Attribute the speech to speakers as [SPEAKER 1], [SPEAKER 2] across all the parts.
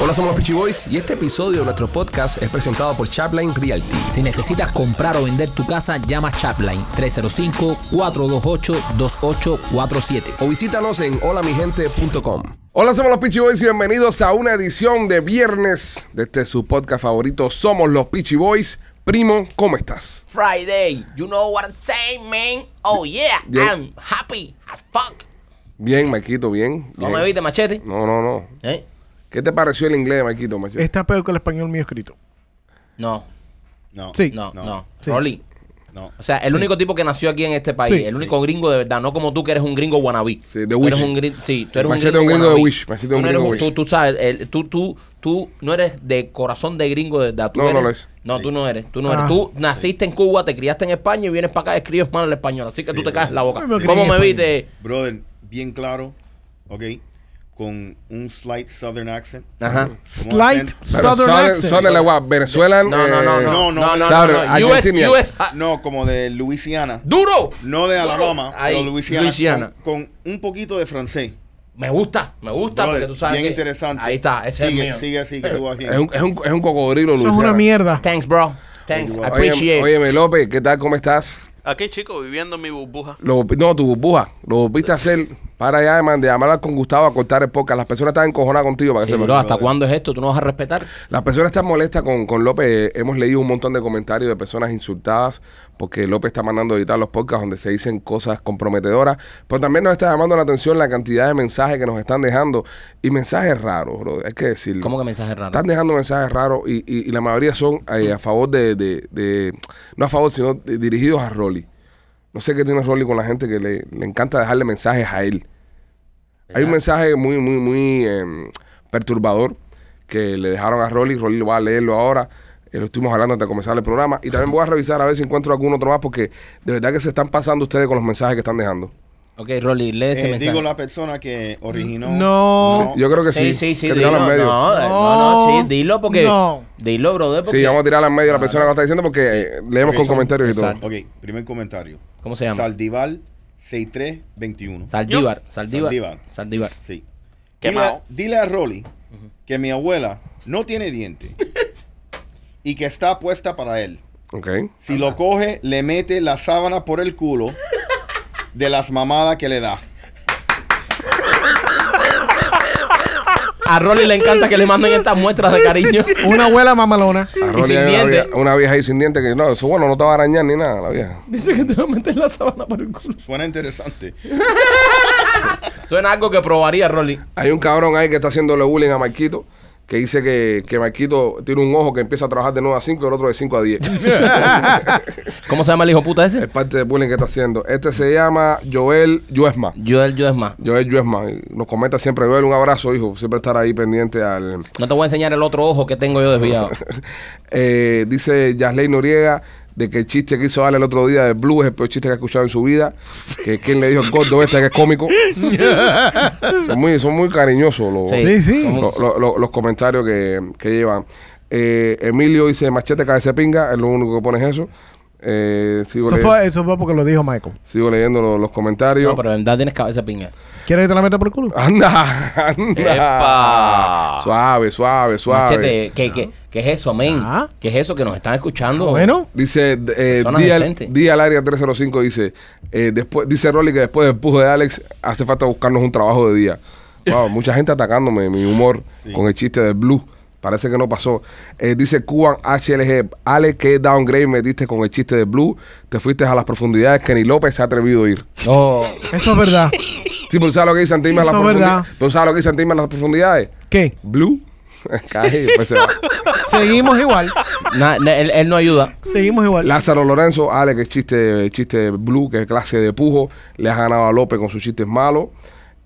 [SPEAKER 1] Hola, somos los Peachy Boys y este episodio de nuestro podcast es presentado por Chapline Realty.
[SPEAKER 2] Si necesitas comprar o vender tu casa, llama Chapline 305-428-2847.
[SPEAKER 1] O visítanos en holamigente.com. Hola, somos los Peachy Boys y bienvenidos a una edición de viernes de este su podcast favorito. Somos los Peachy Boys. Primo, ¿cómo estás?
[SPEAKER 3] Friday. You know what I'm saying, man? Oh, yeah.
[SPEAKER 1] Yeah.
[SPEAKER 3] I'm happy as fuck.
[SPEAKER 1] Bien, Maquito, bien.
[SPEAKER 3] ¿No
[SPEAKER 1] bien.
[SPEAKER 3] me viste, machete?
[SPEAKER 1] No, no, no.
[SPEAKER 3] ¿Eh?
[SPEAKER 1] ¿Qué te pareció el inglés, Maquito, Machete?
[SPEAKER 3] Este,
[SPEAKER 4] Está peor que el español mío escrito.
[SPEAKER 3] No,
[SPEAKER 5] No.
[SPEAKER 4] Sí.
[SPEAKER 3] no, no.
[SPEAKER 4] Sí.
[SPEAKER 3] Rolly.
[SPEAKER 5] No.
[SPEAKER 3] O sea, el único tipo que nació aquí en este país,
[SPEAKER 4] Sí.
[SPEAKER 3] el único gringo de verdad, no como tú que eres un gringo wannabe.
[SPEAKER 1] Sí, de
[SPEAKER 3] Tú
[SPEAKER 1] Wish.
[SPEAKER 3] Eres un gringo, sí, tú eres
[SPEAKER 1] Machete un
[SPEAKER 3] un gringo,
[SPEAKER 1] gringo de
[SPEAKER 3] wannabe.
[SPEAKER 1] Wish, Machete un
[SPEAKER 3] Tú no eres
[SPEAKER 1] gringo de
[SPEAKER 3] tú,
[SPEAKER 1] Wish.
[SPEAKER 3] tú sabes, el- tú, tú, tú no eres de corazón de gringo de verdad. Tú
[SPEAKER 1] No, no
[SPEAKER 3] eres-
[SPEAKER 1] lo es.
[SPEAKER 3] No, tú no eres. Tú no eres.
[SPEAKER 4] Ah.
[SPEAKER 3] Tú naciste en Cuba, te criaste en España y vienes para acá y escribes mal el español. Así que tú te caes en la boca.
[SPEAKER 4] Yo me crié
[SPEAKER 3] ¿Cómo
[SPEAKER 4] en
[SPEAKER 3] me
[SPEAKER 4] España.
[SPEAKER 3] viste?
[SPEAKER 5] Brother, bien claro, ok, con un slight southern accent.
[SPEAKER 3] Ajá.
[SPEAKER 5] ¿Cómo
[SPEAKER 4] Slight
[SPEAKER 5] hacen?
[SPEAKER 1] Pero
[SPEAKER 4] Southern
[SPEAKER 1] Southern-
[SPEAKER 4] accent.
[SPEAKER 1] Southern la guapa. Venezuela. eh,
[SPEAKER 3] No, no, no, no, no, no, no,
[SPEAKER 1] Sabre,
[SPEAKER 3] no, no. US,
[SPEAKER 1] Argentina.
[SPEAKER 3] US, ah,
[SPEAKER 5] No, como de Luisiana.
[SPEAKER 3] duro.
[SPEAKER 5] No de
[SPEAKER 3] Duro.
[SPEAKER 5] Alabama,
[SPEAKER 3] Ahí,
[SPEAKER 5] pero Luisiana.
[SPEAKER 3] Luisiana.
[SPEAKER 5] Con, con un poquito de francés.
[SPEAKER 3] Me gusta, me gusta
[SPEAKER 5] Brother,
[SPEAKER 3] porque tú sabes
[SPEAKER 5] bien
[SPEAKER 3] que-
[SPEAKER 5] interesante.
[SPEAKER 3] Ahí está, ese es el
[SPEAKER 5] sigue,
[SPEAKER 3] mío.
[SPEAKER 5] Sigue así, que tú vas bien.
[SPEAKER 1] Es un, es un, es un cocodrilo,
[SPEAKER 4] Eso es
[SPEAKER 1] Luciana.
[SPEAKER 4] una mierda.
[SPEAKER 3] Thanks, bro. Thanks. I
[SPEAKER 5] Oye,
[SPEAKER 3] appreciate.
[SPEAKER 1] Oye, óyeme, López, ¿qué tal? ¿Cómo estás?
[SPEAKER 6] Aquí, chico, viviendo en mi burbuja.
[SPEAKER 1] Lo- no, tu burbuja. Lo volviste a hacer para allá man, de llamar con Gustavo a cortar el podcast. Las personas están encojonadas contigo para que
[SPEAKER 3] Sí,
[SPEAKER 1] sepan.
[SPEAKER 3] bro, ¿hasta cuándo es esto? ¿Tú no vas a respetar?
[SPEAKER 1] Las personas están molestas con, con López. Hemos leído un montón de comentarios de personas insultadas porque López está mandando a editar los podcasts donde se dicen cosas comprometedoras. Pero también nos está llamando la atención la cantidad de mensajes que nos están dejando. Y mensajes raros, bro. Hay que decirlo.
[SPEAKER 3] ¿Cómo que mensaje raro?
[SPEAKER 1] Están dejando mensajes raros y, y- y la mayoría son eh, a favor de, de- de- No a favor, sino de- dirigidos a Rolly. No sé qué tiene Rolly con la gente que le, le encanta dejarle mensajes a él. Hay un mensaje muy, muy, muy em, perturbador que le dejaron a Rolly. Rolly lo va a leerlo ahora. Eh, lo estuvimos hablando antes de comenzar el programa. Y también voy a revisar a ver si encuentro algún otro más porque de verdad que se están pasando ustedes con los mensajes que están dejando.
[SPEAKER 3] Ok, Rolly, lee ese
[SPEAKER 5] Eh,
[SPEAKER 3] mensaje.
[SPEAKER 5] digo la persona que originó.
[SPEAKER 4] No.
[SPEAKER 1] Yo creo que sí.
[SPEAKER 3] sí, sí, sí,
[SPEAKER 1] Que
[SPEAKER 3] dilo.
[SPEAKER 1] tirarlo al
[SPEAKER 3] No,
[SPEAKER 1] medio.
[SPEAKER 3] eh, no, no,
[SPEAKER 4] No.
[SPEAKER 3] sí, dilo porque...
[SPEAKER 4] No.
[SPEAKER 3] Dilo, brother, porque...
[SPEAKER 1] Sí, vamos a tirar al medio a la persona que lo está diciendo porque eh, leemos con
[SPEAKER 5] Porque son-
[SPEAKER 1] comentarios y todo.
[SPEAKER 3] exacto.
[SPEAKER 5] Ok, primer comentario.
[SPEAKER 3] ¿Cómo se llama?
[SPEAKER 5] Saldival 6321.
[SPEAKER 3] Saldívar,
[SPEAKER 6] Yo.
[SPEAKER 3] Saldívar. Saldívar.
[SPEAKER 5] Saldívar. Sí. Dile,
[SPEAKER 6] Quemado.
[SPEAKER 5] a- dile a Rolly que mi abuela no tiene diente y que está puesta para él.
[SPEAKER 1] Ok.
[SPEAKER 5] Si lo coge, le mete la sábana por el culo de las mamadas que le da.
[SPEAKER 3] A Rolly le encanta que le manden estas muestras de cariño.
[SPEAKER 4] Una abuela mamalona.
[SPEAKER 1] A Rolly
[SPEAKER 3] sin
[SPEAKER 1] hay una,
[SPEAKER 3] diente.
[SPEAKER 1] vieja, una vieja ahí sin diente que no, eso bueno, no te va a arañar ni nada, la vieja.
[SPEAKER 3] Dice que te va a meter la sábana por el culo.
[SPEAKER 5] Suena interesante.
[SPEAKER 3] Suena algo que probaría Rolly.
[SPEAKER 1] Hay un cabrón ahí que está haciéndole bullying a Marquito, que dice que, que Marquito tiene un ojo que empieza a trabajar de 9 a 5 y el otro de 5 a 10.
[SPEAKER 3] ¿Cómo se llama el hijo puta ese?
[SPEAKER 1] es parte del bullying que está haciendo. Este se llama Joel Yuesma.
[SPEAKER 3] Joel, yo es más.
[SPEAKER 1] Joel Yuesma. y Nos comenta siempre, Joel, un abrazo, hijo. Siempre estar ahí pendiente al...
[SPEAKER 3] No te voy a enseñar el otro ojo que tengo yo desviado.
[SPEAKER 1] Eh, dice Yasley Noriega de que el chiste que hizo Ale el otro día de Blue es el peor chiste que ha escuchado en su vida. Que quien le dijo el gordo este que es cómico. son, muy, son muy cariñosos los,
[SPEAKER 4] Sí, sí.
[SPEAKER 1] lo- lo- lo- los comentarios que, que llevan. Eh, Emilio dice machete cabeza de pinga, es lo único que pones eso. Eh, sigo,
[SPEAKER 4] Eso
[SPEAKER 1] leyendo,
[SPEAKER 4] fue, eso fue porque lo dijo Michael.
[SPEAKER 1] sigo leyendo lo- los comentarios.
[SPEAKER 3] No, pero en verdad tienes cabeza de pinga.
[SPEAKER 4] ¿Quieres que te la meta por el
[SPEAKER 1] Ah,
[SPEAKER 4] culo?
[SPEAKER 1] Anda, anda.
[SPEAKER 6] ¡Epa!
[SPEAKER 1] Suave, suave, suave.
[SPEAKER 3] Machete, ¿qué, qué, qué es eso, men?
[SPEAKER 4] Ah.
[SPEAKER 3] ¿Qué es eso que nos están escuchando?
[SPEAKER 4] Bueno,
[SPEAKER 1] Dice eh,
[SPEAKER 3] Personas
[SPEAKER 1] Día
[SPEAKER 3] decentes.
[SPEAKER 1] Día al área 305 dice eh, después dice Rolly que después del pujo de Alex hace falta buscarnos un trabajo de día. Wow, mucha gente atacándome mi humor con el chiste de Blue. Parece que no pasó. Eh, dice Cuban HLG, Alex, qué downgrade metiste con el chiste de Blue. Te fuiste a las profundidades que ni López se ha atrevido a ir.
[SPEAKER 3] Oh,
[SPEAKER 4] eso es verdad.
[SPEAKER 1] Sí, pero ¿sabes lo que dice Antima en las
[SPEAKER 4] Eso es verdad.
[SPEAKER 1] profundidades? ¿Pero sabes lo que dice Antima en las profundidades?
[SPEAKER 4] ¿Qué?
[SPEAKER 1] Blue. Cae y después se va.
[SPEAKER 4] Seguimos igual.
[SPEAKER 3] na- na- él, él no ayuda.
[SPEAKER 4] Seguimos igual.
[SPEAKER 1] Lázaro Lorenzo, Ale, que es chiste, chiste blue, que es clase de pujo. Le has ganado a López con sus chistes malos.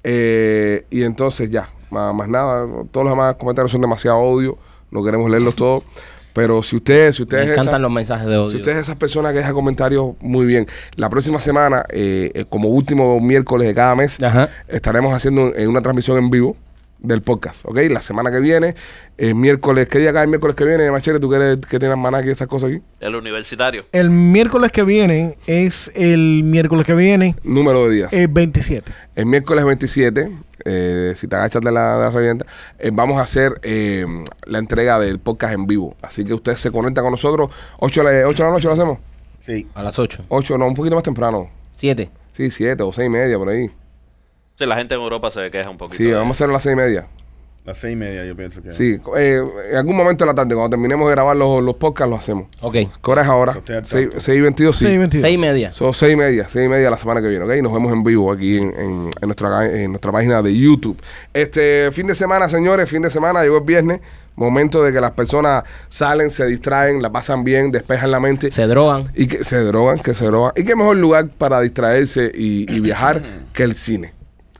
[SPEAKER 1] Eh, y entonces ya, más, más nada. Todos los demás comentarios son demasiado odio. No queremos leerlos todos. Pero si ustedes, si
[SPEAKER 3] Me
[SPEAKER 1] ustedes.
[SPEAKER 3] encantan
[SPEAKER 1] esa-
[SPEAKER 3] los mensajes de odio.
[SPEAKER 1] si usted es esas personas que deja comentarios, muy bien. La próxima semana, eh, eh, como último miércoles de cada mes,
[SPEAKER 3] Ajá.
[SPEAKER 1] estaremos haciendo eh, una transmisión en vivo del podcast, ¿ok? La semana que viene, el miércoles, ¿qué día cae el miércoles que viene, Machete? ¿Tú quieres que tengas maná y esas cosas aquí?
[SPEAKER 6] El universitario.
[SPEAKER 4] El miércoles que viene es el miércoles que viene,
[SPEAKER 1] Número de días.
[SPEAKER 4] eh, 27.
[SPEAKER 1] El miércoles 27, eh, si te agachas de la, de la revienta, eh, vamos a hacer eh, la entrega del podcast en vivo. Así que usted se conecta con nosotros. 8 de la, ocho de la noche lo hacemos.
[SPEAKER 5] Sí.
[SPEAKER 3] A las 8.
[SPEAKER 1] 8, no, un poquito más temprano.
[SPEAKER 3] 7.
[SPEAKER 1] Sí, 7 o 6 y media por ahí.
[SPEAKER 6] Sí, la gente en Europa se queja un poquito.
[SPEAKER 1] Sí,
[SPEAKER 6] de-
[SPEAKER 1] vamos a hacerlo a las 6 y media.
[SPEAKER 5] Las seis y media, yo pienso que.
[SPEAKER 1] Sí, eh, en algún momento de la tarde, cuando terminemos de grabar los, los podcasts, lo hacemos.
[SPEAKER 3] Ok.
[SPEAKER 1] ¿Qué hora es ahora?
[SPEAKER 5] Eso estoy al
[SPEAKER 1] 6
[SPEAKER 5] tanto.
[SPEAKER 1] y 22, sí.
[SPEAKER 4] 6 22.
[SPEAKER 3] 6 y media.
[SPEAKER 1] Son seis y media, seis y media la semana que viene, ¿ok? Nos vemos en vivo aquí en, en- en nuestra, en nuestra página de YouTube. Este fin de semana, señores, fin de semana, llegó el viernes, momento de que las personas salen, se distraen, la pasan bien, despejan la mente.
[SPEAKER 3] Se drogan.
[SPEAKER 1] y que se drogan, que se drogan. Y qué mejor lugar para distraerse y, y viajar que el cine.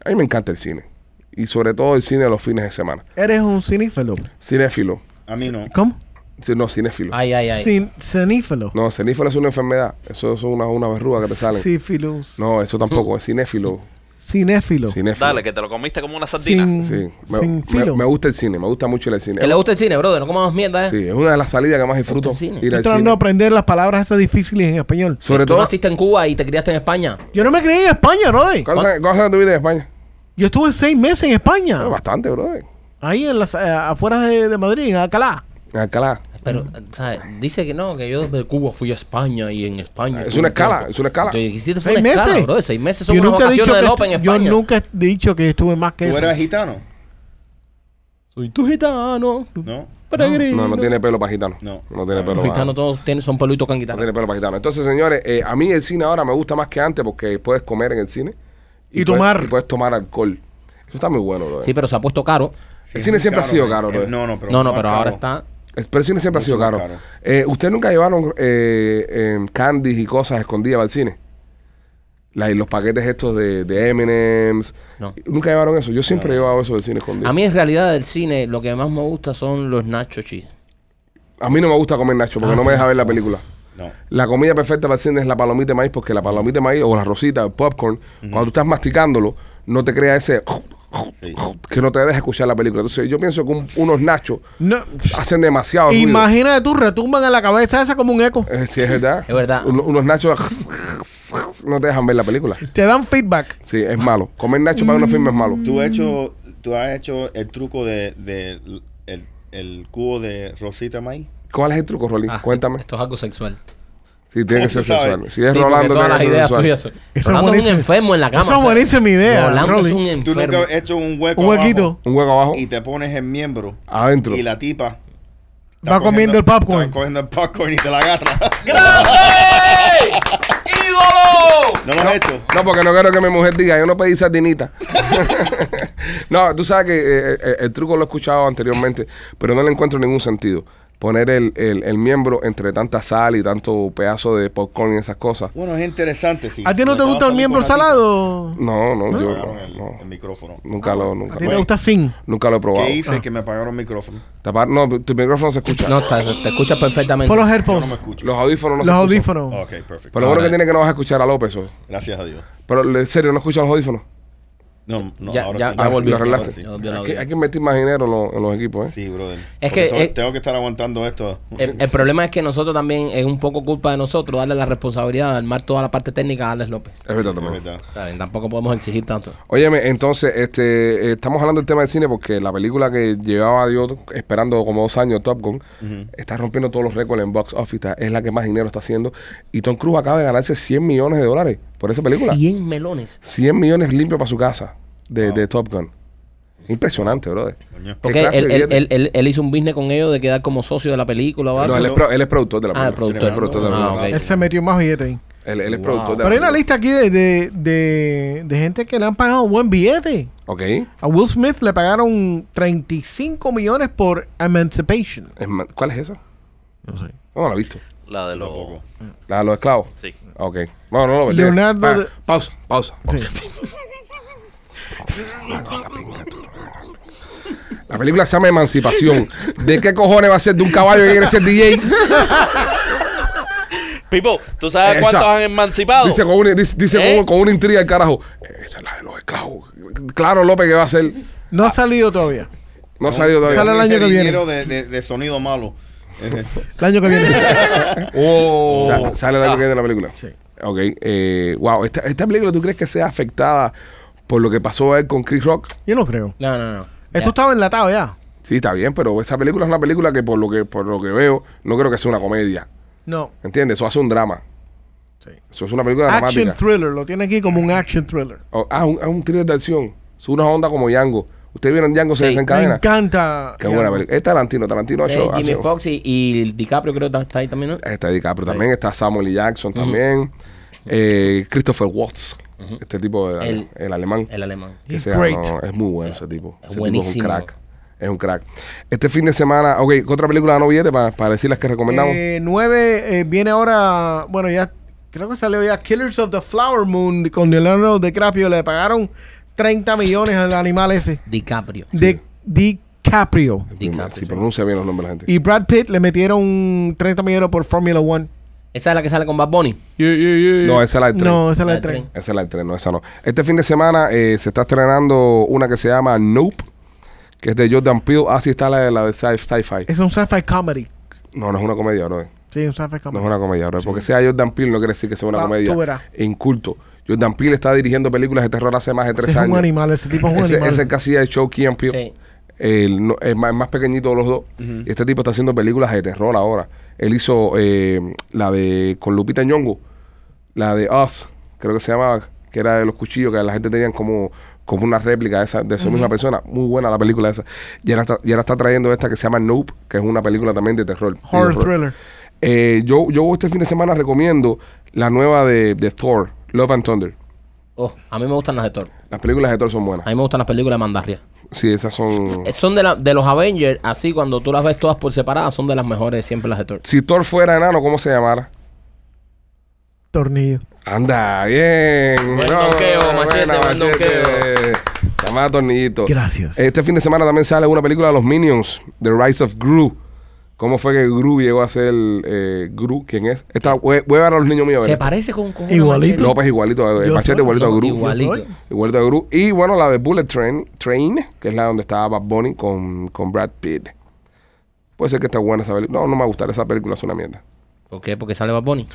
[SPEAKER 1] A mí me encanta el cine. Y sobre todo el cine los fines de semana.
[SPEAKER 4] Eres un cinéfilo.
[SPEAKER 1] Cinéfilo.
[SPEAKER 5] A mí no.
[SPEAKER 4] ¿Cómo?
[SPEAKER 1] Sí, No, cinéfilo.
[SPEAKER 3] Ay, ay, ay.
[SPEAKER 4] Cin- cinéfilo.
[SPEAKER 1] No, cinéfilo es una enfermedad. Eso es una, una verruga que te salen.
[SPEAKER 4] Sífilo.
[SPEAKER 1] No, eso tampoco. Es cinéfilo.
[SPEAKER 4] Cinéfilo.
[SPEAKER 1] Cinéfilo.
[SPEAKER 6] Dale, que te lo comiste como una sardina.
[SPEAKER 4] Sin,
[SPEAKER 1] Sí, me,
[SPEAKER 4] sin
[SPEAKER 1] me-
[SPEAKER 4] filo.
[SPEAKER 1] me gusta el cine, me gusta mucho ir al cine.
[SPEAKER 3] Que le gusta el cine, brother. No comamos mierda, ¿eh?
[SPEAKER 1] Sí, es una de las salidas que más disfruto.
[SPEAKER 3] el
[SPEAKER 1] Ir
[SPEAKER 3] cine.
[SPEAKER 1] al
[SPEAKER 4] Estoy tratando
[SPEAKER 1] cine.
[SPEAKER 4] de aprender las palabras esas difíciles en español.
[SPEAKER 1] Sobre
[SPEAKER 3] Tú
[SPEAKER 1] todo,
[SPEAKER 3] naciste en Cuba y te criaste en España.
[SPEAKER 4] Yo no me creí en España, brother.
[SPEAKER 1] ¿cuántos años- cuántos años tuviste en España?
[SPEAKER 4] Yo estuve seis meses en España.
[SPEAKER 1] Ah, Bastante, brother.
[SPEAKER 4] Ahí en las eh, afueras de, de Madrid, en Alcalá.
[SPEAKER 1] En Alcalá.
[SPEAKER 3] Pero, ¿sabes? Dice que no, que yo desde Cuba fui a España y en España.
[SPEAKER 1] Es una escala, es una escala.
[SPEAKER 3] Yo hiciste fue
[SPEAKER 4] ¿Seis
[SPEAKER 3] una escala,
[SPEAKER 4] meses?
[SPEAKER 3] brother. Seis meses son unas vacaciones de
[SPEAKER 4] que
[SPEAKER 3] López en
[SPEAKER 4] estu- yo
[SPEAKER 3] España.
[SPEAKER 4] nunca he dicho que estuve más que
[SPEAKER 5] ¿Tú
[SPEAKER 4] eso.
[SPEAKER 5] eras gitano?
[SPEAKER 3] Soy tu gitano.
[SPEAKER 5] No.
[SPEAKER 1] No, no tiene pelo para gitano.
[SPEAKER 5] No.
[SPEAKER 1] No tiene pelo
[SPEAKER 3] Los
[SPEAKER 1] para
[SPEAKER 3] gitanos todos tienen, son peluitos con
[SPEAKER 1] No
[SPEAKER 3] guitarra.
[SPEAKER 1] tiene pelo para gitano. Entonces, señores, eh, a mí el cine ahora me gusta más que antes porque puedes comer en el cine.
[SPEAKER 4] Y
[SPEAKER 1] puedes-
[SPEAKER 4] tomar.
[SPEAKER 1] y puedes tomar alcohol. Eso está muy bueno, brother.
[SPEAKER 3] Sí, pero se ha puesto caro.
[SPEAKER 5] Sí,
[SPEAKER 1] El
[SPEAKER 5] es
[SPEAKER 1] cine
[SPEAKER 5] muy
[SPEAKER 1] siempre ha sido
[SPEAKER 5] eh.
[SPEAKER 1] caro,
[SPEAKER 5] Eh,
[SPEAKER 1] bro.
[SPEAKER 5] No, no, pero.
[SPEAKER 3] no, no,
[SPEAKER 5] más
[SPEAKER 3] pero
[SPEAKER 5] caro.
[SPEAKER 3] ahora está.
[SPEAKER 1] El pero el cine siempre ha
[SPEAKER 5] Mucho
[SPEAKER 1] sido
[SPEAKER 5] más
[SPEAKER 1] caro.
[SPEAKER 5] caro.
[SPEAKER 1] Eh, ¿Ustedes nunca llevaron eh, em, candies y cosas escondidas para el cine? La- los paquetes estos de, de M&M's.
[SPEAKER 3] No.
[SPEAKER 1] Nunca llevaron eso. Yo siempre he llevaba eso del cine escondido.
[SPEAKER 3] A mí en realidad del cine lo que más me gusta son los nacho cheese.
[SPEAKER 1] A mí no me gusta comer nacho
[SPEAKER 3] Ah,
[SPEAKER 1] porque no me deja ver la película.
[SPEAKER 5] No.
[SPEAKER 1] La comida perfecta para el cine es la palomita de maíz porque la palomita de maíz o la rosita, el popcorn, cuando tú estás masticándolo, no te crea ese...
[SPEAKER 5] Sí.
[SPEAKER 1] que no te deja escuchar la película. Entonces yo pienso que un- unos nachos
[SPEAKER 4] No,
[SPEAKER 1] hacen demasiado ruido.
[SPEAKER 4] imagínate tú, retumban en la cabeza esa como un eco.
[SPEAKER 1] Eh, sí, es verdad.
[SPEAKER 3] Es verdad.
[SPEAKER 1] Uno- unos nachos no te dejan ver la película.
[SPEAKER 4] Te dan feedback.
[SPEAKER 1] Sí, es malo. Comer nachos para una firma es malo.
[SPEAKER 5] Tú, has hecho, tú has hecho el truco de, de el, el cubo de Rosita Maíz.
[SPEAKER 1] ¿Cuál es el truco, Rolín?
[SPEAKER 3] Ah,
[SPEAKER 1] Cuéntame.
[SPEAKER 3] Esto es algo sexual.
[SPEAKER 1] Si tiene que ser
[SPEAKER 5] ¿Cómo tú sabes?
[SPEAKER 1] sensual. Si es
[SPEAKER 3] Sí, porque
[SPEAKER 1] Rolando,
[SPEAKER 3] todas
[SPEAKER 1] tiene
[SPEAKER 3] las
[SPEAKER 1] que ser
[SPEAKER 3] ideas
[SPEAKER 1] sensual.
[SPEAKER 3] tuyas. son-
[SPEAKER 4] es
[SPEAKER 3] Rolando es un
[SPEAKER 4] buenísimo.
[SPEAKER 3] enfermo en la cama.
[SPEAKER 4] Esa es
[SPEAKER 3] ¿sabes?
[SPEAKER 4] buenísima idea,
[SPEAKER 3] Rolando es
[SPEAKER 4] Rolly.
[SPEAKER 3] un
[SPEAKER 5] Tú
[SPEAKER 3] enfermo.
[SPEAKER 5] nunca has hecho un hueco.
[SPEAKER 4] Un huequito.
[SPEAKER 5] abajo
[SPEAKER 1] Un hueco
[SPEAKER 4] Oh.
[SPEAKER 1] abajo.
[SPEAKER 5] y te pones el miembro.
[SPEAKER 1] Adentro.
[SPEAKER 5] Y la tipa.
[SPEAKER 4] Va
[SPEAKER 5] está
[SPEAKER 4] comiendo el popcorn.
[SPEAKER 5] Está cogiendo el popcorn y te la agarra.
[SPEAKER 3] ¡Grande! ¡Ídolo!
[SPEAKER 5] ¿No lo has hecho?
[SPEAKER 1] No, porque no quiero que mi mujer diga, yo no pedí sardinita. no, tú sabes que eh, eh, el truco lo he escuchado anteriormente, pero no le encuentro ningún sentido. Poner el, el- el miembro entre tanta sal y tanto pedazo de popcorn y esas cosas.
[SPEAKER 5] Bueno, es interesante. Sí.
[SPEAKER 4] ¿A ti no te gusta el miembro salado?
[SPEAKER 1] No, no, yo
[SPEAKER 5] Pagaron
[SPEAKER 1] no,
[SPEAKER 5] el,
[SPEAKER 1] no.
[SPEAKER 5] el micrófono.
[SPEAKER 1] nunca lo, nunca,
[SPEAKER 4] ¿A ti te
[SPEAKER 1] no,
[SPEAKER 4] gusta sin?
[SPEAKER 1] nunca lo he probado.
[SPEAKER 5] ¿Qué hice? Que me pagaron el micrófono.
[SPEAKER 1] Tapar, no, tu micrófono se escucha.
[SPEAKER 3] No, te, te escuchas perfectamente.
[SPEAKER 4] Fue los
[SPEAKER 5] Yo no me
[SPEAKER 4] headphones.
[SPEAKER 5] escucho.
[SPEAKER 1] Los audífonos no
[SPEAKER 4] Los
[SPEAKER 1] se escuchan.
[SPEAKER 4] audífonos.
[SPEAKER 5] Ok, perfecto.
[SPEAKER 1] Pero lo bueno que tiene que no vas a escuchar a López. o-
[SPEAKER 5] Gracias a Dios.
[SPEAKER 1] Pero en serio, no escuchas los audífonos.
[SPEAKER 5] No, no,
[SPEAKER 3] Ya-
[SPEAKER 5] ahora
[SPEAKER 3] ya-
[SPEAKER 5] sí.
[SPEAKER 3] ya
[SPEAKER 5] Ahora
[SPEAKER 1] volvió.
[SPEAKER 5] sí,
[SPEAKER 1] Lo
[SPEAKER 5] ahora
[SPEAKER 1] arreglaste.
[SPEAKER 5] sí.
[SPEAKER 3] Yo- yo la
[SPEAKER 1] Hay
[SPEAKER 3] oí.
[SPEAKER 1] que, hay que invertir más dinero en, lo- en los equipos, ¿eh?
[SPEAKER 5] Sí, brother.
[SPEAKER 3] Es
[SPEAKER 5] Es
[SPEAKER 3] que- eh,
[SPEAKER 5] que
[SPEAKER 3] es-
[SPEAKER 5] tengo que estar aguantando esto.
[SPEAKER 3] El, el problema es que nosotros también es un poco culpa de nosotros darle la responsabilidad de armar toda la parte técnica a Alex López.
[SPEAKER 1] Es verdad
[SPEAKER 5] De
[SPEAKER 1] también.
[SPEAKER 5] verdad.
[SPEAKER 3] Está bien, Tampoco podemos exigir tanto.
[SPEAKER 1] Óyeme, entonces, este, eh, estamos hablando del tema del cine porque la película que llevaba yo esperando como dos años, Top Gun, está rompiendo todos los récords en box office, está- es la que más dinero está haciendo. Y Tom Cruise acaba de ganarse 100 millones de dólares por esa película.
[SPEAKER 3] 100 melones.
[SPEAKER 1] 100 millones limpios para su casa de, de Top Gun. Impresionante, brother.
[SPEAKER 5] Coño.
[SPEAKER 1] ¿Qué
[SPEAKER 3] Porque
[SPEAKER 1] clase
[SPEAKER 3] él,
[SPEAKER 1] de
[SPEAKER 3] él,
[SPEAKER 1] billete?
[SPEAKER 3] él- él- él hizo un business con ellos de quedar como socio de la película o algo.
[SPEAKER 1] No, él es, pro- él es productor de la
[SPEAKER 3] Ah, el
[SPEAKER 1] película.
[SPEAKER 3] productor.
[SPEAKER 1] Él es productor de la
[SPEAKER 3] Ah,
[SPEAKER 1] película.
[SPEAKER 3] ok.
[SPEAKER 4] Él se metió más billete ahí.
[SPEAKER 1] Él, él es
[SPEAKER 3] Wow.
[SPEAKER 1] productor de
[SPEAKER 4] Pero hay
[SPEAKER 1] la
[SPEAKER 4] una lista aquí de, de, de- de gente que le han pagado buen billete.
[SPEAKER 1] película. Ok.
[SPEAKER 4] A Will Smith le pagaron 35 millones por Emancipation.
[SPEAKER 1] Es ma- ¿Cuál es esa?
[SPEAKER 4] No sé.
[SPEAKER 1] No, no la he visto.
[SPEAKER 6] La de los.
[SPEAKER 5] Tampoco.
[SPEAKER 1] La de los esclavos.
[SPEAKER 6] Sí.
[SPEAKER 1] Ok. No, no, no.
[SPEAKER 4] Leonardo
[SPEAKER 1] Ah,
[SPEAKER 4] de-
[SPEAKER 1] Pausa, pausa.
[SPEAKER 4] Sí.
[SPEAKER 1] La película se llama Emancipación. ¿De qué cojones va a ser de un caballo que quiere ser DJ?
[SPEAKER 6] People, ¿tú sabes
[SPEAKER 1] Esa.
[SPEAKER 6] cuántos han emancipado?
[SPEAKER 1] Dice con una, dice, dice
[SPEAKER 6] ¿Eh?
[SPEAKER 1] con, con una intriga el carajo. Esa es la de los esclavos. Claro, López, que va a ser?
[SPEAKER 4] No ha salido todavía.
[SPEAKER 1] No ha salido todavía.
[SPEAKER 4] Sale el año que viene.
[SPEAKER 5] Ingeniero De, de- de sonido malo. Ese.
[SPEAKER 4] El año que viene.
[SPEAKER 1] O sea, Oh. sale el año que viene la película.
[SPEAKER 4] Sí.
[SPEAKER 1] Ok. eh, wow. Esta, esta película tú crees que sea afectada por lo que pasó a él con Chris Rock?
[SPEAKER 4] Yo no creo.
[SPEAKER 3] No, no, no. Ya.
[SPEAKER 4] Esto estaba enlatado ya.
[SPEAKER 1] Sí, está bien, pero esa película es una película que por lo que por lo que veo, no creo que sea una comedia.
[SPEAKER 4] No.
[SPEAKER 1] ¿Entiendes? Eso hace un drama.
[SPEAKER 4] Sí.
[SPEAKER 1] Eso es una película
[SPEAKER 4] Action
[SPEAKER 1] dramática.
[SPEAKER 4] thriller. Lo tiene aquí como un action thriller.
[SPEAKER 1] Oh, ah, un, ah, un thriller de acción. Es una onda como Django. Ustedes vieron Django se
[SPEAKER 3] Sí.
[SPEAKER 4] Me
[SPEAKER 1] desencadena.
[SPEAKER 4] encanta.
[SPEAKER 1] Qué buena película. Es Tarantino, Tarantino ha
[SPEAKER 3] Sí,
[SPEAKER 1] hecho. ha
[SPEAKER 3] Jimmy
[SPEAKER 1] hecho-
[SPEAKER 3] Fox y, y DiCaprio creo que está ahí también, ¿no?
[SPEAKER 1] Está DiCaprio también, está Samuel L. Jackson también. Eh, Christopher Watts, este tipo, el,
[SPEAKER 3] El-
[SPEAKER 1] el alemán.
[SPEAKER 3] El alemán.
[SPEAKER 1] que
[SPEAKER 4] He's
[SPEAKER 1] sea,
[SPEAKER 4] great.
[SPEAKER 1] no, es muy bueno ese tipo.
[SPEAKER 3] Es
[SPEAKER 1] Ese
[SPEAKER 3] buenísimo.
[SPEAKER 1] tipo es un crack. Es un crack. Este fin de semana, ok, ¿qué otra película no billete para, para decir las que recomendamos?
[SPEAKER 4] Eh, nueve eh, viene ahora, bueno, ya creo que salió ya Killers of the Flower Moon con Leonardo DiCaprio. Le pagaron 30 millones al animal ese.
[SPEAKER 3] DiCaprio.
[SPEAKER 4] De DiCaprio.
[SPEAKER 1] Si
[SPEAKER 3] DiCaprio, sí.
[SPEAKER 1] pronuncia bien los nombres de la gente.
[SPEAKER 4] Y Brad Pitt le metieron 30 millones por Formula One.
[SPEAKER 3] Esa es la que sale con Bad Bunny.
[SPEAKER 1] no, esa es la del tren.
[SPEAKER 4] No, esa es la
[SPEAKER 3] La
[SPEAKER 4] de
[SPEAKER 3] del tren.
[SPEAKER 4] tren.
[SPEAKER 1] Esa es la del tren, no, esa no. Este fin de semana eh, se está estrenando una que se llama Nope, que es de Jordan Peele. Ah, sí, está la, de- la de sci- sci-fi.
[SPEAKER 4] Es un sci-fi comedy.
[SPEAKER 1] no, no es una comedia, bro.
[SPEAKER 4] Sí, un sci-fi
[SPEAKER 1] No es
[SPEAKER 4] comedy.
[SPEAKER 1] una comedia, bro. Porque sea Jordan Peele no quiere decir que sea una
[SPEAKER 4] Ah,
[SPEAKER 1] comedia. e
[SPEAKER 4] tú verás.
[SPEAKER 1] Inculto. Jordan Peele está dirigiendo películas de terror hace más de
[SPEAKER 4] Ese
[SPEAKER 1] tres
[SPEAKER 4] es
[SPEAKER 1] años.
[SPEAKER 4] un animal, ese tipo es un
[SPEAKER 1] Ese,
[SPEAKER 4] animal.
[SPEAKER 1] ese casi el show Key and Peele.
[SPEAKER 3] Sí.
[SPEAKER 1] El no- es más, más pequeñito de los dos. Y este tipo está haciendo películas de terror ahora. Él hizo eh, la de con Lupita Nyong'o, la de Us, creo que se llamaba, que era de los cuchillos que la gente tenían como, como una réplica de esa, de esa misma persona. Muy buena la película esa. Y ahora, está, y ahora está trayendo esta que se llama Nope, que es una película también de terror.
[SPEAKER 4] Horror
[SPEAKER 1] Y de
[SPEAKER 4] thriller.
[SPEAKER 1] Eh, yo, yo este fin de semana recomiendo la nueva de, de Thor, Love and Thunder.
[SPEAKER 3] Oh, a mí me gustan las de Thor.
[SPEAKER 1] Las películas de Thor son
[SPEAKER 3] A
[SPEAKER 1] buenas.
[SPEAKER 3] mí me gustan las películas de Mandarria.
[SPEAKER 1] Sí, esas son...
[SPEAKER 3] Eh, Son de, la- de los Avengers, así cuando tú las ves todas por separadas, son de las mejores siempre las de Thor.
[SPEAKER 1] Si Thor fuera enano, ¿cómo se llamara?
[SPEAKER 4] Tornillo.
[SPEAKER 1] Anda, bien.
[SPEAKER 3] Buen donqueo, machete, buen donqueo.
[SPEAKER 1] Llamada tornillito.
[SPEAKER 4] Gracias.
[SPEAKER 1] Este fin de semana también sale una película de los Minions, The Rise of Gru. ¿Cómo fue que Gru llegó a ser eh, Gru? ¿Quién es? Esta, voy, voy a ver a los niños míos. a ver.
[SPEAKER 3] Se parece con, con una
[SPEAKER 4] Igualito.
[SPEAKER 1] López igualito, a- el
[SPEAKER 4] Yo
[SPEAKER 1] machete
[SPEAKER 4] soy-
[SPEAKER 1] igualito a Gru.
[SPEAKER 3] Igualito.
[SPEAKER 4] Yo soy.
[SPEAKER 1] Igualito a Gru. Y bueno, la de Bullet Train, Train que es la donde estaba Bad Bunny con, con Brad Pitt. Puede ser que esté buena esa película. No, no me va a gustar. Esa película es una mierda.
[SPEAKER 3] ¿Por qué? Porque sale Bad Bunny.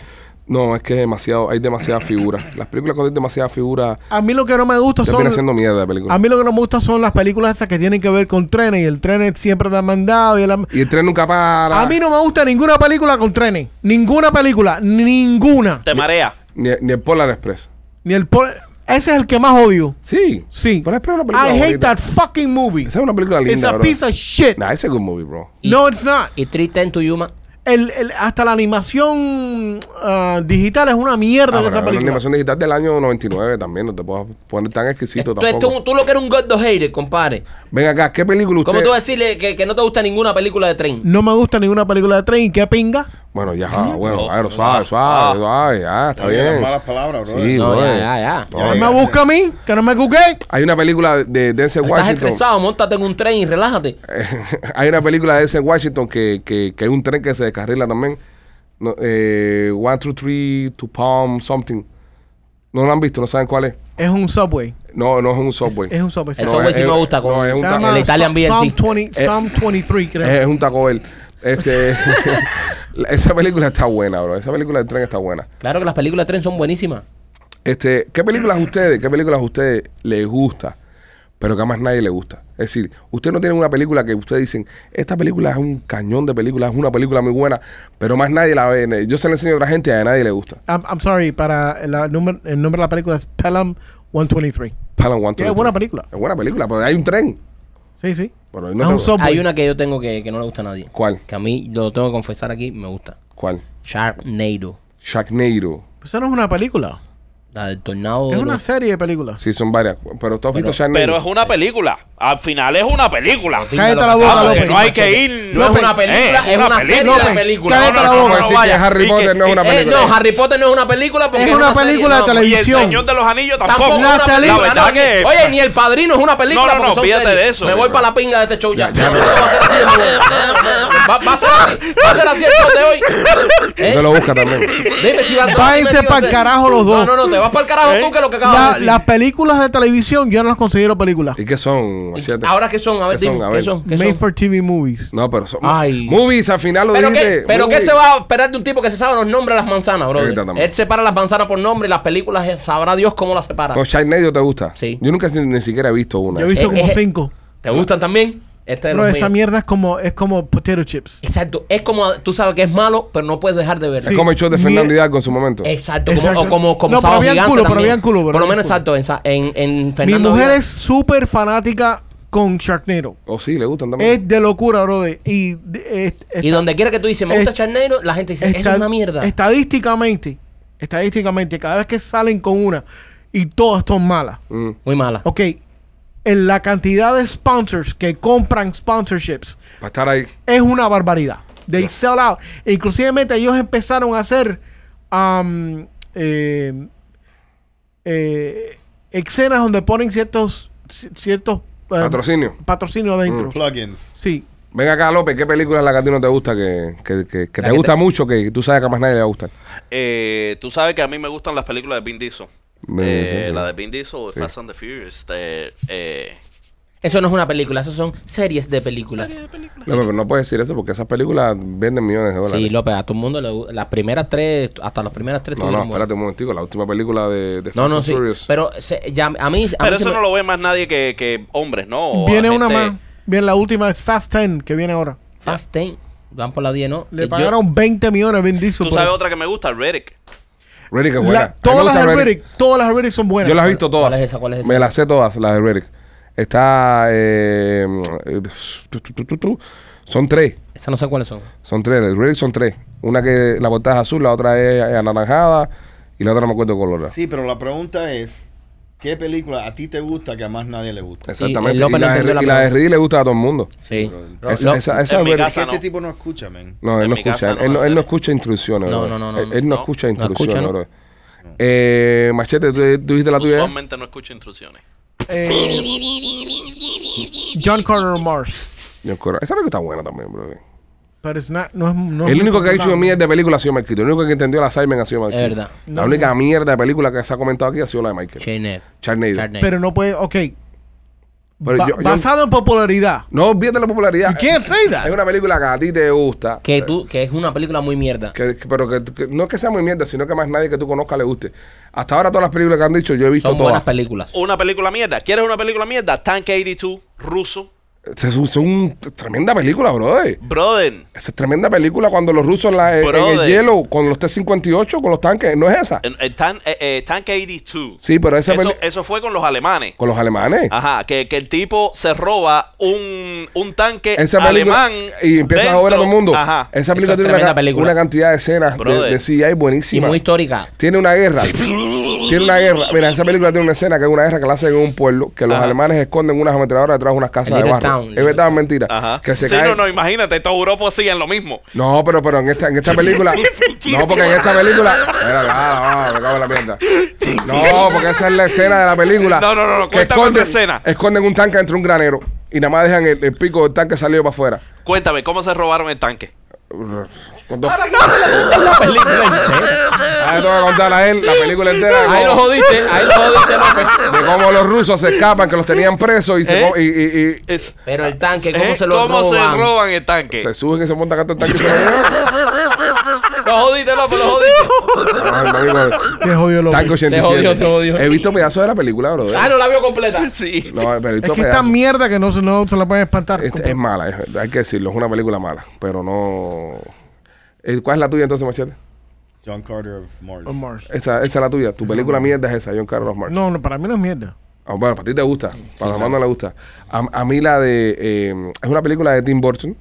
[SPEAKER 1] No, es que es demasiado, hay demasiadas figuras. Las películas cuando hay demasiadas figuras,
[SPEAKER 4] A mí lo que no me gusta
[SPEAKER 1] ya
[SPEAKER 4] son
[SPEAKER 1] viene haciendo mierda la película.
[SPEAKER 4] A mí lo que no me gusta son las películas esas que tienen que ver con trenes y el tren siempre te han mandado y el am-
[SPEAKER 1] Y el tren nunca para.
[SPEAKER 4] A mí no me gusta ninguna película con trenes, ninguna película, ninguna.
[SPEAKER 6] Te marea.
[SPEAKER 1] Ni, ni el Polar Express.
[SPEAKER 4] Ni el pol- ese es el que más odio.
[SPEAKER 1] Sí.
[SPEAKER 4] Sí.
[SPEAKER 1] Polar Express es una película
[SPEAKER 4] I hate
[SPEAKER 1] bonita.
[SPEAKER 4] that fucking movie.
[SPEAKER 1] Esa es una película linda,
[SPEAKER 4] It's a
[SPEAKER 1] bro.
[SPEAKER 4] piece of shit.
[SPEAKER 1] Nah, ese es good movie, bro.
[SPEAKER 4] No, it's not.
[SPEAKER 3] Y 310 to Yuma.
[SPEAKER 4] El, el- hasta la animación ah, digital es una
[SPEAKER 1] Ah,
[SPEAKER 4] mierda de
[SPEAKER 1] pero
[SPEAKER 4] esa
[SPEAKER 1] la
[SPEAKER 4] película.
[SPEAKER 1] animación digital del año 99 también, no te puedo poner tan exquisito
[SPEAKER 3] Entonces,
[SPEAKER 1] tampoco.
[SPEAKER 3] tú, tú lo que eres un gordo hater, compadre.
[SPEAKER 1] Ven acá, ¿qué película usted...?
[SPEAKER 3] ¿Cómo tú vas a decirle que, que no te gusta ninguna película de tren?
[SPEAKER 4] No me gusta ninguna película de tren y qué pinga.
[SPEAKER 1] Bueno, ya, bueno,
[SPEAKER 6] No,
[SPEAKER 1] claro,
[SPEAKER 6] no,
[SPEAKER 1] suave,
[SPEAKER 6] ah,
[SPEAKER 1] suave, suave, ya, está
[SPEAKER 5] Oye, las
[SPEAKER 1] bien.
[SPEAKER 5] malas palabras, bro.
[SPEAKER 1] Sí,
[SPEAKER 3] No,
[SPEAKER 1] bro.
[SPEAKER 3] ya, ya, ya.
[SPEAKER 1] No,
[SPEAKER 5] Ya,
[SPEAKER 4] Me
[SPEAKER 5] ya.
[SPEAKER 4] busca a mí, que no me cuque.
[SPEAKER 1] Hay una película de Denzel
[SPEAKER 3] Estás
[SPEAKER 1] Washington.
[SPEAKER 3] estresado, montate en un tren y relájate.
[SPEAKER 1] hay una película de ese Washington que, que, que hay un tren que se descarrila también. No, eh, one, two, three, to palm, something. No lo han visto, no saben cuál es.
[SPEAKER 4] Es un subway.
[SPEAKER 1] No, no es un subway.
[SPEAKER 4] Es un subway.
[SPEAKER 3] El
[SPEAKER 1] No,
[SPEAKER 3] Subway
[SPEAKER 1] es-
[SPEAKER 3] sí me gusta con
[SPEAKER 1] no, es un Eh,
[SPEAKER 4] Se
[SPEAKER 1] ta-
[SPEAKER 4] llama
[SPEAKER 3] el Italian
[SPEAKER 4] Psalm-
[SPEAKER 3] BLT.
[SPEAKER 4] Psalm 20 Psalm 23, creo.
[SPEAKER 1] es, es un Taco Bell. Este, la- esa película está buena, bro. Esa película del tren está buena.
[SPEAKER 3] Claro que las películas de tren son buenísimas.
[SPEAKER 1] Este, ¿qué películas a ustedes, qué películas a ustedes les gusta, pero que a más nadie le gusta? Es decir, usted no tiene una película que ustedes dicen, esta película es un cañón de películas, es una película muy buena, pero más nadie la ve. Yo se la enseño a otra gente y a nadie le gusta.
[SPEAKER 4] I'm, I'm sorry, para la número- el nombre de la película es Pelham 123.
[SPEAKER 1] Palan One, Two,
[SPEAKER 4] Que es
[SPEAKER 1] Three.
[SPEAKER 4] buena película.
[SPEAKER 1] Es buena película, pero hay un tren.
[SPEAKER 4] Sí, sí.
[SPEAKER 1] Bueno,
[SPEAKER 4] es
[SPEAKER 1] no
[SPEAKER 4] un
[SPEAKER 1] te-
[SPEAKER 4] subway.
[SPEAKER 3] Hay una que yo tengo que, que no le gusta a nadie.
[SPEAKER 1] ¿Cuál?
[SPEAKER 3] Que a mí, lo tengo que confesar aquí, me gusta.
[SPEAKER 1] ¿Cuál?
[SPEAKER 3] Sharknado.
[SPEAKER 1] Sharknado.
[SPEAKER 4] Pues esa no es una película.
[SPEAKER 3] La del tornado.
[SPEAKER 4] Es
[SPEAKER 3] de
[SPEAKER 4] una
[SPEAKER 3] los-
[SPEAKER 4] serie de películas.
[SPEAKER 1] Sí, son varias. Pero tú has visto Sharknado.
[SPEAKER 6] Pero es una película. Al final es una película.
[SPEAKER 4] Cállate la boca,
[SPEAKER 6] Vamos, que
[SPEAKER 4] López.
[SPEAKER 6] no hay que ir.
[SPEAKER 3] No es una película,
[SPEAKER 6] Eh,
[SPEAKER 3] es una serie de
[SPEAKER 6] película.
[SPEAKER 3] películas.
[SPEAKER 4] Cállate la boca.
[SPEAKER 1] Así que
[SPEAKER 6] vaya.
[SPEAKER 1] Harry
[SPEAKER 6] Y
[SPEAKER 1] Potter no es una
[SPEAKER 6] y-
[SPEAKER 3] Eh,
[SPEAKER 1] película.
[SPEAKER 3] no, Harry Potter no es una película porque
[SPEAKER 4] Es una
[SPEAKER 3] serie,
[SPEAKER 4] película de
[SPEAKER 3] no,
[SPEAKER 6] Y el
[SPEAKER 4] televisión.
[SPEAKER 6] Señor de los Anillos tampoco.
[SPEAKER 3] Tampoco es una
[SPEAKER 4] La
[SPEAKER 3] película.
[SPEAKER 6] verdad
[SPEAKER 3] no,
[SPEAKER 6] que-
[SPEAKER 3] que- Oye, ni El Padrino es una película.
[SPEAKER 6] No, no,
[SPEAKER 3] porque
[SPEAKER 6] no,
[SPEAKER 3] son
[SPEAKER 6] olvídate
[SPEAKER 3] series.
[SPEAKER 6] de eso.
[SPEAKER 3] Me voy para la pinga de este show ya. Yo no sé cómo hacer así de nuevo. Va, va a ser, va a ser así el show de hoy. ¿Eh?
[SPEAKER 1] Usted lo busca también.
[SPEAKER 3] Dime si va
[SPEAKER 4] Váyanse
[SPEAKER 3] dime si va a
[SPEAKER 4] pa'l
[SPEAKER 3] ser.
[SPEAKER 4] carajo los dos.
[SPEAKER 3] No, no, no, te vas para el carajo
[SPEAKER 1] ¿Eh?
[SPEAKER 3] tú que lo que acabas de
[SPEAKER 4] La-
[SPEAKER 3] decir.
[SPEAKER 4] las películas de televisión yo no las considero películas.
[SPEAKER 1] ¿Y qué son, Machete?
[SPEAKER 3] Ahora qué son, a ver,
[SPEAKER 1] ¿Qué son?
[SPEAKER 3] dime,
[SPEAKER 1] A
[SPEAKER 3] ¿qué
[SPEAKER 1] ver.
[SPEAKER 3] son? ¿Qué
[SPEAKER 4] Made
[SPEAKER 3] son?
[SPEAKER 4] for TV movies.
[SPEAKER 1] No, pero son.
[SPEAKER 3] Ay.
[SPEAKER 1] Movies, al final lo
[SPEAKER 3] Pero,
[SPEAKER 1] dijiste.
[SPEAKER 3] qué, pero qué
[SPEAKER 1] movies.
[SPEAKER 3] se va a esperar de un tipo que se sabe los nombres de las manzanas, bro.
[SPEAKER 1] Ahorita también.
[SPEAKER 3] Él separa las manzanas por nombre y las películas, eh, sabrá Dios cómo las separa.
[SPEAKER 1] No, Sharknado te gusta.
[SPEAKER 3] Sí.
[SPEAKER 1] Yo nunca si- ni siquiera he visto una.
[SPEAKER 4] Yo he visto
[SPEAKER 3] Eh,
[SPEAKER 4] como
[SPEAKER 3] eh,
[SPEAKER 4] cinco.
[SPEAKER 3] ¿Te gustan también? Este de
[SPEAKER 4] Pero
[SPEAKER 3] los
[SPEAKER 4] esa
[SPEAKER 3] míos.
[SPEAKER 4] mierda es como, es como potato chips.
[SPEAKER 3] Exacto. Es como, tú sabes que es malo, pero no puedes dejar de verlo.
[SPEAKER 1] Es como el show de
[SPEAKER 4] Ni-
[SPEAKER 1] Fernando Hidalgo en su momento.
[SPEAKER 3] Exacto, como-
[SPEAKER 4] Exacto.
[SPEAKER 3] o como, como
[SPEAKER 4] No, pero
[SPEAKER 3] Sábado
[SPEAKER 4] habían
[SPEAKER 3] Gigante
[SPEAKER 4] culo, pero
[SPEAKER 3] también.
[SPEAKER 4] habían culo, pero
[SPEAKER 3] Por lo
[SPEAKER 4] habían
[SPEAKER 3] menos,
[SPEAKER 4] culo.
[SPEAKER 3] exacto, en, sa- en, en
[SPEAKER 4] Mi
[SPEAKER 3] Fernando
[SPEAKER 4] mujer
[SPEAKER 3] Vidal.
[SPEAKER 4] es súper fanática con Sharknado.
[SPEAKER 1] O Oh, sí, le gustan también.
[SPEAKER 4] Es de locura, brother. Y, de- es- es-
[SPEAKER 3] Y donde quiera que tú dices, me gusta
[SPEAKER 4] es-
[SPEAKER 3] Charnero, la gente dice, es
[SPEAKER 4] esta-
[SPEAKER 3] una mierda.
[SPEAKER 4] Estadísticamente, estadísticamente, cada vez que salen con una y todas son malas.
[SPEAKER 1] Mm.
[SPEAKER 3] Muy mala.
[SPEAKER 4] Ok, en la cantidad de sponsors que compran sponsorships
[SPEAKER 1] Para estar ahí.
[SPEAKER 4] es una barbaridad. They sell out. E Inclusivemente ellos empezaron a hacer am, eh, eh, escenas donde ponen ciertos ci- ciertos eh,
[SPEAKER 1] Patrocinio. Mm,
[SPEAKER 4] patrocinios dentro.
[SPEAKER 5] Plugins.
[SPEAKER 4] Sí.
[SPEAKER 1] Ven acá, López, ¿qué película es la que a ti no te gusta? Que, que, que- que
[SPEAKER 3] La
[SPEAKER 1] te
[SPEAKER 3] que
[SPEAKER 1] gusta
[SPEAKER 3] te-
[SPEAKER 1] mucho, que tú sabes que a más nadie le gusta.
[SPEAKER 6] Eh, Tú sabes que a mí me gustan las películas de Vin Diesel.
[SPEAKER 1] Vin
[SPEAKER 6] Eh,
[SPEAKER 1] Diesel, sí.
[SPEAKER 6] La de Vin Diesel,
[SPEAKER 1] Sí.
[SPEAKER 6] Fast and the Furious. eh, eh,
[SPEAKER 3] Eso no es una película, eso son series de películas.
[SPEAKER 1] López, pero no puedes decir eso porque esas películas venden millones de dólares.
[SPEAKER 3] Sí, López, a todo el mundo, le gu- las primeras tres, hasta las primeras tres
[SPEAKER 1] no, no,
[SPEAKER 3] tuvieron
[SPEAKER 1] espérate un momentico. La última película de, de
[SPEAKER 3] buenas. No,
[SPEAKER 1] Fast
[SPEAKER 3] no,
[SPEAKER 1] and
[SPEAKER 3] sí.
[SPEAKER 1] Furious.
[SPEAKER 3] Pero se- ya, a mí. a
[SPEAKER 6] Pero
[SPEAKER 3] mí se
[SPEAKER 6] eso
[SPEAKER 3] me-
[SPEAKER 6] no lo ve más nadie que, que hombres, ¿no? O
[SPEAKER 4] viene
[SPEAKER 6] Oh, gente-
[SPEAKER 4] una más. Viene la última, es Fast 10, que viene ahora.
[SPEAKER 3] Fast 10, van por la 10, ¿no?
[SPEAKER 4] Le
[SPEAKER 3] Y yo-
[SPEAKER 4] pagaron 20 millones a Vin Diesel
[SPEAKER 6] Eh, Tú
[SPEAKER 4] por
[SPEAKER 6] sabes
[SPEAKER 4] eso.
[SPEAKER 6] otra que me gusta, Reddick.
[SPEAKER 1] Riddick es
[SPEAKER 4] La-
[SPEAKER 1] buena. A mí me
[SPEAKER 4] todas las
[SPEAKER 1] gusta
[SPEAKER 4] de
[SPEAKER 1] Riddick.
[SPEAKER 4] Riddick, todas las de Riddick son buenas.
[SPEAKER 1] Yo las he visto todas.
[SPEAKER 3] ¿Cuál es esa? ¿Cuál es esa?
[SPEAKER 1] Me las sé todas, las de Riddick. Está. eh, eh, tu, tu, tu, tu, tu. Son tres.
[SPEAKER 3] Esa no sé cuáles son.
[SPEAKER 1] Son tres. De Riddick son tres. Una que la portada es azul, la otra es anaranjada y la otra no me acuerdo color. era.
[SPEAKER 5] Sí, pero la pregunta es, ¿qué película a ti te gusta que a más nadie le gusta?
[SPEAKER 1] Exactamente.
[SPEAKER 3] el López
[SPEAKER 1] y la,
[SPEAKER 3] no entendió
[SPEAKER 1] de,
[SPEAKER 3] la
[SPEAKER 1] y la de
[SPEAKER 3] pregunta.
[SPEAKER 1] Riddick le gusta a todo el mundo.
[SPEAKER 3] Sí.
[SPEAKER 5] pero-
[SPEAKER 3] Lo-
[SPEAKER 1] Esa-
[SPEAKER 3] lo-
[SPEAKER 1] esa- esa
[SPEAKER 6] en
[SPEAKER 1] es
[SPEAKER 6] mi
[SPEAKER 1] Riddick.
[SPEAKER 5] Es que
[SPEAKER 6] casa
[SPEAKER 5] este
[SPEAKER 6] no.
[SPEAKER 5] tipo no escucha, man.
[SPEAKER 1] No, él
[SPEAKER 6] En
[SPEAKER 1] no
[SPEAKER 6] mi
[SPEAKER 1] escucha.
[SPEAKER 6] casa no
[SPEAKER 1] él, no,
[SPEAKER 6] va a
[SPEAKER 1] él no
[SPEAKER 6] ser.
[SPEAKER 1] escucha instrucciones.
[SPEAKER 3] No,
[SPEAKER 1] bro.
[SPEAKER 3] no, no, no,
[SPEAKER 1] Él,
[SPEAKER 3] no.
[SPEAKER 1] él no
[SPEAKER 6] No.
[SPEAKER 1] escucha
[SPEAKER 3] escucha,
[SPEAKER 1] instrucciones,
[SPEAKER 3] ¿no?
[SPEAKER 1] bro. Eh, machete, ¿tú, Ah, tú dijiste la tuya.
[SPEAKER 6] Usualmente no escucho instrucciones.
[SPEAKER 4] Eh, John Carter Mars.
[SPEAKER 1] Yo creo- Esa película está buena también, bro.
[SPEAKER 4] Pero es not- no es. no es
[SPEAKER 1] El
[SPEAKER 4] muy
[SPEAKER 1] único que ha dicho
[SPEAKER 4] popular.
[SPEAKER 1] mierda de película ha sido Marquito. El único que entendió la Simon ha sido Marquito.
[SPEAKER 3] Es verdad.
[SPEAKER 1] La única mierda de película que se ha comentado aquí ha sido la de Michael.
[SPEAKER 3] Chainer.
[SPEAKER 1] Charney.
[SPEAKER 4] Pero no puede. Ok.
[SPEAKER 1] Pero
[SPEAKER 4] Ba-
[SPEAKER 1] yo- yo-
[SPEAKER 4] basado en popularidad.
[SPEAKER 1] No olvides la popularidad.
[SPEAKER 4] You can't say that.
[SPEAKER 1] Hay una película que a ti te gusta.
[SPEAKER 3] Que, tú, que es una película muy mierda.
[SPEAKER 1] que- que- pero que, que no es que sea muy mierda, sino que más nadie que tú conozcas le guste. Hasta ahora todas las películas que han dicho, yo he visto
[SPEAKER 3] Son buenas
[SPEAKER 1] todas.
[SPEAKER 3] películas.
[SPEAKER 6] Una película mierda. ¿Quieres una película mierda? Tank 82, ruso.
[SPEAKER 1] Es son tremenda película, brother.
[SPEAKER 6] Brother.
[SPEAKER 1] Esa es tremenda película cuando los rusos en, la- eh, en el
[SPEAKER 6] Brother.
[SPEAKER 1] hielo con los T-58, con los tanques. No es esa.
[SPEAKER 6] en- en Tank, eh, eh, Tank 82.
[SPEAKER 1] Sí, pero esa
[SPEAKER 6] eso,
[SPEAKER 1] peli-
[SPEAKER 6] eso fue con los alemanes.
[SPEAKER 1] con los alemanes.
[SPEAKER 6] Ajá, que, que el tipo se roba un, un tanque
[SPEAKER 1] Esa película
[SPEAKER 6] alemán
[SPEAKER 1] y empieza a joder a todo el
[SPEAKER 6] dentro-
[SPEAKER 1] mundo.
[SPEAKER 6] Ajá.
[SPEAKER 1] Esa
[SPEAKER 3] Eso
[SPEAKER 1] película
[SPEAKER 3] es
[SPEAKER 1] tiene una,
[SPEAKER 3] tremenda
[SPEAKER 1] ca-
[SPEAKER 3] película.
[SPEAKER 1] una cantidad de escenas de,
[SPEAKER 6] Brother.
[SPEAKER 1] de CGI
[SPEAKER 3] Y
[SPEAKER 1] buenísima.
[SPEAKER 3] muy histórica.
[SPEAKER 1] Tiene una guerra. Tiene una guerra. Mira, esa película tiene una escena que es una guerra que la hacen en un pueblo, que los
[SPEAKER 6] Ajá.
[SPEAKER 1] alemanes esconden unas ametralladoras detrás de unas casas de
[SPEAKER 3] Little
[SPEAKER 1] barro.
[SPEAKER 3] Town,
[SPEAKER 1] es
[SPEAKER 3] Little
[SPEAKER 1] verdad o
[SPEAKER 3] Town.
[SPEAKER 1] mentira.
[SPEAKER 6] Ajá.
[SPEAKER 1] Que se
[SPEAKER 6] sí,
[SPEAKER 1] caen.
[SPEAKER 6] no, no, imagínate, toda Europa sigue en lo mismo.
[SPEAKER 1] No, pero, pero en esta, en esta película. no, porque en esta película. Mira, ah, ah, me cago en la mierda. No, porque esa es la escena de la película.
[SPEAKER 6] No, no, no, no,
[SPEAKER 1] que
[SPEAKER 6] cuéntame otra escena.
[SPEAKER 1] Esconden un tanque entre un granero y nada más dejan el, el pico del tanque salido para afuera.
[SPEAKER 6] Cuéntame, ¿cómo se robaron el tanque?
[SPEAKER 1] Con dos-
[SPEAKER 3] la película entera.
[SPEAKER 1] Ah, tengo que contar a él la película entera. de
[SPEAKER 3] Ahí lo
[SPEAKER 1] cómo-
[SPEAKER 3] jodiste, ahí lo jodiste, López.
[SPEAKER 1] de cómo los rusos se escapan, que los tenían presos y se,
[SPEAKER 6] ¿Eh?
[SPEAKER 1] co- y- y- y
[SPEAKER 6] Es,
[SPEAKER 3] Pero el tanque, ¿cómo
[SPEAKER 6] ¿eh?
[SPEAKER 3] se lo
[SPEAKER 6] ¿Cómo se
[SPEAKER 3] roban?
[SPEAKER 6] roban el tanque?
[SPEAKER 1] se suben y se montan acá todo el tanque y se lo llevan.
[SPEAKER 3] Lo jodiste, López, lo jodiste.
[SPEAKER 1] Ah, me digo,
[SPEAKER 4] Qué jodido lo
[SPEAKER 1] Tanque
[SPEAKER 3] Te odio,
[SPEAKER 1] 87.
[SPEAKER 3] te odio.
[SPEAKER 1] He visto pedazos de la película, bro.
[SPEAKER 3] Ah, no la vio completa.
[SPEAKER 6] Sí.
[SPEAKER 1] No, pero he
[SPEAKER 4] Es
[SPEAKER 1] visto
[SPEAKER 4] que esta
[SPEAKER 1] pedazos.
[SPEAKER 4] mierda que no, se- no se la pueden espantar.
[SPEAKER 1] Es, es mala, es- hay que decirlo, es una película mala, pero no... Eh, ¿Cuál es la tuya entonces, Machete?
[SPEAKER 5] John Carter of Mars.
[SPEAKER 4] Con Mars.
[SPEAKER 1] Esa, esa es la tuya. Tu película mierda es esa, John Carlos Marx.
[SPEAKER 4] No, no, para mí no es mierda.
[SPEAKER 1] Ah, bueno, para ti te gusta, para los más no le gusta. A, a mí la de... eh, es una película de Tim Burton.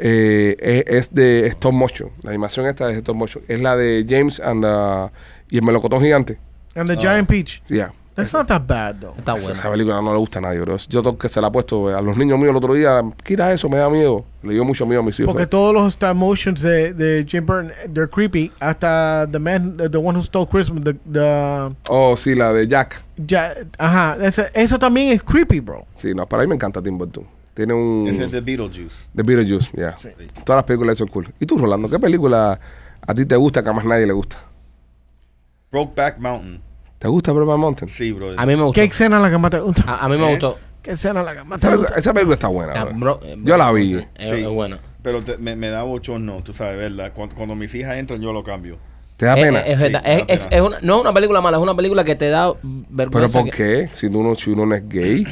[SPEAKER 1] Eh, es, es de stop motion. La animación esta es de stop motion. Es la de James and the- y el melocotón gigante.
[SPEAKER 4] And the Giant Peach.
[SPEAKER 1] Ya.
[SPEAKER 4] That's not that bad, though.
[SPEAKER 1] Esa,
[SPEAKER 3] Está Ah, bueno.
[SPEAKER 1] esa película no le gusta a nadie, bro. Yo to- que se la he puesto eh, a los niños míos el otro día. Quita eso, me da miedo. Le dio mucho miedo a mis hijos.
[SPEAKER 4] Porque todos los stop motions de, de Jim Burton, they're creepy. Hasta The Man, The One Who Stole Christmas, the, the-
[SPEAKER 1] Oh, sí, la de Jack.
[SPEAKER 4] ya- ajá, ese- eso también es creepy, bro.
[SPEAKER 1] Sí, no, para mí me encanta Tim Burton. Tiene un...
[SPEAKER 5] Ese es de Beetlejuice.
[SPEAKER 1] The Beetlejuice, ya. Todas las películas son cool. ¿Y tú, Rolando, qué película a ti te gusta que a más nadie le gusta?
[SPEAKER 5] Brokeback Mountain.
[SPEAKER 1] ¿Te gusta Brokeback Mountain?
[SPEAKER 5] Sí, bro.
[SPEAKER 3] A mí me gustó.
[SPEAKER 4] ¿Qué escena la que más te
[SPEAKER 1] Ah.
[SPEAKER 4] gusta?
[SPEAKER 3] A, a mí
[SPEAKER 1] ¿Eh?
[SPEAKER 3] me gustó.
[SPEAKER 4] ¿Qué escena la que más te
[SPEAKER 1] Esa,
[SPEAKER 4] gusta?
[SPEAKER 1] esa película está buena.
[SPEAKER 3] Ah,
[SPEAKER 1] bro.
[SPEAKER 3] bro- eh,
[SPEAKER 1] Yo la
[SPEAKER 3] bro-
[SPEAKER 1] vi.
[SPEAKER 3] Es,
[SPEAKER 5] Sí.
[SPEAKER 3] es buena.
[SPEAKER 5] Pero te- me, me da bochorno, tú sabes, ¿verdad? Cuando, cuando mis hijas entran, yo lo cambio.
[SPEAKER 1] ¿Te da
[SPEAKER 3] Es-
[SPEAKER 1] pena?
[SPEAKER 3] Eh, Es, es verdad.
[SPEAKER 5] Sí,
[SPEAKER 3] Es-
[SPEAKER 5] da
[SPEAKER 3] es-
[SPEAKER 5] pena.
[SPEAKER 3] es una- no es una película mala, es una película que te da
[SPEAKER 1] ¿Pero
[SPEAKER 3] vergüenza.
[SPEAKER 1] por
[SPEAKER 3] que-
[SPEAKER 1] qué? Si uno, si uno no es gay.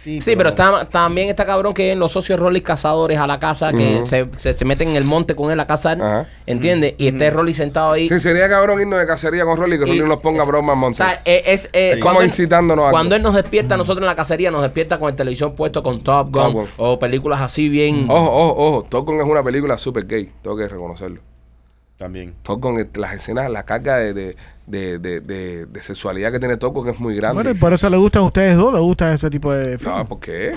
[SPEAKER 3] Sí, pero está- también está cabrón que en los socios Rolly cazadores a la casa, que se, se- se meten en el monte con él a cazar,
[SPEAKER 1] Ajá.
[SPEAKER 3] ¿entiendes? Y esté Rolly sentado ahí.
[SPEAKER 1] Sí, sería cabrón irnos de cacería con Rolly que
[SPEAKER 3] Y-
[SPEAKER 1] Rolly nos ponga
[SPEAKER 3] es-
[SPEAKER 1] Brokeback
[SPEAKER 3] O
[SPEAKER 1] Mountain.
[SPEAKER 3] sea, eh, es, eh,
[SPEAKER 5] Sí.
[SPEAKER 1] Como
[SPEAKER 3] él-
[SPEAKER 1] incitándonos a
[SPEAKER 3] cuando
[SPEAKER 1] algo.
[SPEAKER 3] él nos despierta, nosotros en la cacería nos despierta con el televisión puesto con Top Gun
[SPEAKER 1] Top Gun. Oh.
[SPEAKER 3] o películas así bien.
[SPEAKER 1] Ojo, ojo, ojo. Top Gun es una película super gay. Tengo que reconocerlo.
[SPEAKER 5] También.
[SPEAKER 1] Top Gun, eh, las escenas, la carga de, de, de, de, de- de sexualidad que tiene Top Gun es muy grande.
[SPEAKER 4] Bueno, y por eso le gustan a ustedes dos, le gusta ese tipo de
[SPEAKER 1] No,
[SPEAKER 4] filmes.
[SPEAKER 1] ¿por qué?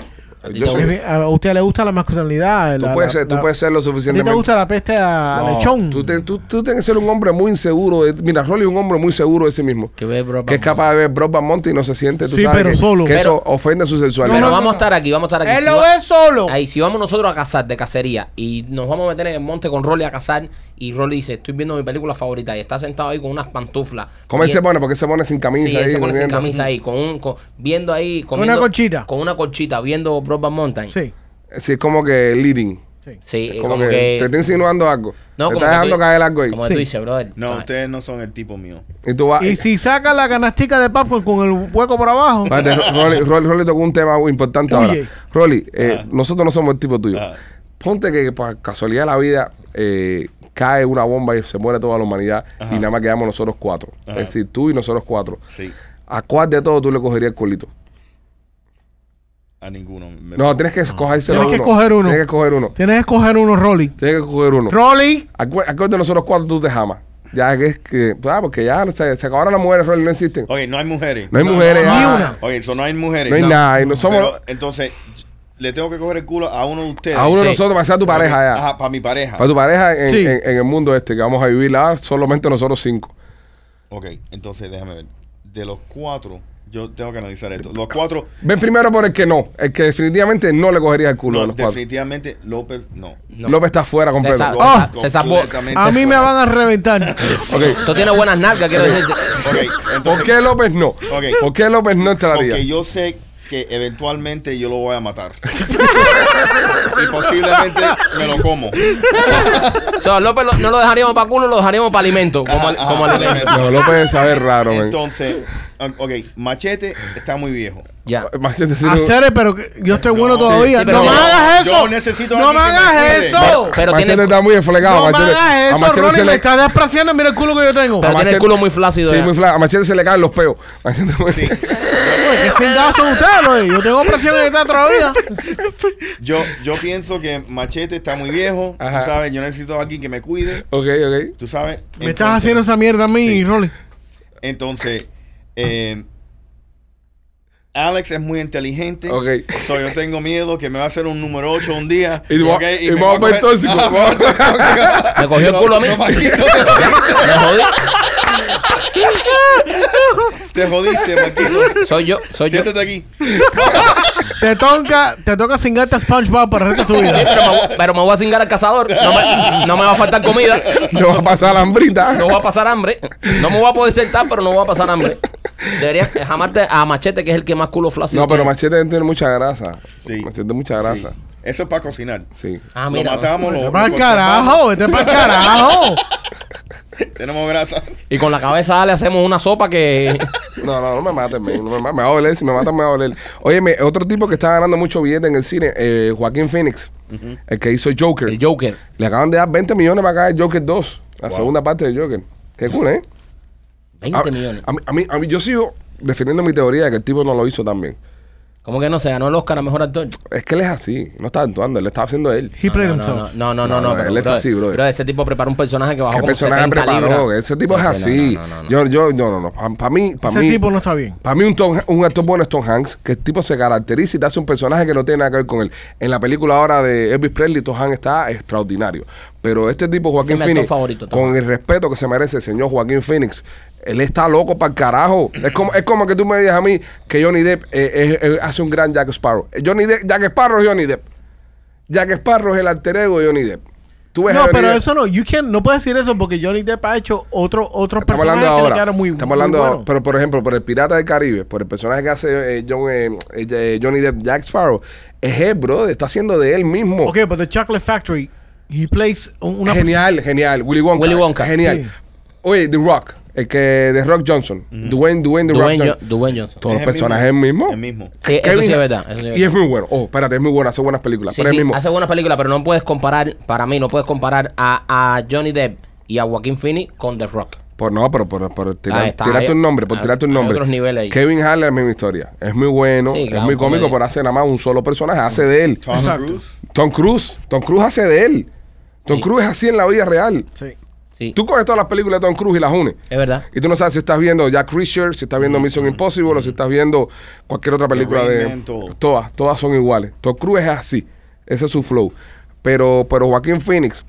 [SPEAKER 3] ti
[SPEAKER 1] Yo
[SPEAKER 3] te
[SPEAKER 1] soy-
[SPEAKER 4] Es bien, a usted le gusta la masculinidad.
[SPEAKER 1] tú,
[SPEAKER 4] la-
[SPEAKER 1] puedes
[SPEAKER 4] la-
[SPEAKER 1] ser, tú
[SPEAKER 4] la-
[SPEAKER 1] puedes ser lo
[SPEAKER 4] ¿A ti
[SPEAKER 1] suficientemente...
[SPEAKER 4] te gusta la peste a
[SPEAKER 1] No,
[SPEAKER 4] lechón?
[SPEAKER 1] Tú, te- tú- tú tienes que ser un hombre muy inseguro. de- Mira, Rolly es un hombre muy seguro de sí mismo.
[SPEAKER 3] Que ve, bro,
[SPEAKER 1] Que es capaz de ver Brokeback Mountain y no se siente, tú
[SPEAKER 4] Sí,
[SPEAKER 1] sabes
[SPEAKER 4] pero
[SPEAKER 1] que,
[SPEAKER 4] solo.
[SPEAKER 1] que eso
[SPEAKER 3] Pero-
[SPEAKER 1] ofende su
[SPEAKER 3] Pero
[SPEAKER 1] sexualidad.
[SPEAKER 4] No, no,
[SPEAKER 3] vamos
[SPEAKER 4] no.
[SPEAKER 3] a estar aquí, vamos a estar aquí.
[SPEAKER 4] Él
[SPEAKER 3] Si
[SPEAKER 4] lo
[SPEAKER 3] va-
[SPEAKER 4] ve solo.
[SPEAKER 3] Ahí, si vamos nosotros a cazar de cacería y nos vamos a meter en el monte con Rolly a cazar y Rolly dice, estoy viendo mi película favorita y está sentado ahí con unas pantuflas.
[SPEAKER 1] ¿Cómo él
[SPEAKER 3] Y-
[SPEAKER 1] se pone? Porque se pone sin camisa.
[SPEAKER 3] Sí, él
[SPEAKER 1] ahí,
[SPEAKER 3] se pone sin
[SPEAKER 1] durmiendo.
[SPEAKER 3] camisa ahí, con un, con- viendo ahí, comiendo-
[SPEAKER 4] una colchita.
[SPEAKER 3] Con una colchita, viendo Broadband Mountain.
[SPEAKER 4] Sí.
[SPEAKER 1] Sí, es como que leading.
[SPEAKER 4] sí.
[SPEAKER 3] Sí,
[SPEAKER 1] Es
[SPEAKER 3] eh,
[SPEAKER 1] como, que, te está insinuando algo.
[SPEAKER 3] No,
[SPEAKER 1] te está
[SPEAKER 3] como que
[SPEAKER 1] dejando
[SPEAKER 3] tú-
[SPEAKER 1] caer algo ahí.
[SPEAKER 3] Como
[SPEAKER 4] Sí.
[SPEAKER 3] tú dices, brother.
[SPEAKER 5] No,
[SPEAKER 3] ¿sabes?
[SPEAKER 5] ustedes no son el tipo mío.
[SPEAKER 1] Y tú vas.
[SPEAKER 4] Y si saca la canastica de popcorn con el hueco por abajo.
[SPEAKER 1] Espérate, Ro- Rolly, Rolly- Rolly tocó un tema muy importante
[SPEAKER 4] Huye.
[SPEAKER 1] ahora. Rolly, eh, nosotros no somos el tipo tuyo.
[SPEAKER 5] Ajá.
[SPEAKER 1] Ponte que por casualidad de la vida eh, cae una bomba y se muere toda la humanidad y nada más quedamos nosotros cuatro.
[SPEAKER 5] Ajá.
[SPEAKER 1] Es decir, tú y nosotros cuatro.
[SPEAKER 5] Sí,
[SPEAKER 1] ¿A cuál de todos tú le cogerías el colito?
[SPEAKER 5] a ninguno. Me-
[SPEAKER 1] No, tienes que cogerse
[SPEAKER 4] Tienes que escoger uno.
[SPEAKER 1] Tienes que coger uno.
[SPEAKER 4] Tienes que escoger uno, Rolly.
[SPEAKER 1] Tienes que coger uno.
[SPEAKER 4] Rolly.
[SPEAKER 1] ¿A cuál a cuál de nosotros cuatro tú te jamas? Ya que es que. Ah, porque ya se, se acabaron las mujeres, Rolly, no existen.
[SPEAKER 5] Ok, no hay mujeres.
[SPEAKER 1] No hay mujeres. ah.
[SPEAKER 4] ni
[SPEAKER 1] ya.
[SPEAKER 4] una.
[SPEAKER 5] Ok, eso no hay mujeres.
[SPEAKER 1] No hay nada. y no somos.
[SPEAKER 5] Pero, entonces, le tengo que coger el culo a uno de ustedes.
[SPEAKER 1] a uno de
[SPEAKER 3] Sí.
[SPEAKER 1] nosotros para ser tu pareja ya.
[SPEAKER 5] Ajá, para mi pareja.
[SPEAKER 1] Para tu pareja en,
[SPEAKER 4] Sí.
[SPEAKER 1] en- en el mundo este, que vamos a vivir ahora solamente nosotros cinco.
[SPEAKER 5] Ok, entonces déjame ver. De los cuatro, yo tengo que analizar esto.
[SPEAKER 1] Ah,
[SPEAKER 5] Los cuatro,
[SPEAKER 1] Ven primero por el que no, el que definitivamente no le cogería el culo
[SPEAKER 5] no,
[SPEAKER 1] a los cuatro.
[SPEAKER 5] definitivamente López, no.
[SPEAKER 3] No.
[SPEAKER 1] López está fuera
[SPEAKER 3] Se
[SPEAKER 1] completo.
[SPEAKER 3] sa-
[SPEAKER 1] Ok,
[SPEAKER 4] Ah,
[SPEAKER 3] se zafó.
[SPEAKER 5] Completamente
[SPEAKER 4] A mí me
[SPEAKER 5] fuera.
[SPEAKER 4] van a reventar.
[SPEAKER 3] Tú tienes buenas nalgas, quiero decirte.
[SPEAKER 5] Ok,
[SPEAKER 1] ¿Por
[SPEAKER 5] entonces,
[SPEAKER 1] qué López no? ¿Por qué López no entraría?
[SPEAKER 5] porque yo sé que eventualmente yo lo voy a matar. y posiblemente me lo como.
[SPEAKER 3] O sea, López lo- no lo dejaríamos para culo, lo dejaríamos para alimento. Como, al-
[SPEAKER 5] Ajá,
[SPEAKER 3] como
[SPEAKER 5] ajá,
[SPEAKER 3] alimento.
[SPEAKER 1] No,
[SPEAKER 5] elemento.
[SPEAKER 1] López sabe raro, man.
[SPEAKER 5] Entonces, ok, Machete está muy viejo.
[SPEAKER 3] Ya.
[SPEAKER 1] Machete, sí,
[SPEAKER 4] Hacer, pero que- yo estoy bueno todavía.
[SPEAKER 3] sí, pero
[SPEAKER 4] no me
[SPEAKER 3] yo-
[SPEAKER 4] hagas eso.
[SPEAKER 5] yo necesito a
[SPEAKER 4] no me
[SPEAKER 5] alguien que me
[SPEAKER 4] hagas
[SPEAKER 5] cuide.
[SPEAKER 4] eso.
[SPEAKER 3] Pero
[SPEAKER 1] Machete
[SPEAKER 3] tiene,
[SPEAKER 1] está muy desflegado.
[SPEAKER 4] no me
[SPEAKER 1] Machete-
[SPEAKER 4] hagas
[SPEAKER 1] a
[SPEAKER 4] eso,
[SPEAKER 1] Machete
[SPEAKER 4] Rolly.
[SPEAKER 1] se
[SPEAKER 4] Me
[SPEAKER 1] le-
[SPEAKER 4] estás despreciando. Mira el culo que yo tengo.
[SPEAKER 3] pero tiene
[SPEAKER 1] Machete-
[SPEAKER 3] el culo muy flácido.
[SPEAKER 1] Sí,
[SPEAKER 3] ya.
[SPEAKER 1] muy flaco. A Machete se le caen los peos. Machete-
[SPEAKER 5] Sí.
[SPEAKER 4] ¿Qué sentados son ustedes, Rolly? Yo tengo presión en esta todavía.
[SPEAKER 5] Yo, yo pienso que Machete está muy viejo.
[SPEAKER 1] Ajá.
[SPEAKER 5] Tú sabes, yo necesito a alguien que me cuide.
[SPEAKER 1] ok, ok.
[SPEAKER 5] Tú sabes.
[SPEAKER 4] Me estás haciendo esa mierda a mí,
[SPEAKER 5] Sí.
[SPEAKER 4] Rolly.
[SPEAKER 5] Entonces, eh, Alex es muy inteligente.
[SPEAKER 1] Ok.
[SPEAKER 5] So, yo tengo miedo que me va a hacer un número 8 un día.
[SPEAKER 1] Y va-
[SPEAKER 5] ok,
[SPEAKER 1] y
[SPEAKER 5] me
[SPEAKER 1] va a volver
[SPEAKER 5] coger-
[SPEAKER 1] tóxico.
[SPEAKER 5] Ah, me va a volver tóxico.
[SPEAKER 3] Me cogió el
[SPEAKER 5] Lo-
[SPEAKER 3] culo a mí.
[SPEAKER 5] lo Marquito, te jodiste.
[SPEAKER 3] Me jodí.
[SPEAKER 5] Te jodiste, Marquito.
[SPEAKER 3] Soy yo, soy yo.
[SPEAKER 5] Siéntate aquí.
[SPEAKER 4] Te toca, te toca cingarte a SpongeBob para el resto de tu
[SPEAKER 3] Sí,
[SPEAKER 4] vida.
[SPEAKER 3] pero, me, voy- pero me voy a cingar al cazador. No me, no me va a faltar comida.
[SPEAKER 1] No va a pasar hambrita.
[SPEAKER 3] No voy a pasar hambre. No me voy a poder sentar, pero no voy a pasar hambre. Deberías jamarte a Machete, que es el que más culo flácido
[SPEAKER 1] No, pero
[SPEAKER 3] tiene.
[SPEAKER 1] Machete tiene mucha grasa.
[SPEAKER 5] Sí.
[SPEAKER 1] Machete tiene mucha
[SPEAKER 5] Sí.
[SPEAKER 1] grasa.
[SPEAKER 5] Eso es para cocinar.
[SPEAKER 1] Sí.
[SPEAKER 3] Ah,
[SPEAKER 5] lo
[SPEAKER 3] mira.
[SPEAKER 5] matamos, lo,
[SPEAKER 4] Vete
[SPEAKER 5] lo
[SPEAKER 4] para el
[SPEAKER 5] cortamos.
[SPEAKER 4] carajo, este vete para el carajo.
[SPEAKER 5] Tenemos grasa.
[SPEAKER 3] Y con la cabeza le hacemos una sopa que.
[SPEAKER 1] No, no, no me mates, men. no me, ma- me va a doler. Si me matan, me va a doler. Oye, otro tipo que está ganando mucho billete en el cine, eh, Joaquín Phoenix, el que hizo Joker.
[SPEAKER 3] El Joker.
[SPEAKER 1] Le acaban de dar 20 millones para acá el Joker 2, la segunda parte de Joker. Qué cool, ¿eh?
[SPEAKER 3] 20
[SPEAKER 1] A,
[SPEAKER 3] millones.
[SPEAKER 1] a mí, a mí- a mí- yo sigo defendiendo mi teoría de que el tipo no lo hizo tan bien.
[SPEAKER 3] ¿Cómo que no se ganó el Oscar a mejor actor?
[SPEAKER 1] Es que él es así, no está actuando, él lo está haciendo él.
[SPEAKER 4] He played
[SPEAKER 3] No, no,
[SPEAKER 4] himself.
[SPEAKER 3] no, no, no,
[SPEAKER 1] No,
[SPEAKER 3] no,
[SPEAKER 1] no,
[SPEAKER 3] pero,
[SPEAKER 1] él está
[SPEAKER 3] brother,
[SPEAKER 1] así, brother.
[SPEAKER 3] brother, ese tipo preparó un personaje que bajó
[SPEAKER 1] ¿Qué
[SPEAKER 3] como
[SPEAKER 1] personaje
[SPEAKER 3] 70
[SPEAKER 1] preparó?
[SPEAKER 3] libras.
[SPEAKER 1] Ese tipo
[SPEAKER 3] Sí,
[SPEAKER 1] es
[SPEAKER 3] sí,
[SPEAKER 1] así.
[SPEAKER 3] no, no, no, no.
[SPEAKER 1] Yo, yo, no, no, no. Para mí, para
[SPEAKER 4] Ese
[SPEAKER 1] mí.
[SPEAKER 4] tipo no está bien.
[SPEAKER 1] Para mí, un, Tom- un actor bueno es Tom Hanks, que el tipo se caracteriza y te hace un personaje que no tiene nada que ver con él. En la película ahora de Elvis Presley, Tom Hanks está extraordinario. Pero este tipo, Joaquín
[SPEAKER 3] es mi actor
[SPEAKER 1] Phoenix,
[SPEAKER 3] favorito, Tomás.
[SPEAKER 1] con el respeto que se merece el señor Joaquín Phoenix, él está loco para el carajo. Es como, es como que tú me digas a mí que Johnny Depp eh, eh, eh, hace un gran Jack Sparrow. Eh, Johnny Depp, Jack Sparrow es Johnny Depp. Jack Sparrow es el alter ego de Johnny Depp. Tú ves a
[SPEAKER 4] No,
[SPEAKER 1] Johnny
[SPEAKER 4] pero
[SPEAKER 1] Depp.
[SPEAKER 4] eso no. You can't- no puedes decir eso porque Johnny Depp ha hecho otro, otros
[SPEAKER 1] Estamos
[SPEAKER 4] personajes
[SPEAKER 1] hablando
[SPEAKER 4] que le
[SPEAKER 1] ahora.
[SPEAKER 4] quedaron muy
[SPEAKER 1] estamos
[SPEAKER 4] muy
[SPEAKER 1] hablando ahora.
[SPEAKER 4] buenos.
[SPEAKER 1] Pero, por ejemplo, por el Pirata del Caribe, por el personaje que hace eh, John, eh, eh, Johnny Depp, Jack Sparrow, es él, bro. Está haciendo de él mismo.
[SPEAKER 4] Ok, but The Chocolate Factory, he plays un- una
[SPEAKER 1] genial, genial. Willy Wonka.
[SPEAKER 3] Willy Wonka.
[SPEAKER 1] Genial.
[SPEAKER 4] Sí.
[SPEAKER 1] Oye, The Rock. El que, The Rock Johnson. Dwayne, Dwayne, The
[SPEAKER 3] Mm. Dwayne,
[SPEAKER 1] Rock
[SPEAKER 3] Jo-
[SPEAKER 1] Johnson.
[SPEAKER 3] Dwayne Johnson.
[SPEAKER 1] Todos los
[SPEAKER 5] el mismo.
[SPEAKER 1] personajes mismo.
[SPEAKER 5] El mismo.
[SPEAKER 3] Sí, eso
[SPEAKER 1] Kevin-
[SPEAKER 3] sí es verdad. eso sí es
[SPEAKER 1] Y
[SPEAKER 3] verdad.
[SPEAKER 1] es muy bueno. Oh, espérate, es muy bueno. Hace buenas películas.
[SPEAKER 3] Sí,
[SPEAKER 1] pero es
[SPEAKER 3] sí,
[SPEAKER 1] el mismo.
[SPEAKER 3] hace buenas películas, pero no puedes comparar, para mí, no puedes comparar a, a Johnny Depp y a Joaquín Phoenix con The Rock.
[SPEAKER 1] Por no, pero por, por tirar,
[SPEAKER 3] Ah, está,
[SPEAKER 1] tirarte
[SPEAKER 3] hay-
[SPEAKER 1] un nombre, por
[SPEAKER 3] hay-
[SPEAKER 1] tirarte un
[SPEAKER 3] hay
[SPEAKER 1] nombre.
[SPEAKER 3] otros niveles ahí.
[SPEAKER 1] Kevin Hart es la misma historia. Es muy bueno,
[SPEAKER 3] Sí,
[SPEAKER 1] es
[SPEAKER 3] claro,
[SPEAKER 1] muy cómico,
[SPEAKER 3] comedia.
[SPEAKER 1] pero hace nada más un solo personaje, hace de él.
[SPEAKER 5] Tom Cruise.
[SPEAKER 1] Tom Cruise, Tom Cruise hace de él. Tom Cruise es así en la vida real.
[SPEAKER 4] Sí.
[SPEAKER 3] Sí,
[SPEAKER 1] Tú coges todas las películas de Tom Cruise y las unes.
[SPEAKER 3] es verdad.
[SPEAKER 1] Y tú no sabes si estás viendo Jack Reacher, si estás viendo
[SPEAKER 4] Mm.
[SPEAKER 1] Mission Impossible o si estás viendo cualquier otra película
[SPEAKER 5] Rain
[SPEAKER 1] de...
[SPEAKER 5] Man, todo.
[SPEAKER 1] Todas, todas son iguales. Tom Cruise es así. Ese es su flow. Pero, pero Joaquín Phoenix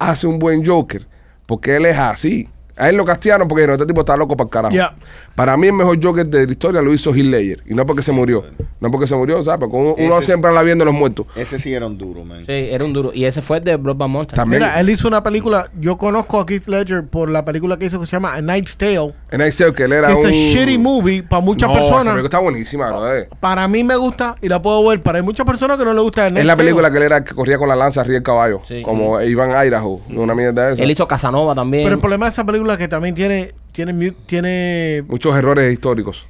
[SPEAKER 1] hace un buen Joker porque él es así. A él lo castearon porque dijeron, este tipo está loco para el carajo.
[SPEAKER 4] Ya.
[SPEAKER 1] Para mí el mejor Joker de la historia lo hizo Heath Ledger. Y no porque se murió. No porque se murió, ¿sabes? Porque uno, uno
[SPEAKER 5] Ese es-
[SPEAKER 1] siempre habla bien de los muertos.
[SPEAKER 5] Ese sí era un duro, man.
[SPEAKER 3] Sí, era un duro. Y ese fue de Broadband Monster.
[SPEAKER 1] También.
[SPEAKER 4] Mira, él hizo una película. Yo conozco a Keith Ledger por la película que hizo que se llama A Night's Tale.
[SPEAKER 1] En Ice Out, que él
[SPEAKER 4] Que
[SPEAKER 1] era
[SPEAKER 4] es
[SPEAKER 1] un...
[SPEAKER 4] un shitty movie para muchas
[SPEAKER 1] No, esa película
[SPEAKER 4] personas.
[SPEAKER 1] está buenísima, bro. eh.
[SPEAKER 4] Para mí me gusta y la puedo ver. Para hay muchas personas que no le gusta. A
[SPEAKER 1] Es
[SPEAKER 4] Night's
[SPEAKER 1] la
[SPEAKER 4] Tale.
[SPEAKER 1] película que él era que corría con la lanza arriba del caballo.
[SPEAKER 3] Sí. Mm.
[SPEAKER 1] Como Iván Idaho, una mierda de esa.
[SPEAKER 3] Él hizo Casanova también.
[SPEAKER 4] Pero el problema de esa película es que también tiene, tiene, mu- tiene
[SPEAKER 1] Muchos errores históricos.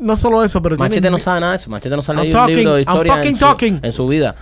[SPEAKER 4] no solo eso, pero
[SPEAKER 3] Machete
[SPEAKER 4] tiene,
[SPEAKER 3] no sabe nada de eso. Machete no sabe
[SPEAKER 4] I'm
[SPEAKER 3] leer un
[SPEAKER 4] talking,
[SPEAKER 3] libro de
[SPEAKER 4] I'm
[SPEAKER 3] historia
[SPEAKER 4] fucking
[SPEAKER 3] en su,
[SPEAKER 4] talking.
[SPEAKER 3] en su vida.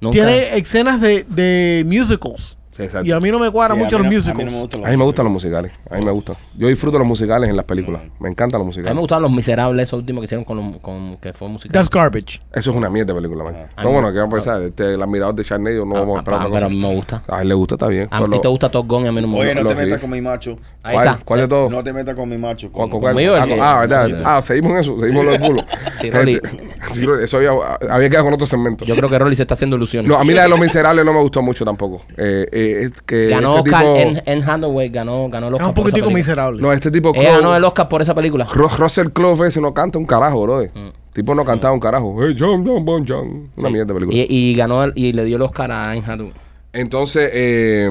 [SPEAKER 3] Nunca.
[SPEAKER 4] tiene escenas de, de musicals.
[SPEAKER 1] Sí, exacto.
[SPEAKER 4] Y a mí no me
[SPEAKER 5] Sí,
[SPEAKER 4] cuadran
[SPEAKER 5] a
[SPEAKER 4] mucho
[SPEAKER 5] mí
[SPEAKER 4] los
[SPEAKER 5] no-
[SPEAKER 4] musicals.
[SPEAKER 5] A mí no me gustan los
[SPEAKER 1] A mí me gustan los musicales. A mí me gustan. Yo disfruto los musicales en las películas. Me encantan los
[SPEAKER 3] Mm. A mí me
[SPEAKER 1] musicales.
[SPEAKER 3] gustaban Los Miserables, esos últimos que hicieron con, los- con que fue musical.
[SPEAKER 4] That's garbage.
[SPEAKER 1] Eso es una mierda de película, man.
[SPEAKER 3] Ah.
[SPEAKER 1] Pero bueno, ¿qué vamos a pensar? Este, el admirador de Charney, no vamos a
[SPEAKER 3] Ah,
[SPEAKER 1] esperar
[SPEAKER 3] ah,
[SPEAKER 1] otra
[SPEAKER 3] pero
[SPEAKER 1] cosa.
[SPEAKER 3] a mí me gusta.
[SPEAKER 1] A él le gusta, está bien.
[SPEAKER 3] A ti
[SPEAKER 1] Pero-
[SPEAKER 3] te gusta Top Gun y a mí no me
[SPEAKER 5] Oye,
[SPEAKER 3] gusta.
[SPEAKER 5] no te
[SPEAKER 1] Los
[SPEAKER 5] metas
[SPEAKER 1] Beatles.
[SPEAKER 5] con mi macho.
[SPEAKER 3] Ahí
[SPEAKER 1] ¿Cuál,
[SPEAKER 3] está.
[SPEAKER 1] ¿Cuál de todos?
[SPEAKER 5] No te metas con mi macho.
[SPEAKER 1] ¿Cuál-
[SPEAKER 5] con-
[SPEAKER 1] cuál-
[SPEAKER 3] conmigo,
[SPEAKER 1] ah,
[SPEAKER 3] el-
[SPEAKER 1] ah, verdad.
[SPEAKER 3] el-
[SPEAKER 1] Ah, seguimos en eso. Seguimos en los bulos.
[SPEAKER 3] Sí, Rolly.
[SPEAKER 1] sí, Rolly, eso había, había quedado con otro segmento.
[SPEAKER 3] Yo creo que Rolly se está haciendo ilusiones.
[SPEAKER 1] No, a mí la de los miserables no me gustó mucho tampoco. Eh, eh, es que
[SPEAKER 3] ganó
[SPEAKER 1] este
[SPEAKER 3] Oscar
[SPEAKER 1] tipo-
[SPEAKER 3] en, en Handaway, ganó, ganó el
[SPEAKER 4] Es
[SPEAKER 3] Oscar.
[SPEAKER 4] un
[SPEAKER 3] por esa
[SPEAKER 4] poquitico
[SPEAKER 3] película.
[SPEAKER 4] miserable.
[SPEAKER 1] No, este tipo.
[SPEAKER 3] Ella ganó el Oscar por esa película.
[SPEAKER 1] Ro- Russell Crowe ese no canta un carajo, bro.
[SPEAKER 3] Mm.
[SPEAKER 1] Tipo no cantaba un carajo. Hey, John, John, Bon, John. Una mierda de película.
[SPEAKER 3] Y, y ganó el- y le dio el Oscar a Anne Hathaway.
[SPEAKER 1] Entonces, eh,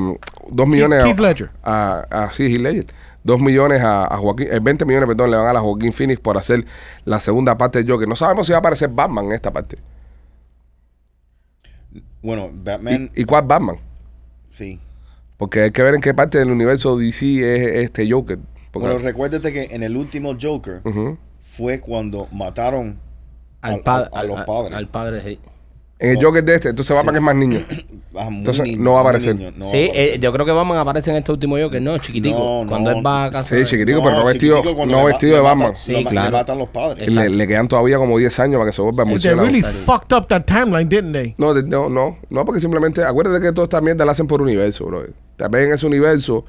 [SPEAKER 1] dos millones
[SPEAKER 4] Keith
[SPEAKER 1] a,
[SPEAKER 4] Ledger.
[SPEAKER 1] A, a- sí, Heath Ledger. Dos millones a, a Joaquín, eh, 20 millones, perdón, le van a la Joaquín Phoenix por hacer la segunda parte de Joker. No sabemos si va a aparecer Batman en esta parte.
[SPEAKER 5] Bueno, Batman,
[SPEAKER 1] ¿Y, y cuál Batman?
[SPEAKER 5] sí.
[SPEAKER 1] Porque hay que ver en qué parte del universo DC es este Joker. Porque-
[SPEAKER 5] Bueno, recuérdate que en el último Joker
[SPEAKER 1] Ujú.
[SPEAKER 5] fue cuando mataron
[SPEAKER 3] Al
[SPEAKER 5] Al-
[SPEAKER 3] pa-
[SPEAKER 5] a- a los
[SPEAKER 3] al-
[SPEAKER 5] padres.
[SPEAKER 3] Al padre, sí.
[SPEAKER 1] En el Joker de este, entonces Batman es más niño.
[SPEAKER 5] a muy
[SPEAKER 1] Entonces,
[SPEAKER 5] niño,
[SPEAKER 1] no va a
[SPEAKER 5] muy
[SPEAKER 1] aparecer.
[SPEAKER 5] niño, no va a
[SPEAKER 3] sí,
[SPEAKER 5] aparecer.
[SPEAKER 3] eh, yo creo que Batman aparece en este último Joker, ¿no? Chiquitico.
[SPEAKER 5] No, no.
[SPEAKER 3] cuando él va a casa.
[SPEAKER 1] Sí, chiquitico, pero no
[SPEAKER 5] chiquitico
[SPEAKER 1] vestido,
[SPEAKER 5] cuando
[SPEAKER 1] no
[SPEAKER 5] le ma-
[SPEAKER 1] vestido de
[SPEAKER 5] le matan-
[SPEAKER 1] Batman.
[SPEAKER 5] le
[SPEAKER 3] Sí,
[SPEAKER 5] ma-
[SPEAKER 3] claro.
[SPEAKER 5] Le matan los padres.
[SPEAKER 1] Le,
[SPEAKER 3] Exacto.
[SPEAKER 1] le quedan todavía como 10 años para que se vuelva
[SPEAKER 4] They
[SPEAKER 1] murciélago.
[SPEAKER 4] really fucked up that timeline, didn't they?
[SPEAKER 1] No, de- no, no, no, porque simplemente acuérdate que toda esta mierda la hacen por universo, bro. También en ese universo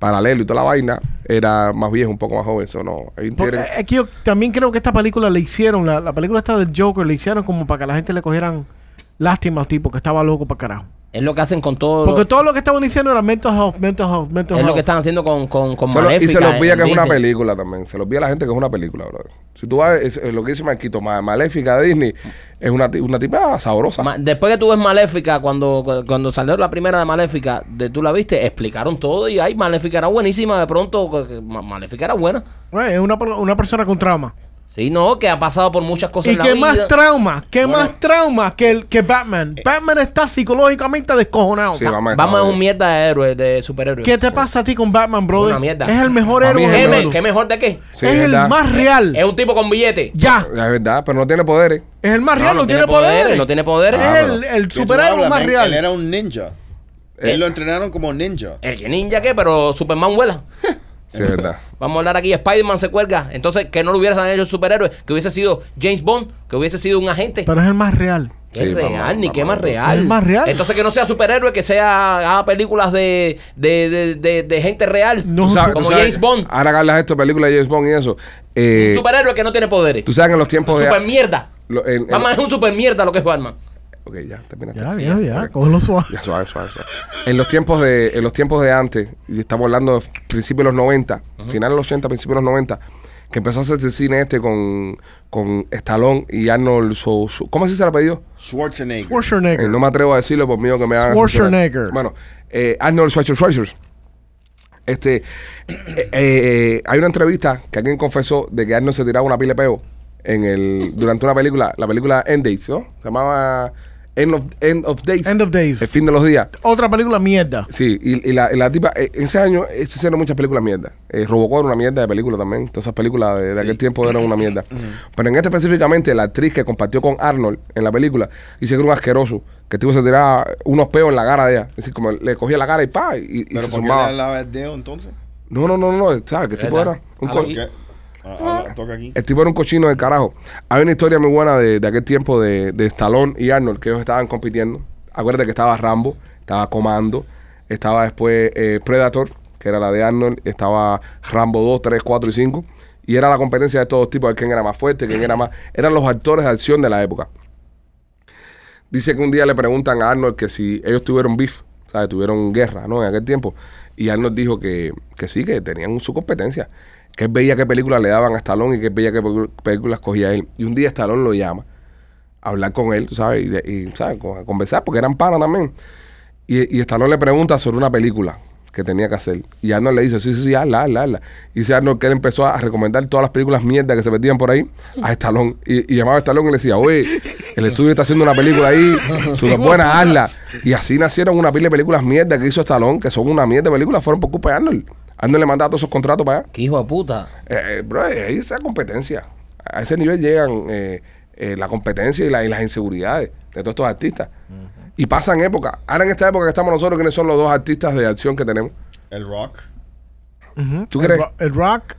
[SPEAKER 1] paralelo y toda la vaina era más viejo, un poco más joven, eso no. Ahí
[SPEAKER 4] Porque
[SPEAKER 1] tienen-
[SPEAKER 3] eh,
[SPEAKER 4] es que yo también creo que esta película le hicieron, la, la película esta del Joker, le hicieron como para que la gente le cogieran lástima al tipo que estaba loco para carajo.
[SPEAKER 3] Es lo que hacen con todo.
[SPEAKER 4] Porque
[SPEAKER 3] lo-
[SPEAKER 4] todo lo que estaban diciendo era mental health, mental health,
[SPEAKER 3] es
[SPEAKER 4] mental health.
[SPEAKER 3] lo que están haciendo con, con, con
[SPEAKER 1] se lo- y se
[SPEAKER 3] Maléfica
[SPEAKER 1] los olvida
[SPEAKER 3] en
[SPEAKER 1] que es una
[SPEAKER 3] Disney.
[SPEAKER 1] película también. Se los olvida a la gente que es una película, bro. Si tú vas, es- es lo que dice Marquito, Ma- Maléfica de Disney es una, ti- una tipa sabrosa.
[SPEAKER 3] Ma- después que tú ves Maléfica, cuando, cu- cuando salió la primera de Maléfica, de tú la viste, explicaron todo y ay, Maléfica era buenísima, de pronto que- que Ma- Maléfica era buena.
[SPEAKER 4] Right, es una, per- una persona con trauma.
[SPEAKER 3] Sí, no, que ha pasado por muchas cosas
[SPEAKER 4] ¿Y
[SPEAKER 3] en la
[SPEAKER 4] qué
[SPEAKER 3] vida. Eh.
[SPEAKER 4] más trauma? ¿Qué
[SPEAKER 5] Bueno.
[SPEAKER 4] más trauma que, el, que Batman? Batman está psicológicamente descojonado.
[SPEAKER 1] Sí,
[SPEAKER 4] Ca-
[SPEAKER 1] Batman está
[SPEAKER 3] Vamos a un
[SPEAKER 1] bien.
[SPEAKER 3] mierda de héroe, de superhéroe.
[SPEAKER 4] ¿Qué te pasa a ti con Batman, brother?
[SPEAKER 3] Una mierda.
[SPEAKER 4] Es el mejor
[SPEAKER 1] Para mí
[SPEAKER 4] héroe.
[SPEAKER 1] es el
[SPEAKER 4] del
[SPEAKER 3] ¿Qué, me-
[SPEAKER 4] mundo.
[SPEAKER 3] qué mejor de qué?
[SPEAKER 1] Sí,
[SPEAKER 4] es el
[SPEAKER 1] verdad.
[SPEAKER 4] más real.
[SPEAKER 3] Es un tipo con billete.
[SPEAKER 4] Ya.
[SPEAKER 1] Es verdad, pero no tiene poderes.
[SPEAKER 4] Es el más
[SPEAKER 3] No,
[SPEAKER 4] real. No,
[SPEAKER 3] no
[SPEAKER 4] tiene
[SPEAKER 3] tiene poderes,
[SPEAKER 4] poder.
[SPEAKER 3] no tiene poderes.
[SPEAKER 4] Es
[SPEAKER 1] Ah,
[SPEAKER 4] el, el
[SPEAKER 5] Que tú
[SPEAKER 4] superhéroe
[SPEAKER 5] hablas,
[SPEAKER 4] más
[SPEAKER 5] man, Él
[SPEAKER 4] real.
[SPEAKER 5] era un ninja.
[SPEAKER 1] Eh.
[SPEAKER 5] Él lo entrenaron como ninja.
[SPEAKER 3] El que ninja qué, pero Superman vuela.
[SPEAKER 1] Sí, es verdad.
[SPEAKER 3] Vamos a hablar aquí, Spider-Man se cuelga. Entonces, que no lo hubieran hecho el superhéroe, que hubiese sido James Bond, que hubiese sido un agente.
[SPEAKER 4] Pero es el más real.
[SPEAKER 3] ¿Qué
[SPEAKER 1] Sí,
[SPEAKER 3] es real,
[SPEAKER 1] vamos,
[SPEAKER 3] ni qué
[SPEAKER 1] vamos,
[SPEAKER 3] más
[SPEAKER 1] vamos.
[SPEAKER 3] real.
[SPEAKER 4] Es más real.
[SPEAKER 3] Entonces que no sea superhéroe, que sea haga películas de, de, de, de- de gente real.
[SPEAKER 4] No,
[SPEAKER 1] Tú sabes- tú
[SPEAKER 3] como
[SPEAKER 1] sabes-
[SPEAKER 3] James Bond.
[SPEAKER 1] Ahora que hablas de esto, película de James Bond y eso. eh,
[SPEAKER 3] superhéroe que no tiene poderes.
[SPEAKER 1] tú sabes que Eh. en los tiempos de.
[SPEAKER 3] Super mierda.
[SPEAKER 1] lo- en- en-
[SPEAKER 3] Batman es un super mierda lo que es Batman.
[SPEAKER 1] Ok, ya, terminaste.
[SPEAKER 4] Ya, ya, ya.
[SPEAKER 1] Ok.
[SPEAKER 4] Cógelo suave.
[SPEAKER 1] Ya, suave, suave, suave. En los tiempos de, en los tiempos de antes, y estamos hablando de principios de los 90, finales de los 80, principios de los 90, que empezó a hacerse el cine este con, con Stallone y Arnold Schwarzenegger. ¿Cómo se dice el apellido?
[SPEAKER 5] Schwarzenegger.
[SPEAKER 1] Eh,
[SPEAKER 4] Schwarzenegger.
[SPEAKER 1] no me atrevo a decirlo por miedo que me hagan. asesorar.
[SPEAKER 4] Schwarzenegger.
[SPEAKER 1] Bueno, eh, Arnold Schwarzenegger. Este, eh, eh, eh, hay una entrevista que alguien confesó de que Arnold se tiraba una pila de peo en el, durante una película, la película End Days, ¿no? Se llamaba End of, End of Days.
[SPEAKER 4] End of Days.
[SPEAKER 1] El fin de los días.
[SPEAKER 4] Otra película mierda.
[SPEAKER 1] Sí, y, y la, y la tipa, eh, en ese año eh, se hicieron muchas películas mierda. Eh, Robocop era una mierda de película también. Todas esas películas de, de aquel tiempo eran una mierda. Pero en esta específicamente, la actriz que compartió con Arnold en la película, dice que era un asqueroso, que tipo se tiraba unos peos en la cara de ella. Es decir, como le cogía la cara y pa, y, y
[SPEAKER 5] Pero
[SPEAKER 1] se
[SPEAKER 5] ¿por qué le
[SPEAKER 1] sumaba.
[SPEAKER 5] lava el dedo entonces?
[SPEAKER 1] No, no, no, no, no, ¿sabes? ¿Qué tipo
[SPEAKER 3] Era.
[SPEAKER 1] era? Un
[SPEAKER 3] Ah,
[SPEAKER 1] co-
[SPEAKER 3] sí.
[SPEAKER 5] ¿Qué? Ah, ah, toca aquí.
[SPEAKER 1] el tipo era un cochino del carajo. Hay una historia muy buena de, de aquel tiempo de, de Stallone y Arnold, que ellos estaban compitiendo. Acuérdate que estaba Rambo, estaba Comando, estaba después eh, Predator, que era la de Arnold, estaba Rambo 2, 3, 4 y 5. Y era la competencia de todos los tipos, a ver quién era más fuerte, quién era más... Eran los actores de acción de la época. Dice que un día le preguntan a Arnold que si ellos tuvieron beef, ¿sabes? Tuvieron guerra, ¿no? En aquel tiempo. Y Arnold dijo que, que sí, que tenían su competencia. Que él veía qué películas le daban a Stallone y que él veía qué pe- películas cogía él. Y un día Stallone lo llama a hablar con él, tú ¿sabes? Y, de- y, ¿sabes? Con- A conversar, porque eran panas también. Y, y Stallone le pregunta sobre una película que tenía que hacer. Y Arnold le dice, sí, sí, sí, hazla, hazla, hazla. Y dice Arnold que él empezó a recomendar todas las películas mierda que se metían por ahí a Stallone. Y, y llamaba a Stallone y le decía, oye, el estudio está haciendo una película ahí, súper buena, hazla. Y así nacieron una pila de películas mierda que hizo Stallone, que son una mierda de películas, fueron por culpa de Arnold. Arnold le mandaba todos esos contratos para allá.
[SPEAKER 3] Qué hijo de puta.
[SPEAKER 1] Eh, eh, bro, ahí esa competencia. A ese nivel llegan eh, eh, la competencia y, la- y las inseguridades de todos estos artistas. Y pasan época. Ahora en esta época que estamos nosotros, ¿quiénes son los dos artistas de acción que tenemos?
[SPEAKER 5] El rock.
[SPEAKER 1] ¿Tú crees?
[SPEAKER 4] El, ro- el rock,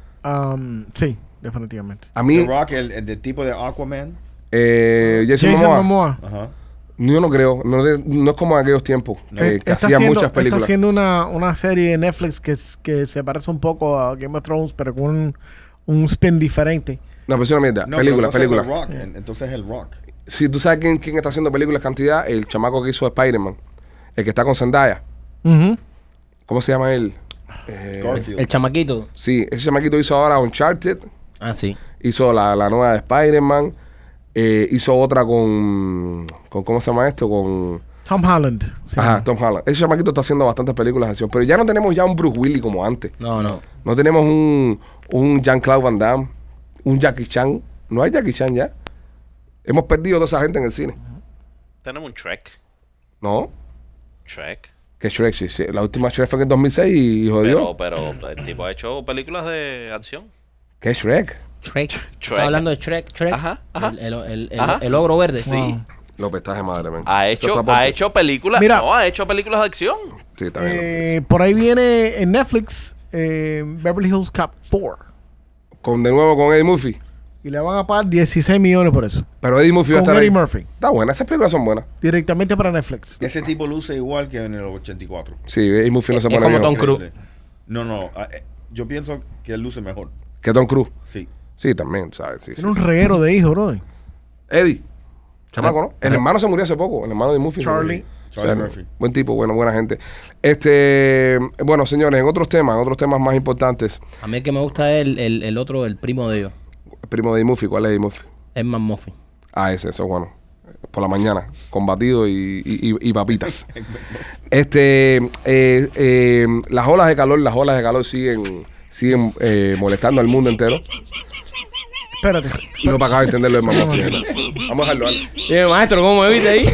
[SPEAKER 4] um, sí, definitivamente.
[SPEAKER 1] A mí,
[SPEAKER 5] el rock, el, el del tipo de Aquaman.
[SPEAKER 1] eh, Jason,
[SPEAKER 4] Jason
[SPEAKER 1] Momoa,
[SPEAKER 4] Momoa.
[SPEAKER 5] Ajá.
[SPEAKER 1] yo no creo. No, de- no es como en aquellos tiempos que,
[SPEAKER 4] Eh,
[SPEAKER 1] que hacían
[SPEAKER 4] haciendo-
[SPEAKER 1] muchas
[SPEAKER 4] Está
[SPEAKER 1] películas.
[SPEAKER 4] haciendo una, una serie de Netflix que, es- que se parece un poco a Game of Thrones, pero con un, un spin diferente.
[SPEAKER 1] No, pero es una mierda.
[SPEAKER 5] No,
[SPEAKER 1] Ah, película,
[SPEAKER 5] pero entonces
[SPEAKER 1] película.
[SPEAKER 5] El rock, en- entonces el rock.
[SPEAKER 1] Si tú sabes quién, quién está haciendo películas cantidad, el chamaco que hizo Spider-Man, el que está con Zendaya.
[SPEAKER 4] Ujú.
[SPEAKER 1] ¿Cómo se llama él? Eh,
[SPEAKER 5] Garfield.
[SPEAKER 3] El chamaquito.
[SPEAKER 1] Sí, ese chamaquito hizo ahora Uncharted.
[SPEAKER 3] Ah, sí.
[SPEAKER 1] Hizo la, la nueva de Spider-Man. eh, hizo otra con, con. ¿Cómo se llama esto? Con.
[SPEAKER 4] Tom Holland. se
[SPEAKER 1] Ajá,
[SPEAKER 4] llama.
[SPEAKER 1] Tom Holland. Ese chamaquito está haciendo bastantes películas de acción. Pero ya no tenemos ya un Bruce Willis como antes.
[SPEAKER 3] No, no.
[SPEAKER 1] No tenemos un, un Jean-Claude Van Damme. Un Jackie Chan. No hay Jackie Chan ya. Hemos perdido toda esa gente en el cine.
[SPEAKER 6] Tenemos un Trek.
[SPEAKER 1] No.
[SPEAKER 6] Trek.
[SPEAKER 1] Que Shrek, sí, sí. La última Shrek fue en el 2006 y
[SPEAKER 6] Pero,
[SPEAKER 1] jodió.
[SPEAKER 6] pero el tipo ha hecho películas de acción.
[SPEAKER 1] ¿Qué Shrek?
[SPEAKER 3] Shrek.
[SPEAKER 6] Shrek.
[SPEAKER 3] Estaba hablando de Shrek. Shrek.
[SPEAKER 6] Ajá, ajá.
[SPEAKER 3] El, el, el, el-
[SPEAKER 6] Ajá.
[SPEAKER 3] el ogro verde. Sí.
[SPEAKER 1] López está de madre, men.
[SPEAKER 6] Ha
[SPEAKER 1] Eso
[SPEAKER 6] hecho,
[SPEAKER 1] está
[SPEAKER 6] ha
[SPEAKER 1] por-
[SPEAKER 6] hecho películas.
[SPEAKER 4] Mira.
[SPEAKER 6] No, ha hecho películas de acción.
[SPEAKER 1] Sí, está bien.
[SPEAKER 4] Eh, por ahí viene en Netflix eh, Beverly Hills Cop 4.
[SPEAKER 1] Con, de nuevo con Eddie Murphy.
[SPEAKER 4] Y le van a pagar 16 millones por eso.
[SPEAKER 1] Pero Eddie Murphy va a
[SPEAKER 4] Con
[SPEAKER 1] estar
[SPEAKER 4] Eddie
[SPEAKER 1] ahí.
[SPEAKER 4] Murphy.
[SPEAKER 1] Está buena, esas películas son buenas.
[SPEAKER 4] Directamente para Netflix.
[SPEAKER 5] Ese tipo luce igual que en el 84.
[SPEAKER 1] Sí, Eddie Murphy no se
[SPEAKER 3] Es
[SPEAKER 1] pone
[SPEAKER 3] como
[SPEAKER 1] viejo.
[SPEAKER 3] Tom Cruise.
[SPEAKER 5] Increíble. No, no. ah, eh, Yo pienso que él luce mejor.
[SPEAKER 1] Que Tom Cruise.
[SPEAKER 5] Sí.
[SPEAKER 1] Sí, también, ¿sabes? Sí, sí.
[SPEAKER 4] Tiene un reguero de hijos, bro.
[SPEAKER 1] Eddie. Chamaco, ¿no? El hermano se murió hace poco, el hermano de Murphy.
[SPEAKER 4] Charlie.
[SPEAKER 5] Charlie
[SPEAKER 1] O sea,
[SPEAKER 5] Murphy.
[SPEAKER 1] Buen tipo, bueno, buena gente. Este, bueno, señores, en otros temas, en otros temas más importantes,
[SPEAKER 3] A mí el que me gusta es el, el, el otro, el primo de ellos.
[SPEAKER 1] el primo de Eddie Murphy, ¿cuál es Eddie Murphy?
[SPEAKER 3] Edmund Murphy.
[SPEAKER 1] Ah, ese, eso es bueno. Por la mañana, con batido y, y- y- y papitas. este, eh, eh, las olas de calor, las olas de calor siguen, siguen eh, molestando al mundo entero.
[SPEAKER 4] Espérate.
[SPEAKER 1] No para acá de entenderlo, hermano. Vamos a dejarlo. Alex.
[SPEAKER 3] Dime, maestro, ¿cómo me viste ahí?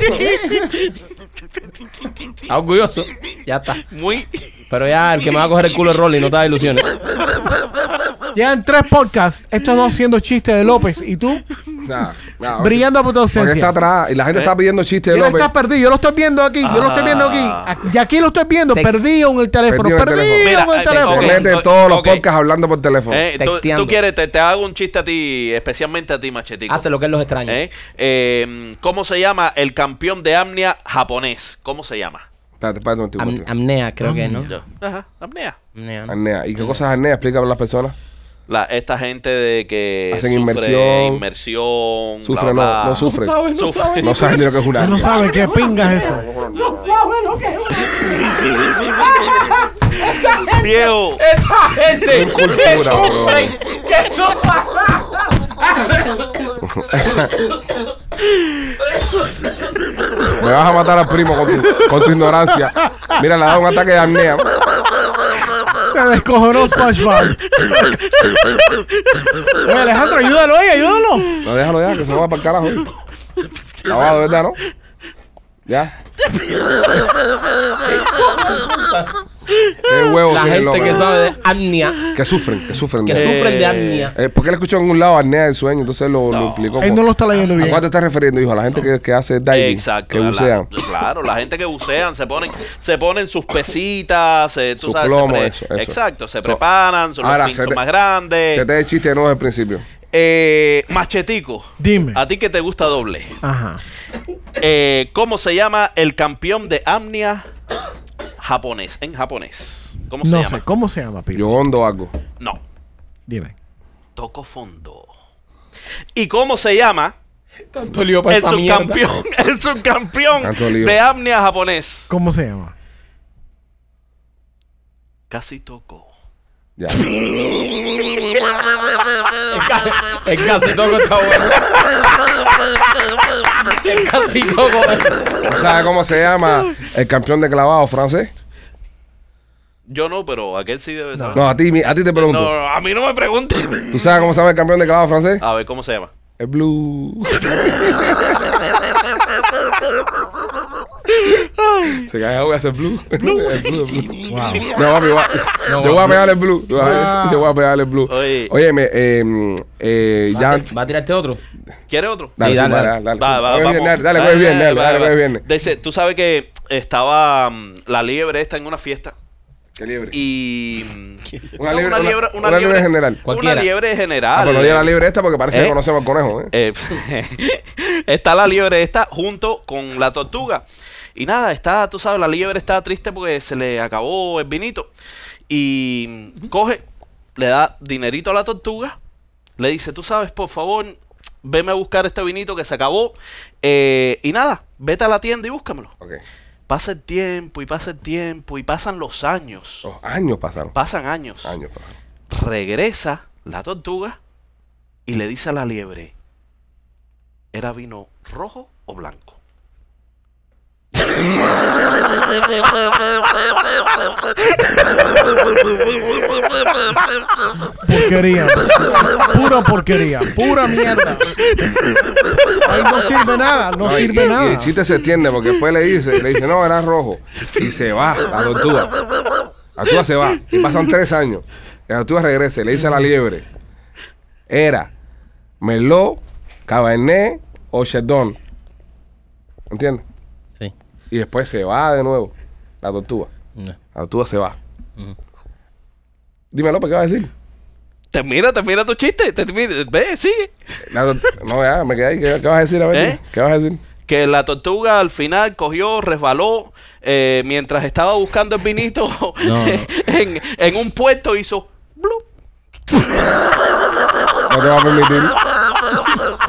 [SPEAKER 3] Está orgulloso. Ya está.
[SPEAKER 6] Muy.
[SPEAKER 3] Pero ya el que me va a coger el culo es Rolly, no te da ilusiones.
[SPEAKER 4] Llegan tres podcasts. Estos dos siendo chistes de López. Y tú
[SPEAKER 1] Nada, nada,
[SPEAKER 4] brillando por tu
[SPEAKER 1] Ah, Porque está
[SPEAKER 4] ausencia.
[SPEAKER 1] atrás y la gente está pidiendo chistes de
[SPEAKER 4] Él
[SPEAKER 1] López.
[SPEAKER 4] está perdido. Yo lo estoy viendo aquí. Yo lo estoy viendo
[SPEAKER 6] Ah.
[SPEAKER 4] aquí. Y aquí lo estoy viendo.
[SPEAKER 3] Text-
[SPEAKER 4] Perdido en el teléfono.
[SPEAKER 1] Perdido en el
[SPEAKER 4] Perdido
[SPEAKER 1] teléfono. eh,
[SPEAKER 4] en
[SPEAKER 6] Mira,
[SPEAKER 4] el
[SPEAKER 6] ah,
[SPEAKER 4] teléfono.
[SPEAKER 1] Se
[SPEAKER 6] Ok,
[SPEAKER 1] mete
[SPEAKER 6] ok,
[SPEAKER 1] todos los
[SPEAKER 6] ok.
[SPEAKER 1] podcasts hablando por teléfono.
[SPEAKER 6] Eh, tú,
[SPEAKER 3] Texteando.
[SPEAKER 6] tú quieres, te, te hago un chiste a ti, especialmente a ti, Machetico.
[SPEAKER 3] Hace lo que él los extraña.
[SPEAKER 6] Eh, eh, ¿Cómo se llama el campeón de apnea japonés? ¿Cómo se llama?
[SPEAKER 1] Espérate, espérate un momento, un
[SPEAKER 3] Am-
[SPEAKER 1] momento.
[SPEAKER 3] amnea, creo que, ¿no?
[SPEAKER 6] Yo. Ajá, apnea.
[SPEAKER 3] Amnea.
[SPEAKER 1] Arnea. ¿Y qué cosas arnea? Explica a las personas.
[SPEAKER 6] la, esta gente de que
[SPEAKER 1] Hacen
[SPEAKER 6] sufre
[SPEAKER 1] inmersión.
[SPEAKER 6] inmersión,
[SPEAKER 1] Sufre,
[SPEAKER 6] bla,
[SPEAKER 1] no,
[SPEAKER 6] bla.
[SPEAKER 1] no sufre.
[SPEAKER 3] sabes, no
[SPEAKER 6] Sufre.
[SPEAKER 3] sabes.
[SPEAKER 1] No saben ni lo que es una.
[SPEAKER 4] No sabe qué pinga es eso.
[SPEAKER 6] Viejo,
[SPEAKER 3] Esta gente
[SPEAKER 1] Qué cultura,
[SPEAKER 3] que sufren, que son
[SPEAKER 1] Me vas a matar al primo con tu, con tu ignorancia. Mira, le ha dado un ataque de apnea.
[SPEAKER 4] Se descojonó SpongeBob. Oye, Alejandro, ayúdalo, oye, ayúdalo.
[SPEAKER 1] No, déjalo ya, que se va para el carajo. Lavado, ¿verdad, no? Ya. Qué huevo
[SPEAKER 3] La gente que
[SPEAKER 1] sabe.
[SPEAKER 3] sabe de apnea,
[SPEAKER 1] Que sufren, que sufren.
[SPEAKER 3] que
[SPEAKER 1] de-
[SPEAKER 6] Eh,
[SPEAKER 3] sufren de apnea.
[SPEAKER 1] Eh, ¿Por qué le escuchó en un lado apnea del sueño? Entonces lo, lo explicó.
[SPEAKER 4] Él no lo está leyendo
[SPEAKER 1] ¿A
[SPEAKER 4] bien.
[SPEAKER 1] cuál te estás refiriendo, hijo? A la gente que, que hace diving.
[SPEAKER 6] exacto.
[SPEAKER 1] Que
[SPEAKER 6] la-
[SPEAKER 1] bucean.
[SPEAKER 6] claro, la gente que bucean se ponen, se ponen sus pesitas, se, tú
[SPEAKER 1] Su
[SPEAKER 6] sabes,
[SPEAKER 1] plomo,
[SPEAKER 6] se pre-
[SPEAKER 1] eso, eso.
[SPEAKER 6] exacto, se
[SPEAKER 1] So,
[SPEAKER 6] preparan, son
[SPEAKER 1] ahora,
[SPEAKER 6] los fins
[SPEAKER 1] se
[SPEAKER 6] son
[SPEAKER 1] te-
[SPEAKER 6] más grandes.
[SPEAKER 1] Se te da el chiste de nuevo al principio.
[SPEAKER 6] Eh, machetico,
[SPEAKER 4] Dime.
[SPEAKER 6] a ti que te gusta doble,
[SPEAKER 4] Ajá.
[SPEAKER 6] eh, ¿cómo se llama el campeón de apnea japonés? En japonés, ¿cómo se
[SPEAKER 4] No
[SPEAKER 6] llama?
[SPEAKER 4] sé, ¿cómo se llama, Pipo?
[SPEAKER 1] Yo hondo algo.
[SPEAKER 6] No,
[SPEAKER 4] Dime.
[SPEAKER 6] toco fondo. ¿Y cómo se llama
[SPEAKER 3] Tanto lío para
[SPEAKER 6] el
[SPEAKER 3] esa mierda.
[SPEAKER 6] subcampeón, el subcampeón
[SPEAKER 1] Tanto lío.
[SPEAKER 6] de apnea japonés?
[SPEAKER 4] ¿Cómo se llama?
[SPEAKER 6] Casi toco.
[SPEAKER 1] Ya.
[SPEAKER 3] El casi toco está bueno. El casi toco.
[SPEAKER 1] ¿Tú sabes cómo se llama el campeón de clavado francés?
[SPEAKER 6] Yo no, pero aquel sí debe saber.
[SPEAKER 1] No, a ti, mi- a ti te
[SPEAKER 6] No,
[SPEAKER 1] pregunto.
[SPEAKER 6] no, a mí no me pregunten.
[SPEAKER 1] ¿Tú sabes cómo se llama el campeón de clavado francés?
[SPEAKER 6] A ver, ¿cómo se llama?
[SPEAKER 1] El blue. se cae, voy a hacer blue. el blue, el blue.
[SPEAKER 4] Wow.
[SPEAKER 1] No, papi, va- yo voy a pegar el blue. Yo voy a-
[SPEAKER 4] Ah.
[SPEAKER 1] Yo voy a pegar el blue.
[SPEAKER 6] Oye.
[SPEAKER 1] Oye, me, eh, mm, eh, ya.
[SPEAKER 3] ¿Va a tirarte otro?
[SPEAKER 6] ¿Quiere otro?
[SPEAKER 1] Dale,
[SPEAKER 3] Sí,
[SPEAKER 1] sí,
[SPEAKER 3] dale,
[SPEAKER 1] dale,
[SPEAKER 3] dale.
[SPEAKER 1] dale,
[SPEAKER 6] Va,
[SPEAKER 1] sí.
[SPEAKER 6] va,
[SPEAKER 1] Jueves
[SPEAKER 6] vamos.
[SPEAKER 1] viernes, dale, dale, jueves viernes, dale,
[SPEAKER 6] va,
[SPEAKER 1] dale, pues
[SPEAKER 6] va.
[SPEAKER 1] jueves viernes.
[SPEAKER 6] Dice, tú sabes que estaba mm, la liebre esta en una fiesta
[SPEAKER 1] Qué liebre.
[SPEAKER 6] y... mm,
[SPEAKER 1] Una
[SPEAKER 6] no,
[SPEAKER 1] liebre- una- una liebre general.
[SPEAKER 6] Una
[SPEAKER 3] Cualquiera.
[SPEAKER 6] liebre general.
[SPEAKER 1] Ah, pero no diga la libre esta porque parece
[SPEAKER 6] ¿Eh?
[SPEAKER 1] que conocemos al conejo, ¿eh?
[SPEAKER 6] Eh, está la liebre esta junto con la tortuga. Y nada, está, tú sabes, la liebre está triste porque se le acabó el vinito. Y coge, le da dinerito a la tortuga, le dice, tú sabes, por favor, veme a buscar este vinito que se acabó. Eh, y nada, vete a la tienda y búscamelo.
[SPEAKER 1] Ok.
[SPEAKER 6] Pasa el tiempo y pasa el tiempo y pasan los años.
[SPEAKER 1] Oh, años pasaron.
[SPEAKER 6] Pasan años
[SPEAKER 1] Años pasaron.
[SPEAKER 6] regresa la tortuga y le dice a la liebre, ¿era vino rojo o blanco?
[SPEAKER 4] Porquería. Pura porquería. Pura mierda. Ahí no sirve nada. No,
[SPEAKER 1] y-
[SPEAKER 4] sirve
[SPEAKER 1] y,
[SPEAKER 4] nada.
[SPEAKER 1] Y el chiste se extiende porque después le dice, le dice, no, era rojo. Y se va, la tortuga. La tortuga se va. Y pasan tres años. La tortuga regresa y le dice a la liebre. Era Merlot, Cabernet o Chardonnay. ¿Entiendes?
[SPEAKER 3] Sí.
[SPEAKER 1] Y después se va de nuevo. La tortuga. La tortuga se va. Dime, López, ¿qué va a decir?
[SPEAKER 6] Termina, termina tu chiste, termina, ve, sigue.
[SPEAKER 1] La tortu- no, ya, me quedé ahí. ¿Qué, qué vas a decir? A ver,
[SPEAKER 6] ¿Eh?
[SPEAKER 1] dime. ¿qué vas a decir?
[SPEAKER 6] Que la tortuga al final cogió, resbaló, eh, mientras estaba buscando el vinito
[SPEAKER 3] No, no.
[SPEAKER 6] en, en un puesto hizo... blup.
[SPEAKER 1] No te va a permitir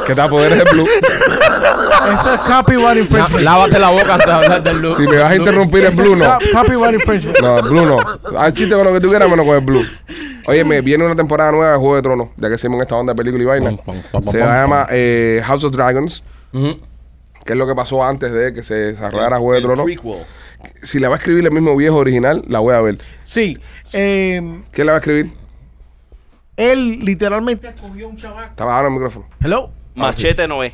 [SPEAKER 1] que te apoderes de Blue.
[SPEAKER 4] Eso es copyright infringement.
[SPEAKER 3] Lávate la boca antes de hablar del luz.
[SPEAKER 1] Si me vas a interrumpir es
[SPEAKER 4] Eso
[SPEAKER 1] Blue,
[SPEAKER 4] es
[SPEAKER 1] no.
[SPEAKER 4] co- Copyright infringement.
[SPEAKER 1] No, Blue no. Haz chiste con lo que tú quieras, menos con el Blue. Oye, me viene una temporada nueva de Juego de Tronos, ya que hicimos esta onda de película y vaina. Se llama eh, House of Dragons,
[SPEAKER 3] Ujú.
[SPEAKER 1] que es lo que pasó antes de que se desarrollara Juego de
[SPEAKER 5] El
[SPEAKER 1] Tronos.
[SPEAKER 5] prequel.
[SPEAKER 1] Si la va a escribir el mismo viejo original, la voy a ver.
[SPEAKER 4] Sí. eh,
[SPEAKER 1] ¿Quién la va a escribir?
[SPEAKER 4] él literalmente escogió un chaval.
[SPEAKER 1] Estaba ahora el micrófono.
[SPEAKER 4] Hello.
[SPEAKER 6] Machete no es.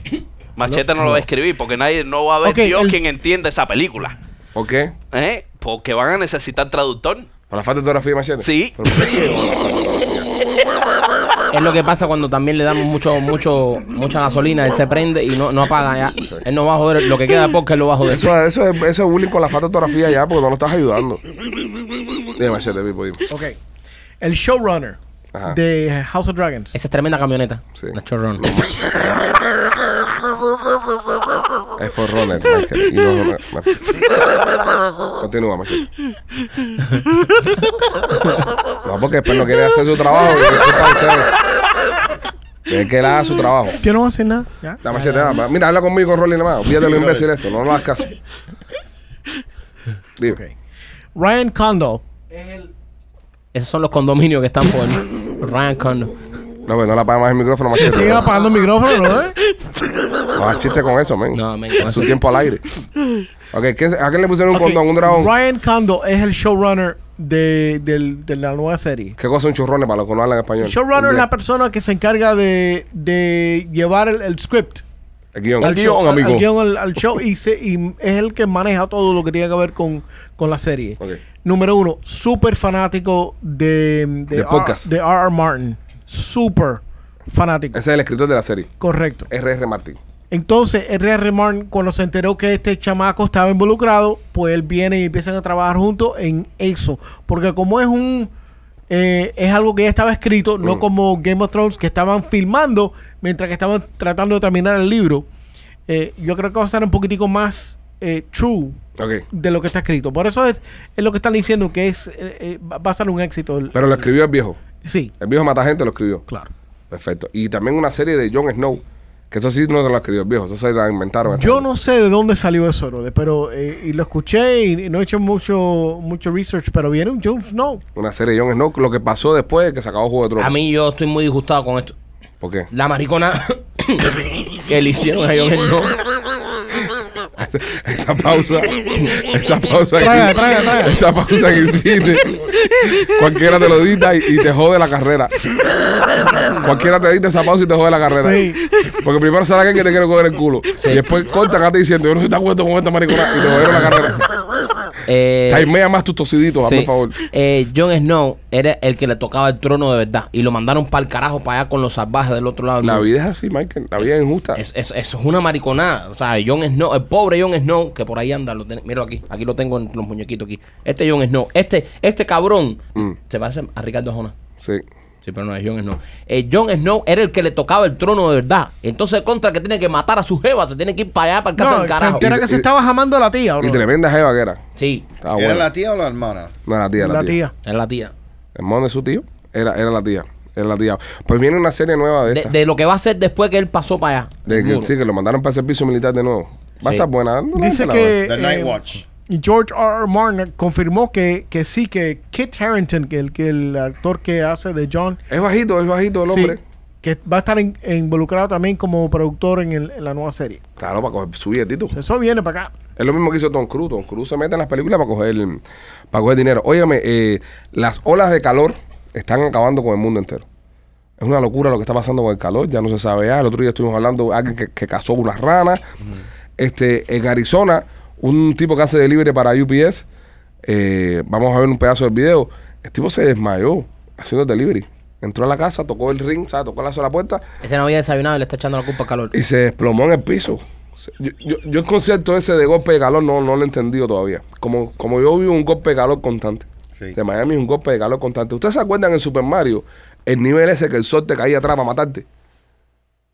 [SPEAKER 6] Machete no lo va a escribir porque nadie, no va a ver
[SPEAKER 4] Ok,
[SPEAKER 6] Dios
[SPEAKER 4] el-
[SPEAKER 6] quien entienda esa película.
[SPEAKER 1] ¿Por qué?
[SPEAKER 6] ¿eh? Porque van a necesitar traductor.
[SPEAKER 1] ¿Por la falta de ortografía, machete?
[SPEAKER 6] Sí.
[SPEAKER 1] ¿Pero por qué?
[SPEAKER 3] Es lo que pasa cuando también le damos mucho, mucho, mucha gasolina, él se prende y no, no apaga ya. Él no va a joder, lo que queda porque él lo va a joder.
[SPEAKER 1] Eso, eso, es, eso es bullying con la falta de ortografía ya, porque no lo estás ayudando. Dime, machete, Pipo, dime.
[SPEAKER 4] Ok. El showrunner
[SPEAKER 1] Ajá.
[SPEAKER 4] de House of Dragons.
[SPEAKER 3] Esa es tremenda camioneta.
[SPEAKER 1] Sí.
[SPEAKER 3] La chorrón.
[SPEAKER 1] Es Forerunner, Michael. Y no, no, no. Continúa, Michael. No, porque después no quiere hacer su trabajo. y es culpa de ustedes. Tienen que él haga su trabajo.
[SPEAKER 4] Yo no voy a hacer nada. Ya.
[SPEAKER 1] Dame ese tema. Mira, habla conmigo, Rolly, nada más. Fíjate lo
[SPEAKER 5] brother.
[SPEAKER 4] eh.
[SPEAKER 1] imbécil esto. No lo hagas caso. Dime.
[SPEAKER 4] Ryan Condal.
[SPEAKER 3] Esos son los condominios que están por Ryan Condo.
[SPEAKER 1] No, pues no la apague más el micrófono, más chiste.
[SPEAKER 4] Sigue apagando el micrófono, ¿no? eh?
[SPEAKER 1] No hagas chiste con eso, men.
[SPEAKER 3] No, men, con
[SPEAKER 1] Es su
[SPEAKER 3] eso-
[SPEAKER 1] tiempo al aire. Ok, ¿qué- ¿a qué le pusieron un
[SPEAKER 4] Ok,
[SPEAKER 1] condón, un dragón?
[SPEAKER 4] Ryan Condal es el showrunner de, del- de la nueva serie.
[SPEAKER 1] ¿Qué cosa es un churrone para los que no hablan español?
[SPEAKER 4] El showrunner es
[SPEAKER 1] El-
[SPEAKER 4] la persona que se encarga de, de llevar el, el script.
[SPEAKER 1] El guión.
[SPEAKER 4] al show- al- Al, guión, al- al show y, se- y es el que maneja todo lo que tiene que ver con, con la serie.
[SPEAKER 1] Ok.
[SPEAKER 4] Número uno, súper fanático de,
[SPEAKER 1] De podcast.
[SPEAKER 4] R. de R.R. Martin. Súper fanático.
[SPEAKER 1] Ese es el escritor de la serie.
[SPEAKER 4] Correcto.
[SPEAKER 1] R.R. Martin.
[SPEAKER 4] Entonces, R.R. Martin, cuando se enteró que este chamaco estaba involucrado, pues él viene y empiezan a trabajar juntos en eso. Porque como es un... eh, es algo que ya estaba escrito, no como Game of Thrones, que estaban filmando mientras que estaban tratando de terminar el libro. Eh, yo creo que va a ser un poquitico más eh, true
[SPEAKER 1] Ok.
[SPEAKER 4] de lo que está escrito. Por eso es, es lo que están diciendo, que es eh, eh, va va a ser un éxito. el-
[SPEAKER 1] Pero lo escribió el viejo.
[SPEAKER 4] sí,
[SPEAKER 1] El viejo mata gente lo escribió.
[SPEAKER 4] claro.
[SPEAKER 1] Perfecto. Y también una serie de Jon Snow. Que eso sí no se la escribió el viejo. Eso se la inventaron. esta
[SPEAKER 4] Yo
[SPEAKER 1] gente.
[SPEAKER 4] no sé de dónde salió eso, brother, pero eh, y lo escuché y, y no he hecho mucho mucho research, pero viene un Jones Snow.
[SPEAKER 1] Una serie de Jon Snow. Lo que pasó después de que se acabó Juego de Tronos.
[SPEAKER 3] A mí yo estoy muy disgustado con esto.
[SPEAKER 1] ¿Por qué?
[SPEAKER 3] La maricona que le hicieron a John Snow.
[SPEAKER 1] Esa pausa. Esa pausa.
[SPEAKER 4] Traga, traga, traga.
[SPEAKER 1] Esa pausa que hiciste. Cualquiera te lo dita y, y te jode la carrera. Cualquiera te dita esa pausa y te jode la carrera.
[SPEAKER 4] Sí.
[SPEAKER 1] Porque primero será que te quiere coger el culo. Y después corta acá te diciendo, yo no estoy de acuerdo con esta maricona. este Y te jodieron la carrera.
[SPEAKER 3] Eh,
[SPEAKER 1] Taimea más tus tosiditos,
[SPEAKER 3] sí.
[SPEAKER 1] dame favor.
[SPEAKER 3] Eh, Jon Snow era el que le tocaba el trono de verdad. Y lo mandaron para el carajo para allá con los salvajes del otro lado.
[SPEAKER 1] La vida es así, Michael. La vida es injusta.
[SPEAKER 3] Es- es- Eso es, una mariconada. O sea, Jon Snow, el pobre Jon Snow, que por ahí anda, lo ten- míralo aquí, aquí lo tengo en los muñequitos aquí. Este Jon Snow, este, este cabrón,
[SPEAKER 1] Mm.
[SPEAKER 3] se parece a Ricardo Arjona.
[SPEAKER 1] Sí.
[SPEAKER 3] Sí, pero no es Jon Snow. Eh, Jon Snow era el que le tocaba el trono de verdad. Entonces, contra que tiene que matar a su jeva, se tiene que ir para allá, para el casa
[SPEAKER 4] No,
[SPEAKER 3] del
[SPEAKER 4] se
[SPEAKER 3] carajo.
[SPEAKER 4] entera que
[SPEAKER 1] Y-
[SPEAKER 4] se
[SPEAKER 1] y-
[SPEAKER 4] estaba jamando a la tía,
[SPEAKER 1] Y
[SPEAKER 4] brother.
[SPEAKER 1] tremenda jeva que era.
[SPEAKER 3] Sí,
[SPEAKER 1] Estaba
[SPEAKER 5] ¿Era
[SPEAKER 1] buena.
[SPEAKER 5] la tía o la hermana?
[SPEAKER 1] No, la tía, la,
[SPEAKER 4] La
[SPEAKER 1] tía.
[SPEAKER 4] tía.
[SPEAKER 3] es la tía.
[SPEAKER 1] El mono de su tío era, era la tía. Era la tía. Pues viene una serie nueva de
[SPEAKER 3] De,
[SPEAKER 1] esta. De,
[SPEAKER 3] de lo que va a hacer después que él pasó para allá. el
[SPEAKER 1] que,
[SPEAKER 3] muro.
[SPEAKER 1] sí, que lo mandaron para el servicio militar de nuevo. Va a
[SPEAKER 3] Sí.
[SPEAKER 1] estar buena. No, no,
[SPEAKER 4] Dice
[SPEAKER 1] no,
[SPEAKER 4] que
[SPEAKER 5] The Night
[SPEAKER 4] eh,
[SPEAKER 5] Watch.
[SPEAKER 4] George R. R. Martin confirmó que, que sí, que Kit Harrington, que el, que el actor que hace de John,
[SPEAKER 1] Es bajito, es bajito el
[SPEAKER 4] sí,
[SPEAKER 1] hombre.
[SPEAKER 4] que va a estar en- involucrado también como productor en, el- en la nueva serie.
[SPEAKER 1] Claro, para coger su billetito.
[SPEAKER 4] Eso viene para acá.
[SPEAKER 1] Es lo mismo que hizo Tom Cruise. Tom Cruise se mete en las películas para coger, para coger dinero. Óigame, eh, las olas de calor están acabando con el mundo entero. Es una locura lo que está pasando con el calor. Ya no se sabe ya. El otro día estuvimos hablando de alguien que, que cazó unas ranas. Este, en Arizona, un tipo que hace delivery para UPS. eh, vamos a ver un pedazo del video. El tipo se desmayó haciendo delivery. Entró a la casa, tocó el ring, ¿sabes? Tocó la sola puerta
[SPEAKER 3] Ese no había desayunado y le está echando la culpa al calor.
[SPEAKER 1] y se desplomó en el piso. Yo, yo, yo el concierto ese de golpe de calor no, no lo he entendido todavía. Como, como yo vivo un golpe de calor constante.
[SPEAKER 5] Sí.
[SPEAKER 1] De Miami es un golpe de calor constante. ¿Ustedes se acuerdan en Super Mario? El nivel ese que el sol te caía atrás para matarte.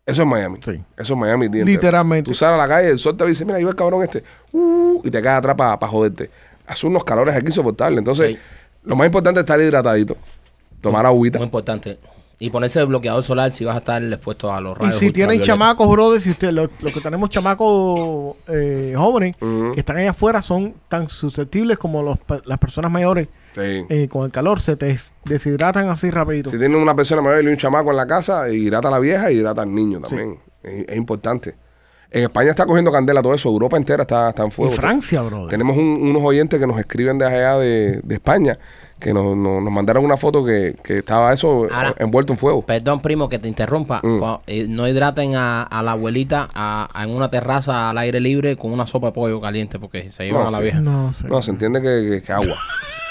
[SPEAKER 1] Eso es Miami.
[SPEAKER 4] Sí.
[SPEAKER 1] Eso es Miami. tío.
[SPEAKER 4] Literalmente.
[SPEAKER 1] Tú sales a la calle, el sol te dice, mira, ahí va el cabrón este. Uh, y te cae atrás para joderte. Hace unos calores aquí insoportables. Entonces,
[SPEAKER 3] Sí.
[SPEAKER 1] lo más importante es estar hidratadito. Tomar agüita.
[SPEAKER 3] Muy importante. Y ponerse el bloqueador solar si vas a estar expuesto a los
[SPEAKER 4] Y
[SPEAKER 3] rayos.
[SPEAKER 4] si tienen
[SPEAKER 3] ultravioletas.
[SPEAKER 4] chamacos, brother, si usted, los que tenemos chamacos eh, jóvenes
[SPEAKER 1] Ujú.
[SPEAKER 4] que están allá afuera son tan susceptibles como los pe- las personas mayores
[SPEAKER 1] Sí.
[SPEAKER 4] eh, con el calor, se des- deshidratan así rapidito.
[SPEAKER 1] Si tiene una persona mayor y un chamaco en la casa, hidrata a la vieja y hidrata al niño también. Es, es importante. En España está cogiendo candela todo eso. Europa entera está, está en
[SPEAKER 4] en
[SPEAKER 1] fuego.
[SPEAKER 4] Francia, brother.
[SPEAKER 1] Tenemos un- unos oyentes que nos escriben de allá de, de España, que nos, nos- nos mandaron una foto que, que estaba eso
[SPEAKER 3] Ahora-
[SPEAKER 1] envuelto en fuego.
[SPEAKER 3] Perdón, primo, que te interrumpa.
[SPEAKER 1] Mm.
[SPEAKER 3] Cua- eh, No hidraten a, a la abuelita a- a- en una terraza al aire libre con una sopa de pollo caliente porque se llevan
[SPEAKER 1] No,
[SPEAKER 3] a la
[SPEAKER 1] sí.
[SPEAKER 3] vieja.
[SPEAKER 4] No sé.
[SPEAKER 1] No, se entiende que, que- que agua.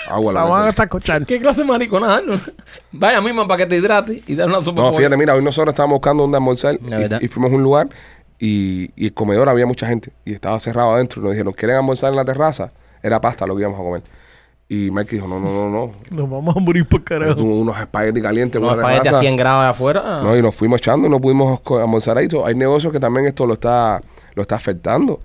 [SPEAKER 1] agua
[SPEAKER 4] la
[SPEAKER 1] lo que
[SPEAKER 4] van a
[SPEAKER 1] sea.
[SPEAKER 4] sacochar.
[SPEAKER 3] ¿Qué clase de mariconada? no? Vaya mismo para que te hidrate y dar una sopa
[SPEAKER 1] No,
[SPEAKER 3] de
[SPEAKER 1] fíjate,
[SPEAKER 3] pollo.
[SPEAKER 1] mira, hoy nosotros estábamos buscando donde almorzar
[SPEAKER 3] La verdad.
[SPEAKER 1] y, y fuimos a un lugar y, y el comedor había mucha gente y estaba cerrado adentro. Nos dijeron, ¿quieren almorzar en la terraza? Era pasta lo que íbamos a comer. Y Mike dijo, no, no, no, no.
[SPEAKER 4] Nos vamos a morir por
[SPEAKER 1] Tuvo
[SPEAKER 4] carajo.
[SPEAKER 1] unos espaguetis calientes,
[SPEAKER 3] No,
[SPEAKER 1] una
[SPEAKER 3] para que te a
[SPEAKER 1] terraza.
[SPEAKER 3] 100 grados de afuera.
[SPEAKER 5] Ah.
[SPEAKER 1] No, y nos fuimos echando y no pudimos co- almorzar ahí. So, Hay negocios que también esto lo está lo está afectando.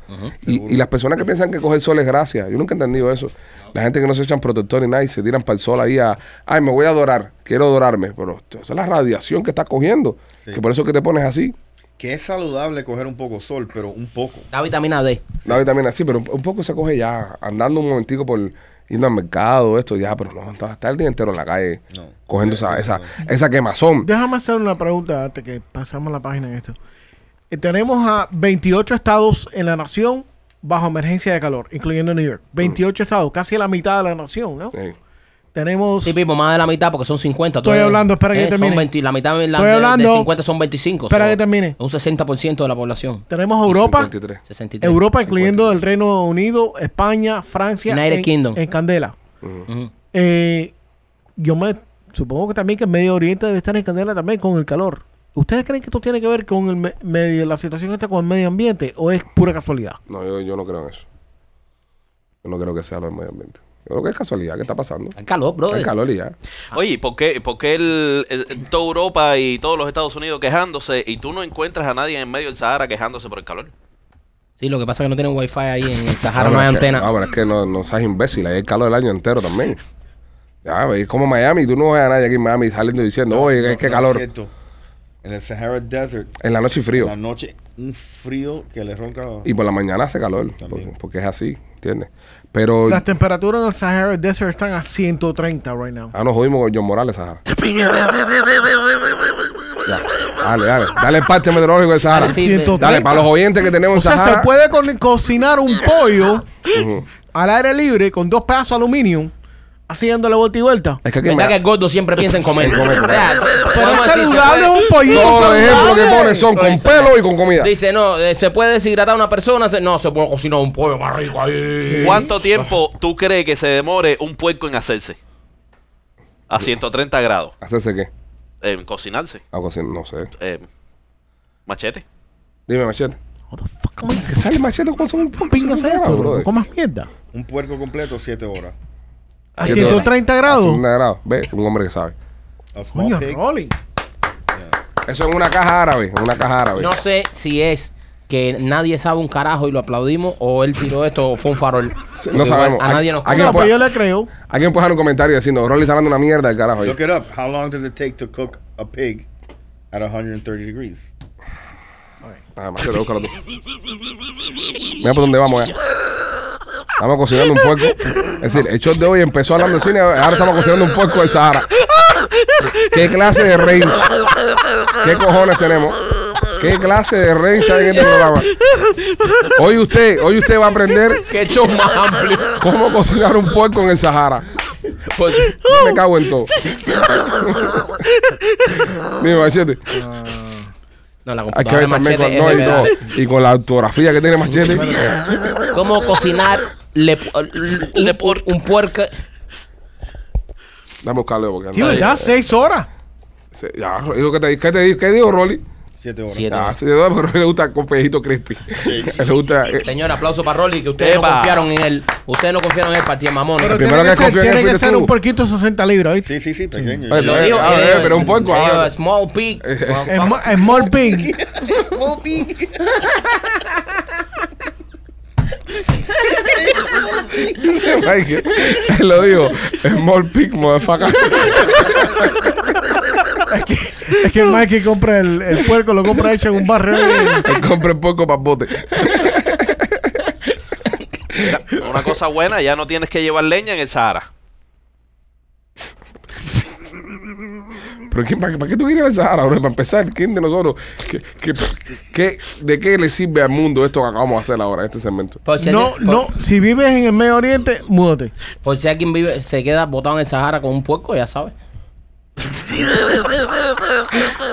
[SPEAKER 1] y, y las personas que piensan que coger sol es gracia, yo nunca he entendido eso. La gente que no se echan protector ni nada y se tiran para el sol ahí a, ay, me voy a adorar, quiero adorarme, pero esto- esa es la radiación que estás cogiendo,
[SPEAKER 5] Sí.
[SPEAKER 1] que por eso es que te pones así.
[SPEAKER 5] Que es saludable coger un poco sol, pero un poco.
[SPEAKER 3] Da vitamina D.
[SPEAKER 1] La vitamina así, pero un- un poco se coge ya, andando un momentico por yendo al mercado, esto ya, pero no, estar el día entero en la calle,
[SPEAKER 5] No.
[SPEAKER 1] cogiendo esa, esa, esa quemazón.
[SPEAKER 4] Déjame hacer una pregunta antes que pasamos la página en esto. Eh, tenemos a 28 estados en la nación bajo emergencia de calor, incluyendo New York. 28 estados, casi la mitad de la nación, ¿no?
[SPEAKER 1] Sí.
[SPEAKER 4] Tenemos...
[SPEAKER 3] Sí, Pipo, más de la mitad porque son 50.
[SPEAKER 4] Estoy
[SPEAKER 3] Tú- eh,
[SPEAKER 4] hablando, espera que yo
[SPEAKER 3] son
[SPEAKER 4] termine.
[SPEAKER 3] 20, la mitad de, la,
[SPEAKER 4] Estoy
[SPEAKER 3] de- de
[SPEAKER 4] hablando.
[SPEAKER 3] 50 son 25.
[SPEAKER 4] Espera
[SPEAKER 3] son
[SPEAKER 4] que termine.
[SPEAKER 3] Un 60% de la población.
[SPEAKER 4] Tenemos Europa,
[SPEAKER 1] 53.
[SPEAKER 3] 63.
[SPEAKER 4] Europa incluyendo el Reino Unido, España, Francia,
[SPEAKER 3] United
[SPEAKER 4] en,
[SPEAKER 3] Kingdom.
[SPEAKER 4] en candela.
[SPEAKER 3] Ujú.
[SPEAKER 4] Eh, yo me supongo que también que el Medio Oriente debe estar en candela también con el calor. ¿Ustedes creen que esto tiene que ver con el me- medio, la situación esta con el medio ambiente o es pura casualidad?
[SPEAKER 1] No, yo, yo no creo en eso. Yo no creo que sea lo del medio ambiente. Yo creo que es casualidad que está pasando.
[SPEAKER 3] Hay calor, brother.
[SPEAKER 1] Hay calor y ya.
[SPEAKER 6] Oye, ¿y ¿por qué, por qué el- el- toda Europa y todos los Estados Unidos quejándose y tú no encuentras a nadie en medio del Sahara quejándose por el calor?
[SPEAKER 3] Sí, lo que pasa es que no tienen wifi ahí en el Sahara,
[SPEAKER 1] pero
[SPEAKER 3] no hay
[SPEAKER 1] es que-
[SPEAKER 3] antena.
[SPEAKER 1] no, pero es que no, no seas imbécil. Ahí hay calor el año entero también. Ya, ves, es como Miami. Tú no ves a nadie aquí en Miami saliendo diciendo, oye,
[SPEAKER 5] No,
[SPEAKER 1] es que
[SPEAKER 5] no
[SPEAKER 1] calor.
[SPEAKER 5] cierto. En el Sahara Desert,
[SPEAKER 1] en la noche y frío.
[SPEAKER 5] la noche, un frío que le ronca.
[SPEAKER 1] Y por la mañana hace calor.
[SPEAKER 5] También.
[SPEAKER 1] Porque, porque es así, ¿entiendes? Pero.
[SPEAKER 4] Las temperaturas en el Sahara Desert están a 130 right now.
[SPEAKER 1] Ah, nos jodimos con John Morales, Sahara. Ya, Dale, dale. Dale el parte meteorológico de Sahara.
[SPEAKER 3] Dale, sí,
[SPEAKER 1] Ah, Dale, para los oyentes que tenemos
[SPEAKER 4] O
[SPEAKER 1] en
[SPEAKER 4] sea,
[SPEAKER 1] Sahara.
[SPEAKER 4] se puede co- cocinar un pollo al aire libre con dos pedazos de aluminio, así dándole vuelta y vuelta.
[SPEAKER 1] Es que aquí en
[SPEAKER 3] ¿Verdad que el
[SPEAKER 1] Miami-
[SPEAKER 3] gordo siempre piensa en comer?
[SPEAKER 1] comer.
[SPEAKER 3] O sea, podemos
[SPEAKER 4] Pero
[SPEAKER 3] decir, se
[SPEAKER 4] saludable
[SPEAKER 3] puede- eh,
[SPEAKER 4] es un pollito
[SPEAKER 1] Todos los ejemplos que
[SPEAKER 4] saludable.
[SPEAKER 1] pones son con pelo y con comida.
[SPEAKER 3] Dice, no, eh, se puede deshidratar a una persona. Se- no, se puede cocinar un pollo más rico ahí.
[SPEAKER 6] ¿Cuánto tiempo tú crees que se demore un puerco en hacerse? A 130 grados.
[SPEAKER 1] ¿Hacerse qué?
[SPEAKER 6] En cocinarse.
[SPEAKER 1] Algo así, no sé.
[SPEAKER 6] Eh, machete.
[SPEAKER 1] Dime, machete.
[SPEAKER 4] What the fuck, man?
[SPEAKER 1] ¿Qué sale machete con son
[SPEAKER 4] ¿Cómo pingas
[SPEAKER 1] son-
[SPEAKER 4] eso, bro?
[SPEAKER 1] brother?
[SPEAKER 4] No comas mierda.
[SPEAKER 5] Un puerco completo, 7 horas.
[SPEAKER 4] A
[SPEAKER 1] Siete horas.
[SPEAKER 4] 130
[SPEAKER 1] A
[SPEAKER 4] grados.
[SPEAKER 1] 130 grados. Ve, un hombre que sabe.
[SPEAKER 5] A small
[SPEAKER 4] Coño,
[SPEAKER 5] pig.
[SPEAKER 4] Rolly.
[SPEAKER 1] Eso en una caja árabe. En una caja árabe.
[SPEAKER 3] No sé si es que nadie sabe un carajo y lo aplaudimos, o él tiró esto, o fue un farol.
[SPEAKER 1] no
[SPEAKER 3] Porque
[SPEAKER 1] sabemos.
[SPEAKER 3] A nadie nos
[SPEAKER 1] Aquí-
[SPEAKER 4] No,
[SPEAKER 1] Alguien
[SPEAKER 4] pues
[SPEAKER 1] puede-
[SPEAKER 4] yo le creo.
[SPEAKER 1] Alguien puede dejar un comentario diciendo, Rolly está hablando una mierda del carajo.
[SPEAKER 5] Look it up. How long does it take to cook a pig at 130 degrees?
[SPEAKER 1] Ah, machete, búscalo tú. Mira por dónde vamos ya. Estamos cocinando un puerco. Es decir, el show de hoy empezó hablando de cine, ahora estamos cocinando un puerco de Sahara. ¿Qué clase de range? ¿Qué cojones tenemos? ¿Qué clase de range hay en este programa? Hoy usted, hoy usted va a aprender
[SPEAKER 3] Qué show más amplio.
[SPEAKER 1] cómo cocinar un puerco en el Sahara.
[SPEAKER 3] Porque-
[SPEAKER 1] Yo Me cago en todo. Dime, machete.
[SPEAKER 3] No, la
[SPEAKER 1] Hay que
[SPEAKER 3] computadora de
[SPEAKER 1] ver también con,
[SPEAKER 3] machete es
[SPEAKER 1] no, y,
[SPEAKER 3] de verdad.
[SPEAKER 1] no, y con la autografía que tiene machete.
[SPEAKER 3] ¿Cómo cocinar le, le- un, un puerco?
[SPEAKER 1] Dame un caleo porque
[SPEAKER 4] Tío,
[SPEAKER 1] anda-
[SPEAKER 4] ya 6 horas.
[SPEAKER 1] Se- ya, Rolly, lo que te, ¿Qué te dijo? ¿Qué dijo Rolly?
[SPEAKER 5] 7 horas.
[SPEAKER 3] Siete.
[SPEAKER 1] Ah, sí, no, pero Rolly le gusta con pellejito crispy. le gusta. eh,
[SPEAKER 3] Señor, aplauso para Rolly, que ustedes no
[SPEAKER 6] Epa.
[SPEAKER 3] confiaron en él. Ustedes no confiaron en él, Patía Mamón.
[SPEAKER 4] Pero
[SPEAKER 1] primero que
[SPEAKER 4] tiene que, ser,
[SPEAKER 1] confío en
[SPEAKER 4] tiene
[SPEAKER 1] que
[SPEAKER 4] que
[SPEAKER 1] fuiste
[SPEAKER 4] ser
[SPEAKER 1] tú.
[SPEAKER 4] un puerquito de 60 libras, ¿oíste?
[SPEAKER 5] Sí, sí, sí, pequeño.
[SPEAKER 1] Oye,
[SPEAKER 5] Yo-
[SPEAKER 1] pero- eh, a ver, pero un puerco, ah, a ver.
[SPEAKER 3] eh, Small pig.
[SPEAKER 4] Es mo- Es small pig.
[SPEAKER 5] Small pig.
[SPEAKER 1] Ay, que- él eh, lo digo. Small pick, motherfucker.
[SPEAKER 4] Es que Mikey compra el, el puerco, lo compra hecho en un barrio.
[SPEAKER 1] Él compra el puerco para el bote.
[SPEAKER 6] Mira, una cosa buena, ya no tienes que llevar leña en el Sahara.
[SPEAKER 1] Pero ¿quién, para, qué- para qué tú quieres el Sahara, bro? Para empezar, ¿quién de nosotros? ¿Qué, qué, qué- de qué le sirve al mundo esto que acabamos de hacer ahora, este segmento?
[SPEAKER 3] Por si
[SPEAKER 4] No,
[SPEAKER 3] alguien-
[SPEAKER 4] no,
[SPEAKER 3] Por,
[SPEAKER 4] si vives en el Medio Oriente, múdate.
[SPEAKER 3] por si alguien vive, se queda botado en el Sahara con un puerco, ya sabes.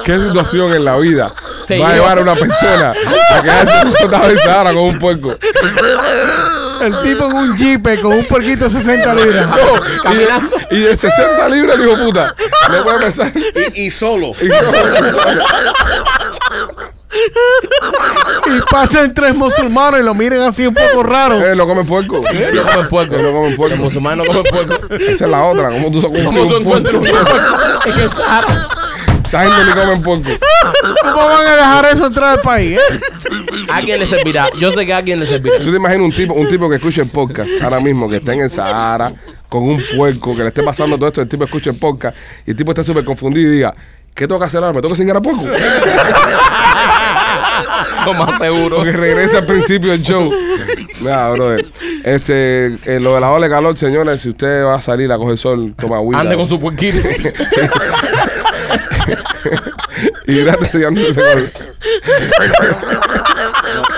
[SPEAKER 1] ¿Qué situación en la vida
[SPEAKER 3] Te
[SPEAKER 1] va a
[SPEAKER 3] lleva-
[SPEAKER 1] llevar a una persona a quedarse botada en Sahara con un puerco?
[SPEAKER 4] El tipo en un jeep eh, con un puerquito de 60 libras.
[SPEAKER 1] No, y, de, y de 60 libras, el hijo puta. No puede pensar.
[SPEAKER 5] Y, y solo.
[SPEAKER 4] Y pasan tres musulmanos y lo miren así un poco raro.
[SPEAKER 1] Eh, no comen puerco.
[SPEAKER 3] No comen puerco.
[SPEAKER 1] Eh, No comen puerco.
[SPEAKER 3] Los musulmanes no comen puerco.
[SPEAKER 1] Esa es la otra. ¿Cómo tú, cómo
[SPEAKER 3] ¿Cómo tú
[SPEAKER 1] un puerco?
[SPEAKER 3] encuentras un puerco en el Sahara?
[SPEAKER 1] Esa gente ni comen puerco.
[SPEAKER 4] ¿Cómo van a dejar eso entrar al país? eh?
[SPEAKER 3] ¿A quién le servirá? Yo sé que a quién le servirá.
[SPEAKER 1] ¿Tú te imaginas un tipo, un tipo que escucha el podcast ahora mismo, que está en el Sahara, con un puerco, que le esté pasando todo esto, el tipo escucha el podcast y el tipo está súper confundido y diga, ¿qué tengo que hacer ahora? ¿Me tengo que cingar a puerco?
[SPEAKER 3] Lo más seguro.
[SPEAKER 1] Porque regresa al principio del show. Nada, brother. Este, eh, lo de la ola de calor, señores, si usted va a salir a coger sol, toma agüita.
[SPEAKER 3] Ande con su puerquito.
[SPEAKER 1] Y gracias, señor.
[SPEAKER 5] No,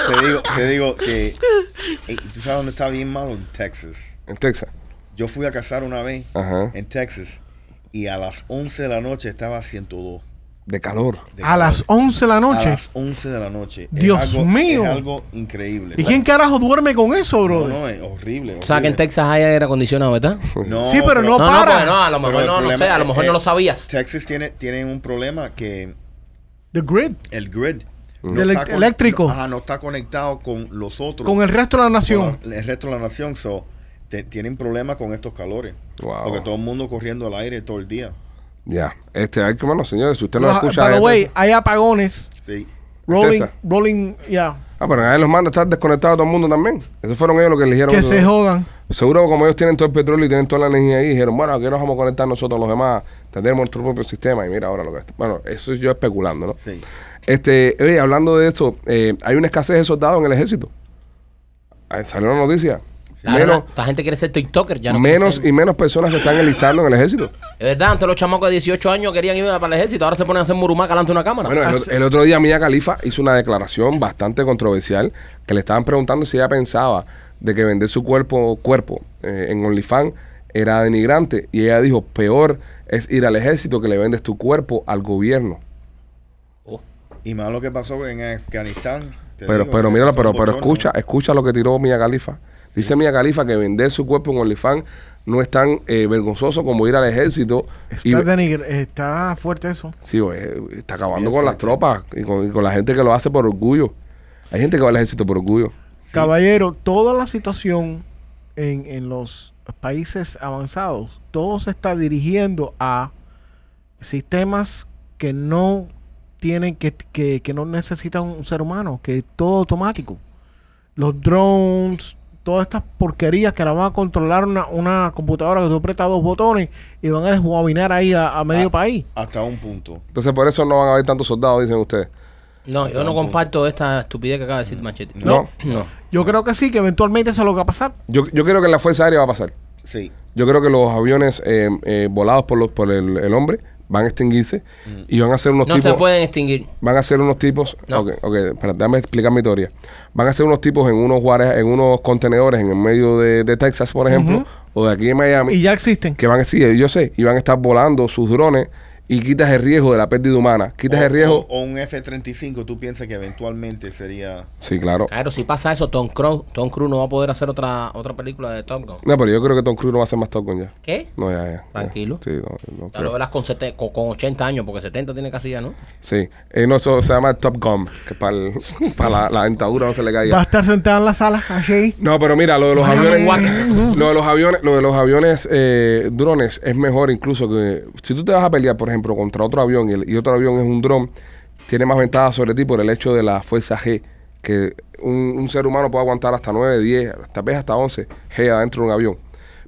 [SPEAKER 5] te, digo, te digo que. Ey, ¿Tú sabes dónde está bien malo? En Texas.
[SPEAKER 1] En Texas.
[SPEAKER 5] Yo fui a cazar una vez
[SPEAKER 1] Ajá.
[SPEAKER 5] en Texas y a las 11 de la noche estaba a 102.
[SPEAKER 1] De calor.
[SPEAKER 5] de
[SPEAKER 4] A las
[SPEAKER 5] calor.
[SPEAKER 4] 11 de la
[SPEAKER 5] A
[SPEAKER 4] noche.
[SPEAKER 5] las 11 de la noche. Es
[SPEAKER 4] Dios
[SPEAKER 5] algo-
[SPEAKER 4] mío.
[SPEAKER 5] Es algo increíble.
[SPEAKER 4] ¿Y quién carajo duerme con eso,
[SPEAKER 5] No,
[SPEAKER 4] bro?
[SPEAKER 5] no, es horrible.
[SPEAKER 3] O sea, que en
[SPEAKER 5] horrible.
[SPEAKER 3] Texas hay aire acondicionado, ¿verdad?
[SPEAKER 5] No,
[SPEAKER 4] Sí, pero
[SPEAKER 3] No, no,
[SPEAKER 4] no- para.
[SPEAKER 3] porque no, Ah, a lo
[SPEAKER 5] Pero
[SPEAKER 3] mejor
[SPEAKER 5] el
[SPEAKER 3] no, no
[SPEAKER 5] problema
[SPEAKER 3] sé, a lo
[SPEAKER 5] es-
[SPEAKER 3] mejor
[SPEAKER 1] eh,
[SPEAKER 3] no
[SPEAKER 5] es-
[SPEAKER 3] lo sabías.
[SPEAKER 5] Texas tiene, tiene un problema que
[SPEAKER 4] The grid.
[SPEAKER 5] el grid
[SPEAKER 1] Mm.
[SPEAKER 5] no
[SPEAKER 4] Del
[SPEAKER 5] está
[SPEAKER 4] elec- eléctrico.
[SPEAKER 5] no- ajá, no está conectado con los otros.
[SPEAKER 4] Con el resto de la nación.
[SPEAKER 5] con la- el resto de la nación. So, te- tienen problemas con estos calores.
[SPEAKER 1] Wow.
[SPEAKER 5] Porque todo el mundo corriendo al aire todo el día.
[SPEAKER 1] Ya. Este, hay que, bueno, señores, si usted no
[SPEAKER 4] Los-
[SPEAKER 1] escucha.
[SPEAKER 4] Ah, by the
[SPEAKER 1] eh,
[SPEAKER 4] way, hay apagones.
[SPEAKER 5] Sí.
[SPEAKER 4] Rolling,
[SPEAKER 1] Texas.
[SPEAKER 4] rolling, ya.
[SPEAKER 1] Ah, pero nadie los manda a estar desconectados todo el mundo también. Esos fueron ellos los que eligieron.
[SPEAKER 4] Que
[SPEAKER 1] eso.
[SPEAKER 4] se jodan.
[SPEAKER 1] Seguro como ellos tienen todo el petróleo y tienen toda la energía ahí, dijeron, bueno, aquí nos vamos a conectar nosotros los demás, tendremos nuestro propio sistema y mira ahora lo que está. Bueno, eso es yo especulando, ¿no?
[SPEAKER 5] Sí.
[SPEAKER 1] Este, oye, hablando de esto, eh, hay una escasez de soldados en el ejército. Ah, Salió una noticia. Menos,
[SPEAKER 3] Ahora, esta gente quiere ser TikToker, ya no quiere
[SPEAKER 1] menos
[SPEAKER 3] ser-
[SPEAKER 1] y menos personas se están enlistando en el ejército.
[SPEAKER 3] Es verdad, antes los chamacos de 18 años querían ir para el ejército, ahora se ponen a hacer murumaca delante de una cámara.
[SPEAKER 1] Bueno, el,
[SPEAKER 4] Hace-
[SPEAKER 1] el otro día Mía Califa hizo una declaración bastante controversial que le estaban preguntando si ella pensaba de que vender su cuerpo cuerpo eh, en OnlyFans era denigrante y ella dijo peor es ir al ejército que le vendes tu cuerpo al gobierno.
[SPEAKER 5] Y más lo que pasó en Afganistán. te
[SPEAKER 1] Pero
[SPEAKER 5] digo, eh,
[SPEAKER 1] pero
[SPEAKER 5] es-
[SPEAKER 1] míralo,
[SPEAKER 5] son
[SPEAKER 1] pero pero
[SPEAKER 5] bochornos.
[SPEAKER 1] escucha escucha lo que tiró Mía Califa. Dice Mía Califa que vender su cuerpo en OnlyFans no es tan eh, vergonzoso como ir al ejército y
[SPEAKER 4] Está, denigr- está fuerte eso.
[SPEAKER 1] Sí, oye, está acabando
[SPEAKER 5] Bien
[SPEAKER 1] con las
[SPEAKER 5] fuerte.
[SPEAKER 1] tropas y con, y con la gente que lo hace por orgullo. Hay gente que va al ejército por orgullo.
[SPEAKER 4] Caballero, toda la situación en, en los países avanzados, todo se está dirigiendo a sistemas que no tienen, que, que, que no necesitan un ser humano, que es todo automático. Los drones, todas estas porquerías que la van a controlar una, una computadora que tú apretas dos botones y van a desbobinar ahí a, a medio
[SPEAKER 5] Ah.
[SPEAKER 4] país.
[SPEAKER 5] Hasta un punto.
[SPEAKER 1] Entonces por eso no van a haber tantos soldados, dicen ustedes.
[SPEAKER 3] No, yo no comparto esta estupidez que acaba de decir Machete.
[SPEAKER 1] No.
[SPEAKER 3] No.
[SPEAKER 4] Yo creo que sí, que eventualmente eso es lo que va a pasar.
[SPEAKER 1] Yo, yo creo que en la Fuerza Aérea va a pasar.
[SPEAKER 5] Sí.
[SPEAKER 1] Yo creo que los aviones eh, eh, volados por, los, por el, el hombre van a extinguirse
[SPEAKER 4] Mm.
[SPEAKER 1] y van a ser unos
[SPEAKER 3] No
[SPEAKER 1] tipos...
[SPEAKER 3] se pueden extinguir.
[SPEAKER 1] Van a ser unos tipos...
[SPEAKER 3] No.
[SPEAKER 1] Ok, ok, espérate, déjame explicar mi teoría. Van a ser unos tipos en unos, guares- en unos contenedores en el medio de, de Texas, por ejemplo, o de aquí en Miami.
[SPEAKER 4] Y ya existen.
[SPEAKER 1] que van a sí, yo sé, y van a estar volando sus drones y quitas el riesgo de la pérdida humana, quitas
[SPEAKER 5] O-
[SPEAKER 4] Oh,
[SPEAKER 1] el riesgo.
[SPEAKER 5] O, o un F-35, tú piensas que eventualmente sería.
[SPEAKER 1] Sí, claro.
[SPEAKER 3] Claro, si pasa eso, Tom Cruise, Tom Cruise no va a poder hacer otra, otra película de Top Gun.
[SPEAKER 1] No, pero yo creo que Tom Cruise no va a hacer más Top Gun ya.
[SPEAKER 3] ¿Qué?
[SPEAKER 1] No, ya, ya.
[SPEAKER 3] Tranquilo.
[SPEAKER 1] Sí, no, no
[SPEAKER 3] Ya lo
[SPEAKER 1] creo.
[SPEAKER 3] verás con, sete- con, con 80 años, porque 70 tiene casi ya, ¿no?
[SPEAKER 1] Sí. Eh, no, eso se llama Top Gun, que para la, la dentadura no se le
[SPEAKER 4] Va a
[SPEAKER 1] caiga.
[SPEAKER 4] estar sentada en la sala, así.
[SPEAKER 1] No, pero mira, lo de los aviones, lo de los aviones, lo de los aviones eh, drones es mejor incluso que si tú te vas a pelear, por ejemplo, contra otro avión y, el- y otro avión es un dron, tiene más ventaja sobre ti por el hecho de la fuerza G, que un, un ser humano puede aguantar hasta 9, 10, hasta vez hasta 11 G adentro de un avión.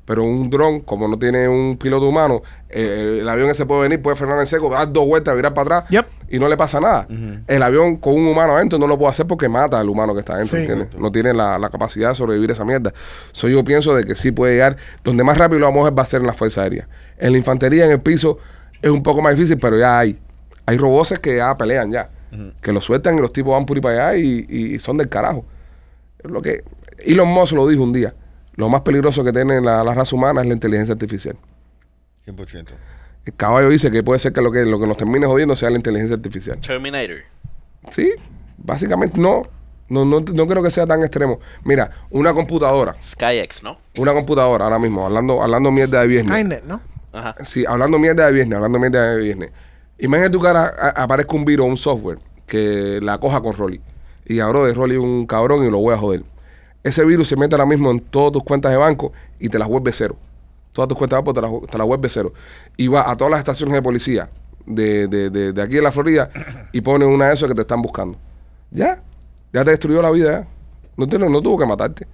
[SPEAKER 1] Pero un dron, como no tiene un piloto humano, eh, el avión ese puede venir, puede frenar en seco, dar dos vueltas, virar para atrás
[SPEAKER 4] Yep.
[SPEAKER 1] y no le pasa nada. El avión con un humano adentro no lo puede hacer porque mata al humano que está adentro,
[SPEAKER 4] Sí.
[SPEAKER 1] ¿entiendes? No tiene la, la capacidad de sobrevivir a esa mierda. So, yo pienso de que sí puede llegar. Donde más rápido lo vamos a ver va a ser en la Fuerza Aérea. En la infantería, en el piso, es un poco más difícil, pero ya hay. Hay robots que ya pelean ya. Que lo sueltan y los tipos van por ahí para allá y, y son del carajo. Es Lo que Elon Musk lo dijo un día. Lo más peligroso que tiene la, la raza humana es la inteligencia artificial.
[SPEAKER 5] 100%.
[SPEAKER 1] El caballo dice que puede ser que lo que, lo que nos termine jodiendo sea la inteligencia artificial.
[SPEAKER 6] Terminator.
[SPEAKER 1] Sí, básicamente no. No, no, no creo que sea tan extremo. Mira, una computadora,
[SPEAKER 6] SkyX, ¿no?
[SPEAKER 1] una computadora ahora mismo, hablando, hablando mierda de viernes.
[SPEAKER 4] Skynet, ¿no?
[SPEAKER 6] Ajá.
[SPEAKER 1] Sí, hablando mierda de viernes, hablando mierda de viernes. Imagínate tú que ahora a- aparezca un virus o un software que la coja con Rolly. Y ahora de Rolly es un cabrón y lo voy a joder. Ese virus se mete ahora mismo en todas tus cuentas de banco y te las vuelve cero. Todas tus cuentas de banco te las, te las vuelve cero. Y va a todas las estaciones de policía de, de, de, de aquí de la Florida y pone una de esas que te están buscando. Ya. Ya te destruyó la vida. ¿eh? No, te, no tuvo que matarte.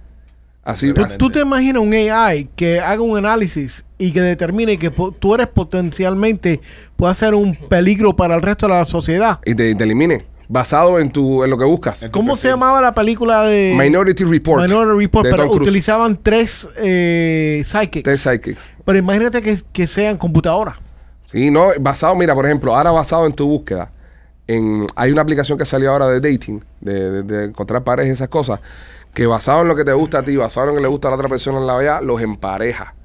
[SPEAKER 1] Así.
[SPEAKER 4] ¿Tú, tú te imaginas un AI que haga un análisis y que determine que po- tú eres potencialmente, puede ser un peligro para el resto de la sociedad?
[SPEAKER 1] Y te, y te elimine. Basado en, tu, en lo que buscas.
[SPEAKER 5] En tu
[SPEAKER 4] ¿Cómo se
[SPEAKER 5] perfil.
[SPEAKER 4] llamaba la película de
[SPEAKER 1] Minority Report.
[SPEAKER 4] Minority Report?
[SPEAKER 1] de
[SPEAKER 4] pero
[SPEAKER 1] Tom Cruise.
[SPEAKER 4] utilizaban tres eh, psychics.
[SPEAKER 1] Tres psychics.
[SPEAKER 4] Pero imagínate que, que sean computadoras.
[SPEAKER 1] Sí, no, basado, mira, por ejemplo, ahora basado en tu búsqueda, en, hay una aplicación que salió ahora de dating, de, de- de encontrar parejas y esas cosas, que basado en lo que te gusta a ti, basado en lo que le gusta a la otra persona en la vida, los empareja.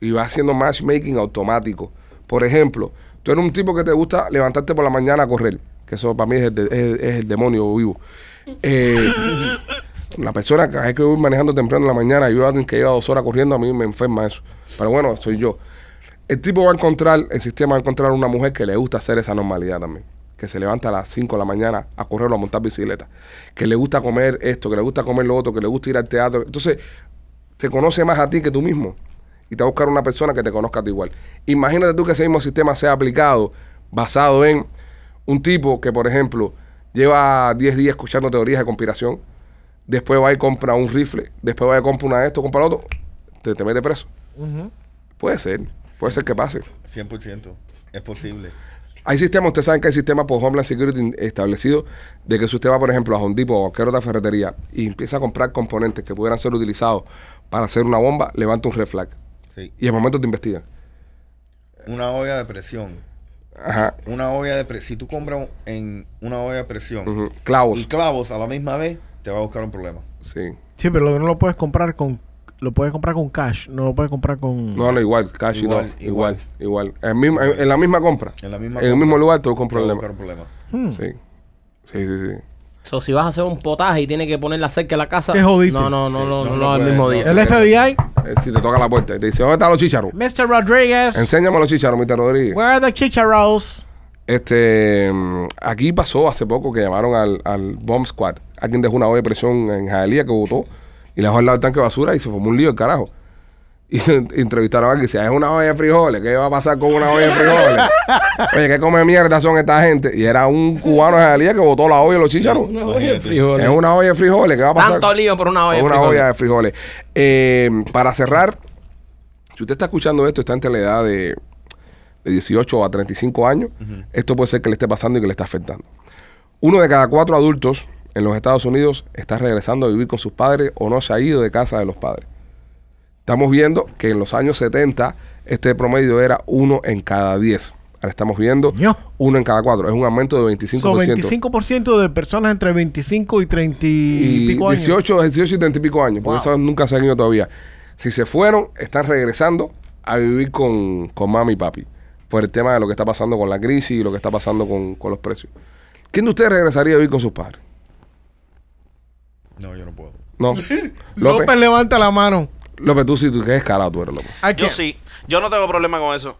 [SPEAKER 1] Y va haciendo matchmaking automático. Por ejemplo, tú eres un tipo que te gusta levantarte por la mañana a correr, que eso para mí es el, de- es- es el demonio vivo. Eh, la persona que es que voy manejando temprano en la mañana, yo alguien que lleva dos horas corriendo, a mí me enferma eso. Pero bueno, soy yo. El tipo va a encontrar, el sistema va a encontrar una mujer que le gusta hacer esa normalidad también. Que se levanta a las 5 de la mañana a correr o a montar bicicleta. Que le gusta comer esto, que le gusta comer lo otro, que le gusta ir al teatro. Entonces, te conoce más a ti que tú mismo. Y te va a buscar una persona que te conozca a ti igual. Imagínate tú que ese mismo sistema sea aplicado basado en un tipo que, por ejemplo, lleva 10 días escuchando teorías de conspiración. Después va y compra un rifle. Después va y compra una de esto, compra lo otro. Te, te mete preso. Puede ser. Puede ser que pase.
[SPEAKER 5] 100%. Es posible.
[SPEAKER 1] Hay sistemas, ustedes saben que hay sistemas por Homeland Security establecidos de que si usted va, por ejemplo, a Home Depot o a cualquier otra ferretería y empieza a comprar componentes que pudieran ser utilizados para hacer una bomba, levanta un red flag.
[SPEAKER 5] Sí.
[SPEAKER 1] Y al momento te investigan.
[SPEAKER 5] Una olla de presión.
[SPEAKER 1] Ajá.
[SPEAKER 5] Una olla de presión. Si tú compras en una olla de presión
[SPEAKER 1] Ujú. Clavos.
[SPEAKER 5] y clavos a la misma vez, te va a buscar un problema.
[SPEAKER 1] Sí.
[SPEAKER 4] Sí, pero lo- no lo puedes comprar con... Lo puedes comprar con cash, no lo puedes comprar con...
[SPEAKER 1] No, no, igual, casi
[SPEAKER 5] Igual,
[SPEAKER 1] no. Igual,
[SPEAKER 5] igual.
[SPEAKER 1] igual. En, mismo- en- en la misma compra.
[SPEAKER 5] En la misma
[SPEAKER 1] En el
[SPEAKER 5] compra,
[SPEAKER 1] mismo lugar, todo con
[SPEAKER 5] Te va a buscar
[SPEAKER 1] problemas.
[SPEAKER 5] un problema.
[SPEAKER 1] Sí. Sí, sí, sí.
[SPEAKER 3] So, si vas a hacer un potaje y tienes que ponerla cerca de la casa.
[SPEAKER 4] Te jodiste.
[SPEAKER 3] No, no, no,
[SPEAKER 5] Sí,
[SPEAKER 3] no,
[SPEAKER 5] no,
[SPEAKER 3] no,
[SPEAKER 5] no
[SPEAKER 3] no, el
[SPEAKER 5] puede,
[SPEAKER 3] mismo
[SPEAKER 5] no.
[SPEAKER 3] día.
[SPEAKER 4] El FBI,
[SPEAKER 1] Eh, Si te toca la puerta y te dice, ¿dónde están los chicharos?
[SPEAKER 5] Mm.
[SPEAKER 4] Mr. Rodríguez,
[SPEAKER 1] Enséñame los chicharos, Mr. Rodríguez.
[SPEAKER 4] where are the chicharros?
[SPEAKER 1] Este, mm, aquí pasó hace poco que llamaron al, al Bomb Squad. Alguien dejó una olla de presión en Jaelía que votó y la dejó al lado del tanque de basura y se formó un lío el carajo. Y se ent- entrevistaron a alguien y decía, es una olla de frijoles, ¿qué va a pasar con una olla de frijoles? Oye, ¿qué come mierda son esta gente? Y era un cubano de Jaelía que votó la olla y los chícharos.
[SPEAKER 5] Imagínate.
[SPEAKER 1] Es una olla de frijoles, ¿qué va a pasar?
[SPEAKER 3] Tanto lío por una olla.
[SPEAKER 1] Es
[SPEAKER 3] de
[SPEAKER 1] una
[SPEAKER 3] frijoles.
[SPEAKER 1] olla de frijoles. Eh, para cerrar, si usted está escuchando esto, está entre la edad de, de 18 a 35 años, esto puede ser que le esté pasando y que le está afectando. Uno de cada cuatro adultos en los Estados Unidos está regresando a vivir con sus padres o no se ha ido de casa de los padres. Estamos viendo que en los años 70 este promedio era uno en cada 10. Ahora estamos viendo
[SPEAKER 4] Ño.
[SPEAKER 1] uno en cada cuatro. Es un aumento de 25%.
[SPEAKER 4] So, 25% de personas entre 25 y 30 y,
[SPEAKER 1] y
[SPEAKER 4] pico años.
[SPEAKER 1] 18, 18 y 30 y pico años, porque
[SPEAKER 4] Wow.
[SPEAKER 1] esos nunca se han ido todavía. Si se fueron, están regresando a vivir con, con mami y papi, por el tema de lo que está pasando con la crisis y lo que está pasando con, con los precios. ¿Quién de ustedes regresaría a vivir con sus padres?
[SPEAKER 5] No, yo no puedo.
[SPEAKER 1] No.
[SPEAKER 4] López.
[SPEAKER 1] López,
[SPEAKER 4] levanta la mano.
[SPEAKER 1] López, tú sí, tú qué descarado tú eres, López.
[SPEAKER 4] I
[SPEAKER 6] Yo
[SPEAKER 4] can't.
[SPEAKER 6] sí. Yo no tengo problema con eso.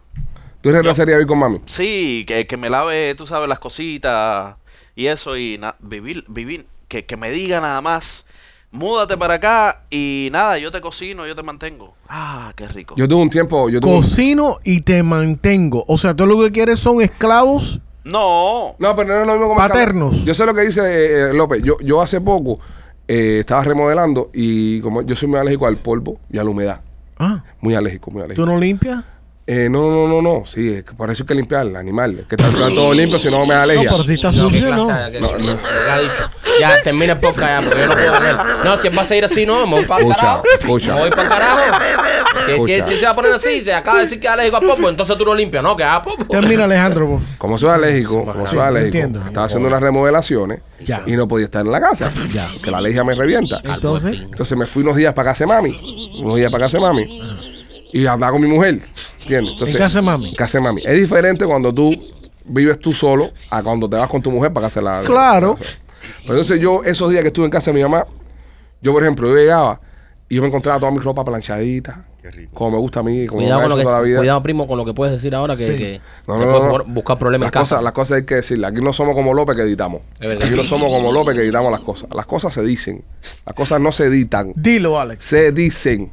[SPEAKER 1] ¿Tú regresarías a vivir con mami?
[SPEAKER 6] Sí, que, que me lave, tú sabes, las cositas y eso y na- vivir, vivir, que, que me diga nada más, múdate para acá y nada, yo te cocino, yo te mantengo. Ah, qué rico.
[SPEAKER 1] Yo tuve un tiempo, yo tuve un-
[SPEAKER 4] Cocino y te mantengo. O sea, tú lo que quieres son esclavos.
[SPEAKER 6] No,
[SPEAKER 1] No, pero no es lo mismo como
[SPEAKER 4] Paternos.
[SPEAKER 1] Yo sé lo que dice eh, eh, López. Yo, yo hace poco eh, estaba remodelando y como yo soy muy alérgico al polvo y a la humedad.
[SPEAKER 4] Ah,
[SPEAKER 1] Muy alérgico, muy alérgico.
[SPEAKER 4] ¿tú no limpias?
[SPEAKER 1] Eh, no, no, no, no. Sí, es que por eso hay que limpiar el animal. Que está todo limpio, si no me da
[SPEAKER 4] No,
[SPEAKER 1] alergia.
[SPEAKER 4] pero si está
[SPEAKER 3] No, qué
[SPEAKER 4] sucio, no.
[SPEAKER 3] clase, qué- Ya, dicho. Ya, termina el podcast ya, porque yo no puedo con él. No, si él va a seguir así, no, me voy para el
[SPEAKER 1] Escucha,
[SPEAKER 3] carajo.
[SPEAKER 1] escucha.
[SPEAKER 3] Me voy para el carajo. Si, si-
[SPEAKER 1] Escucha.
[SPEAKER 3] si se va a poner así, se acaba de decir que es alérgico a Popo, entonces tú lo limpias, ¿no? Que haga Popo.
[SPEAKER 4] Termina, Alejandro. pues. po.
[SPEAKER 1] Como soy alérgico, como soy alérgico,
[SPEAKER 4] entiendo.
[SPEAKER 1] estaba haciendo unas remodelaciones
[SPEAKER 4] Ya.
[SPEAKER 1] y no podía estar en la casa.
[SPEAKER 4] Ya.
[SPEAKER 1] Que la alergia me revienta.
[SPEAKER 4] Entonces,
[SPEAKER 1] Entonces me fui unos días para casa de mami. Unos días para casa de mami. Y hablaba con mi mujer. ¿Entiendes? Entonces,
[SPEAKER 4] ¿En casa de mami?
[SPEAKER 1] en casa de mami. Es diferente cuando tú vives tú solo a cuando te vas con tu mujer para casa de la.
[SPEAKER 4] claro.
[SPEAKER 1] Pero entonces yo, esos días que estuve en casa de mi mamá, yo, por ejemplo, yo llegaba y yo me encontraba toda mi ropa planchadita.
[SPEAKER 5] Qué rico.
[SPEAKER 1] Como me gusta a mí, como
[SPEAKER 3] Cuidado
[SPEAKER 1] me
[SPEAKER 3] con
[SPEAKER 1] ha
[SPEAKER 3] lo
[SPEAKER 1] hecho
[SPEAKER 3] que
[SPEAKER 1] toda la vida.
[SPEAKER 3] cuidado primo con lo que puedes decir ahora que, que
[SPEAKER 1] No, no,
[SPEAKER 3] te
[SPEAKER 1] no,
[SPEAKER 3] puedes
[SPEAKER 1] no.
[SPEAKER 3] poner- buscar problemas
[SPEAKER 1] Las
[SPEAKER 3] en casa.
[SPEAKER 1] cosas, las cosas hay que decirlas. Aquí no somos como López que editamos.
[SPEAKER 3] Es verdad.
[SPEAKER 1] Aquí no somos como López que editamos las cosas. Las cosas se dicen. Las cosas no se editan.
[SPEAKER 4] Dilo, Alex.
[SPEAKER 1] Se dicen.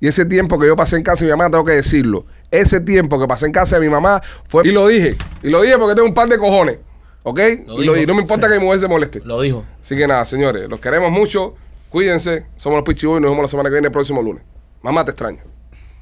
[SPEAKER 1] Y ese tiempo que yo pasé en casa de mi mamá, tengo que decirlo. Ese tiempo que pasé en casa de mi mamá fue. Y lo dije. Y lo dije porque tengo un par de cojones. ¿Ok?
[SPEAKER 3] Lo
[SPEAKER 1] y, lo-
[SPEAKER 3] dijo.
[SPEAKER 1] y no me importa que mi mujer se moleste.
[SPEAKER 3] Lo dijo.
[SPEAKER 1] Así que nada, señores, los queremos mucho. Cuídense. Somos los Pichiboy y nos vemos la semana que viene, el próximo lunes. Mamá, te extraño.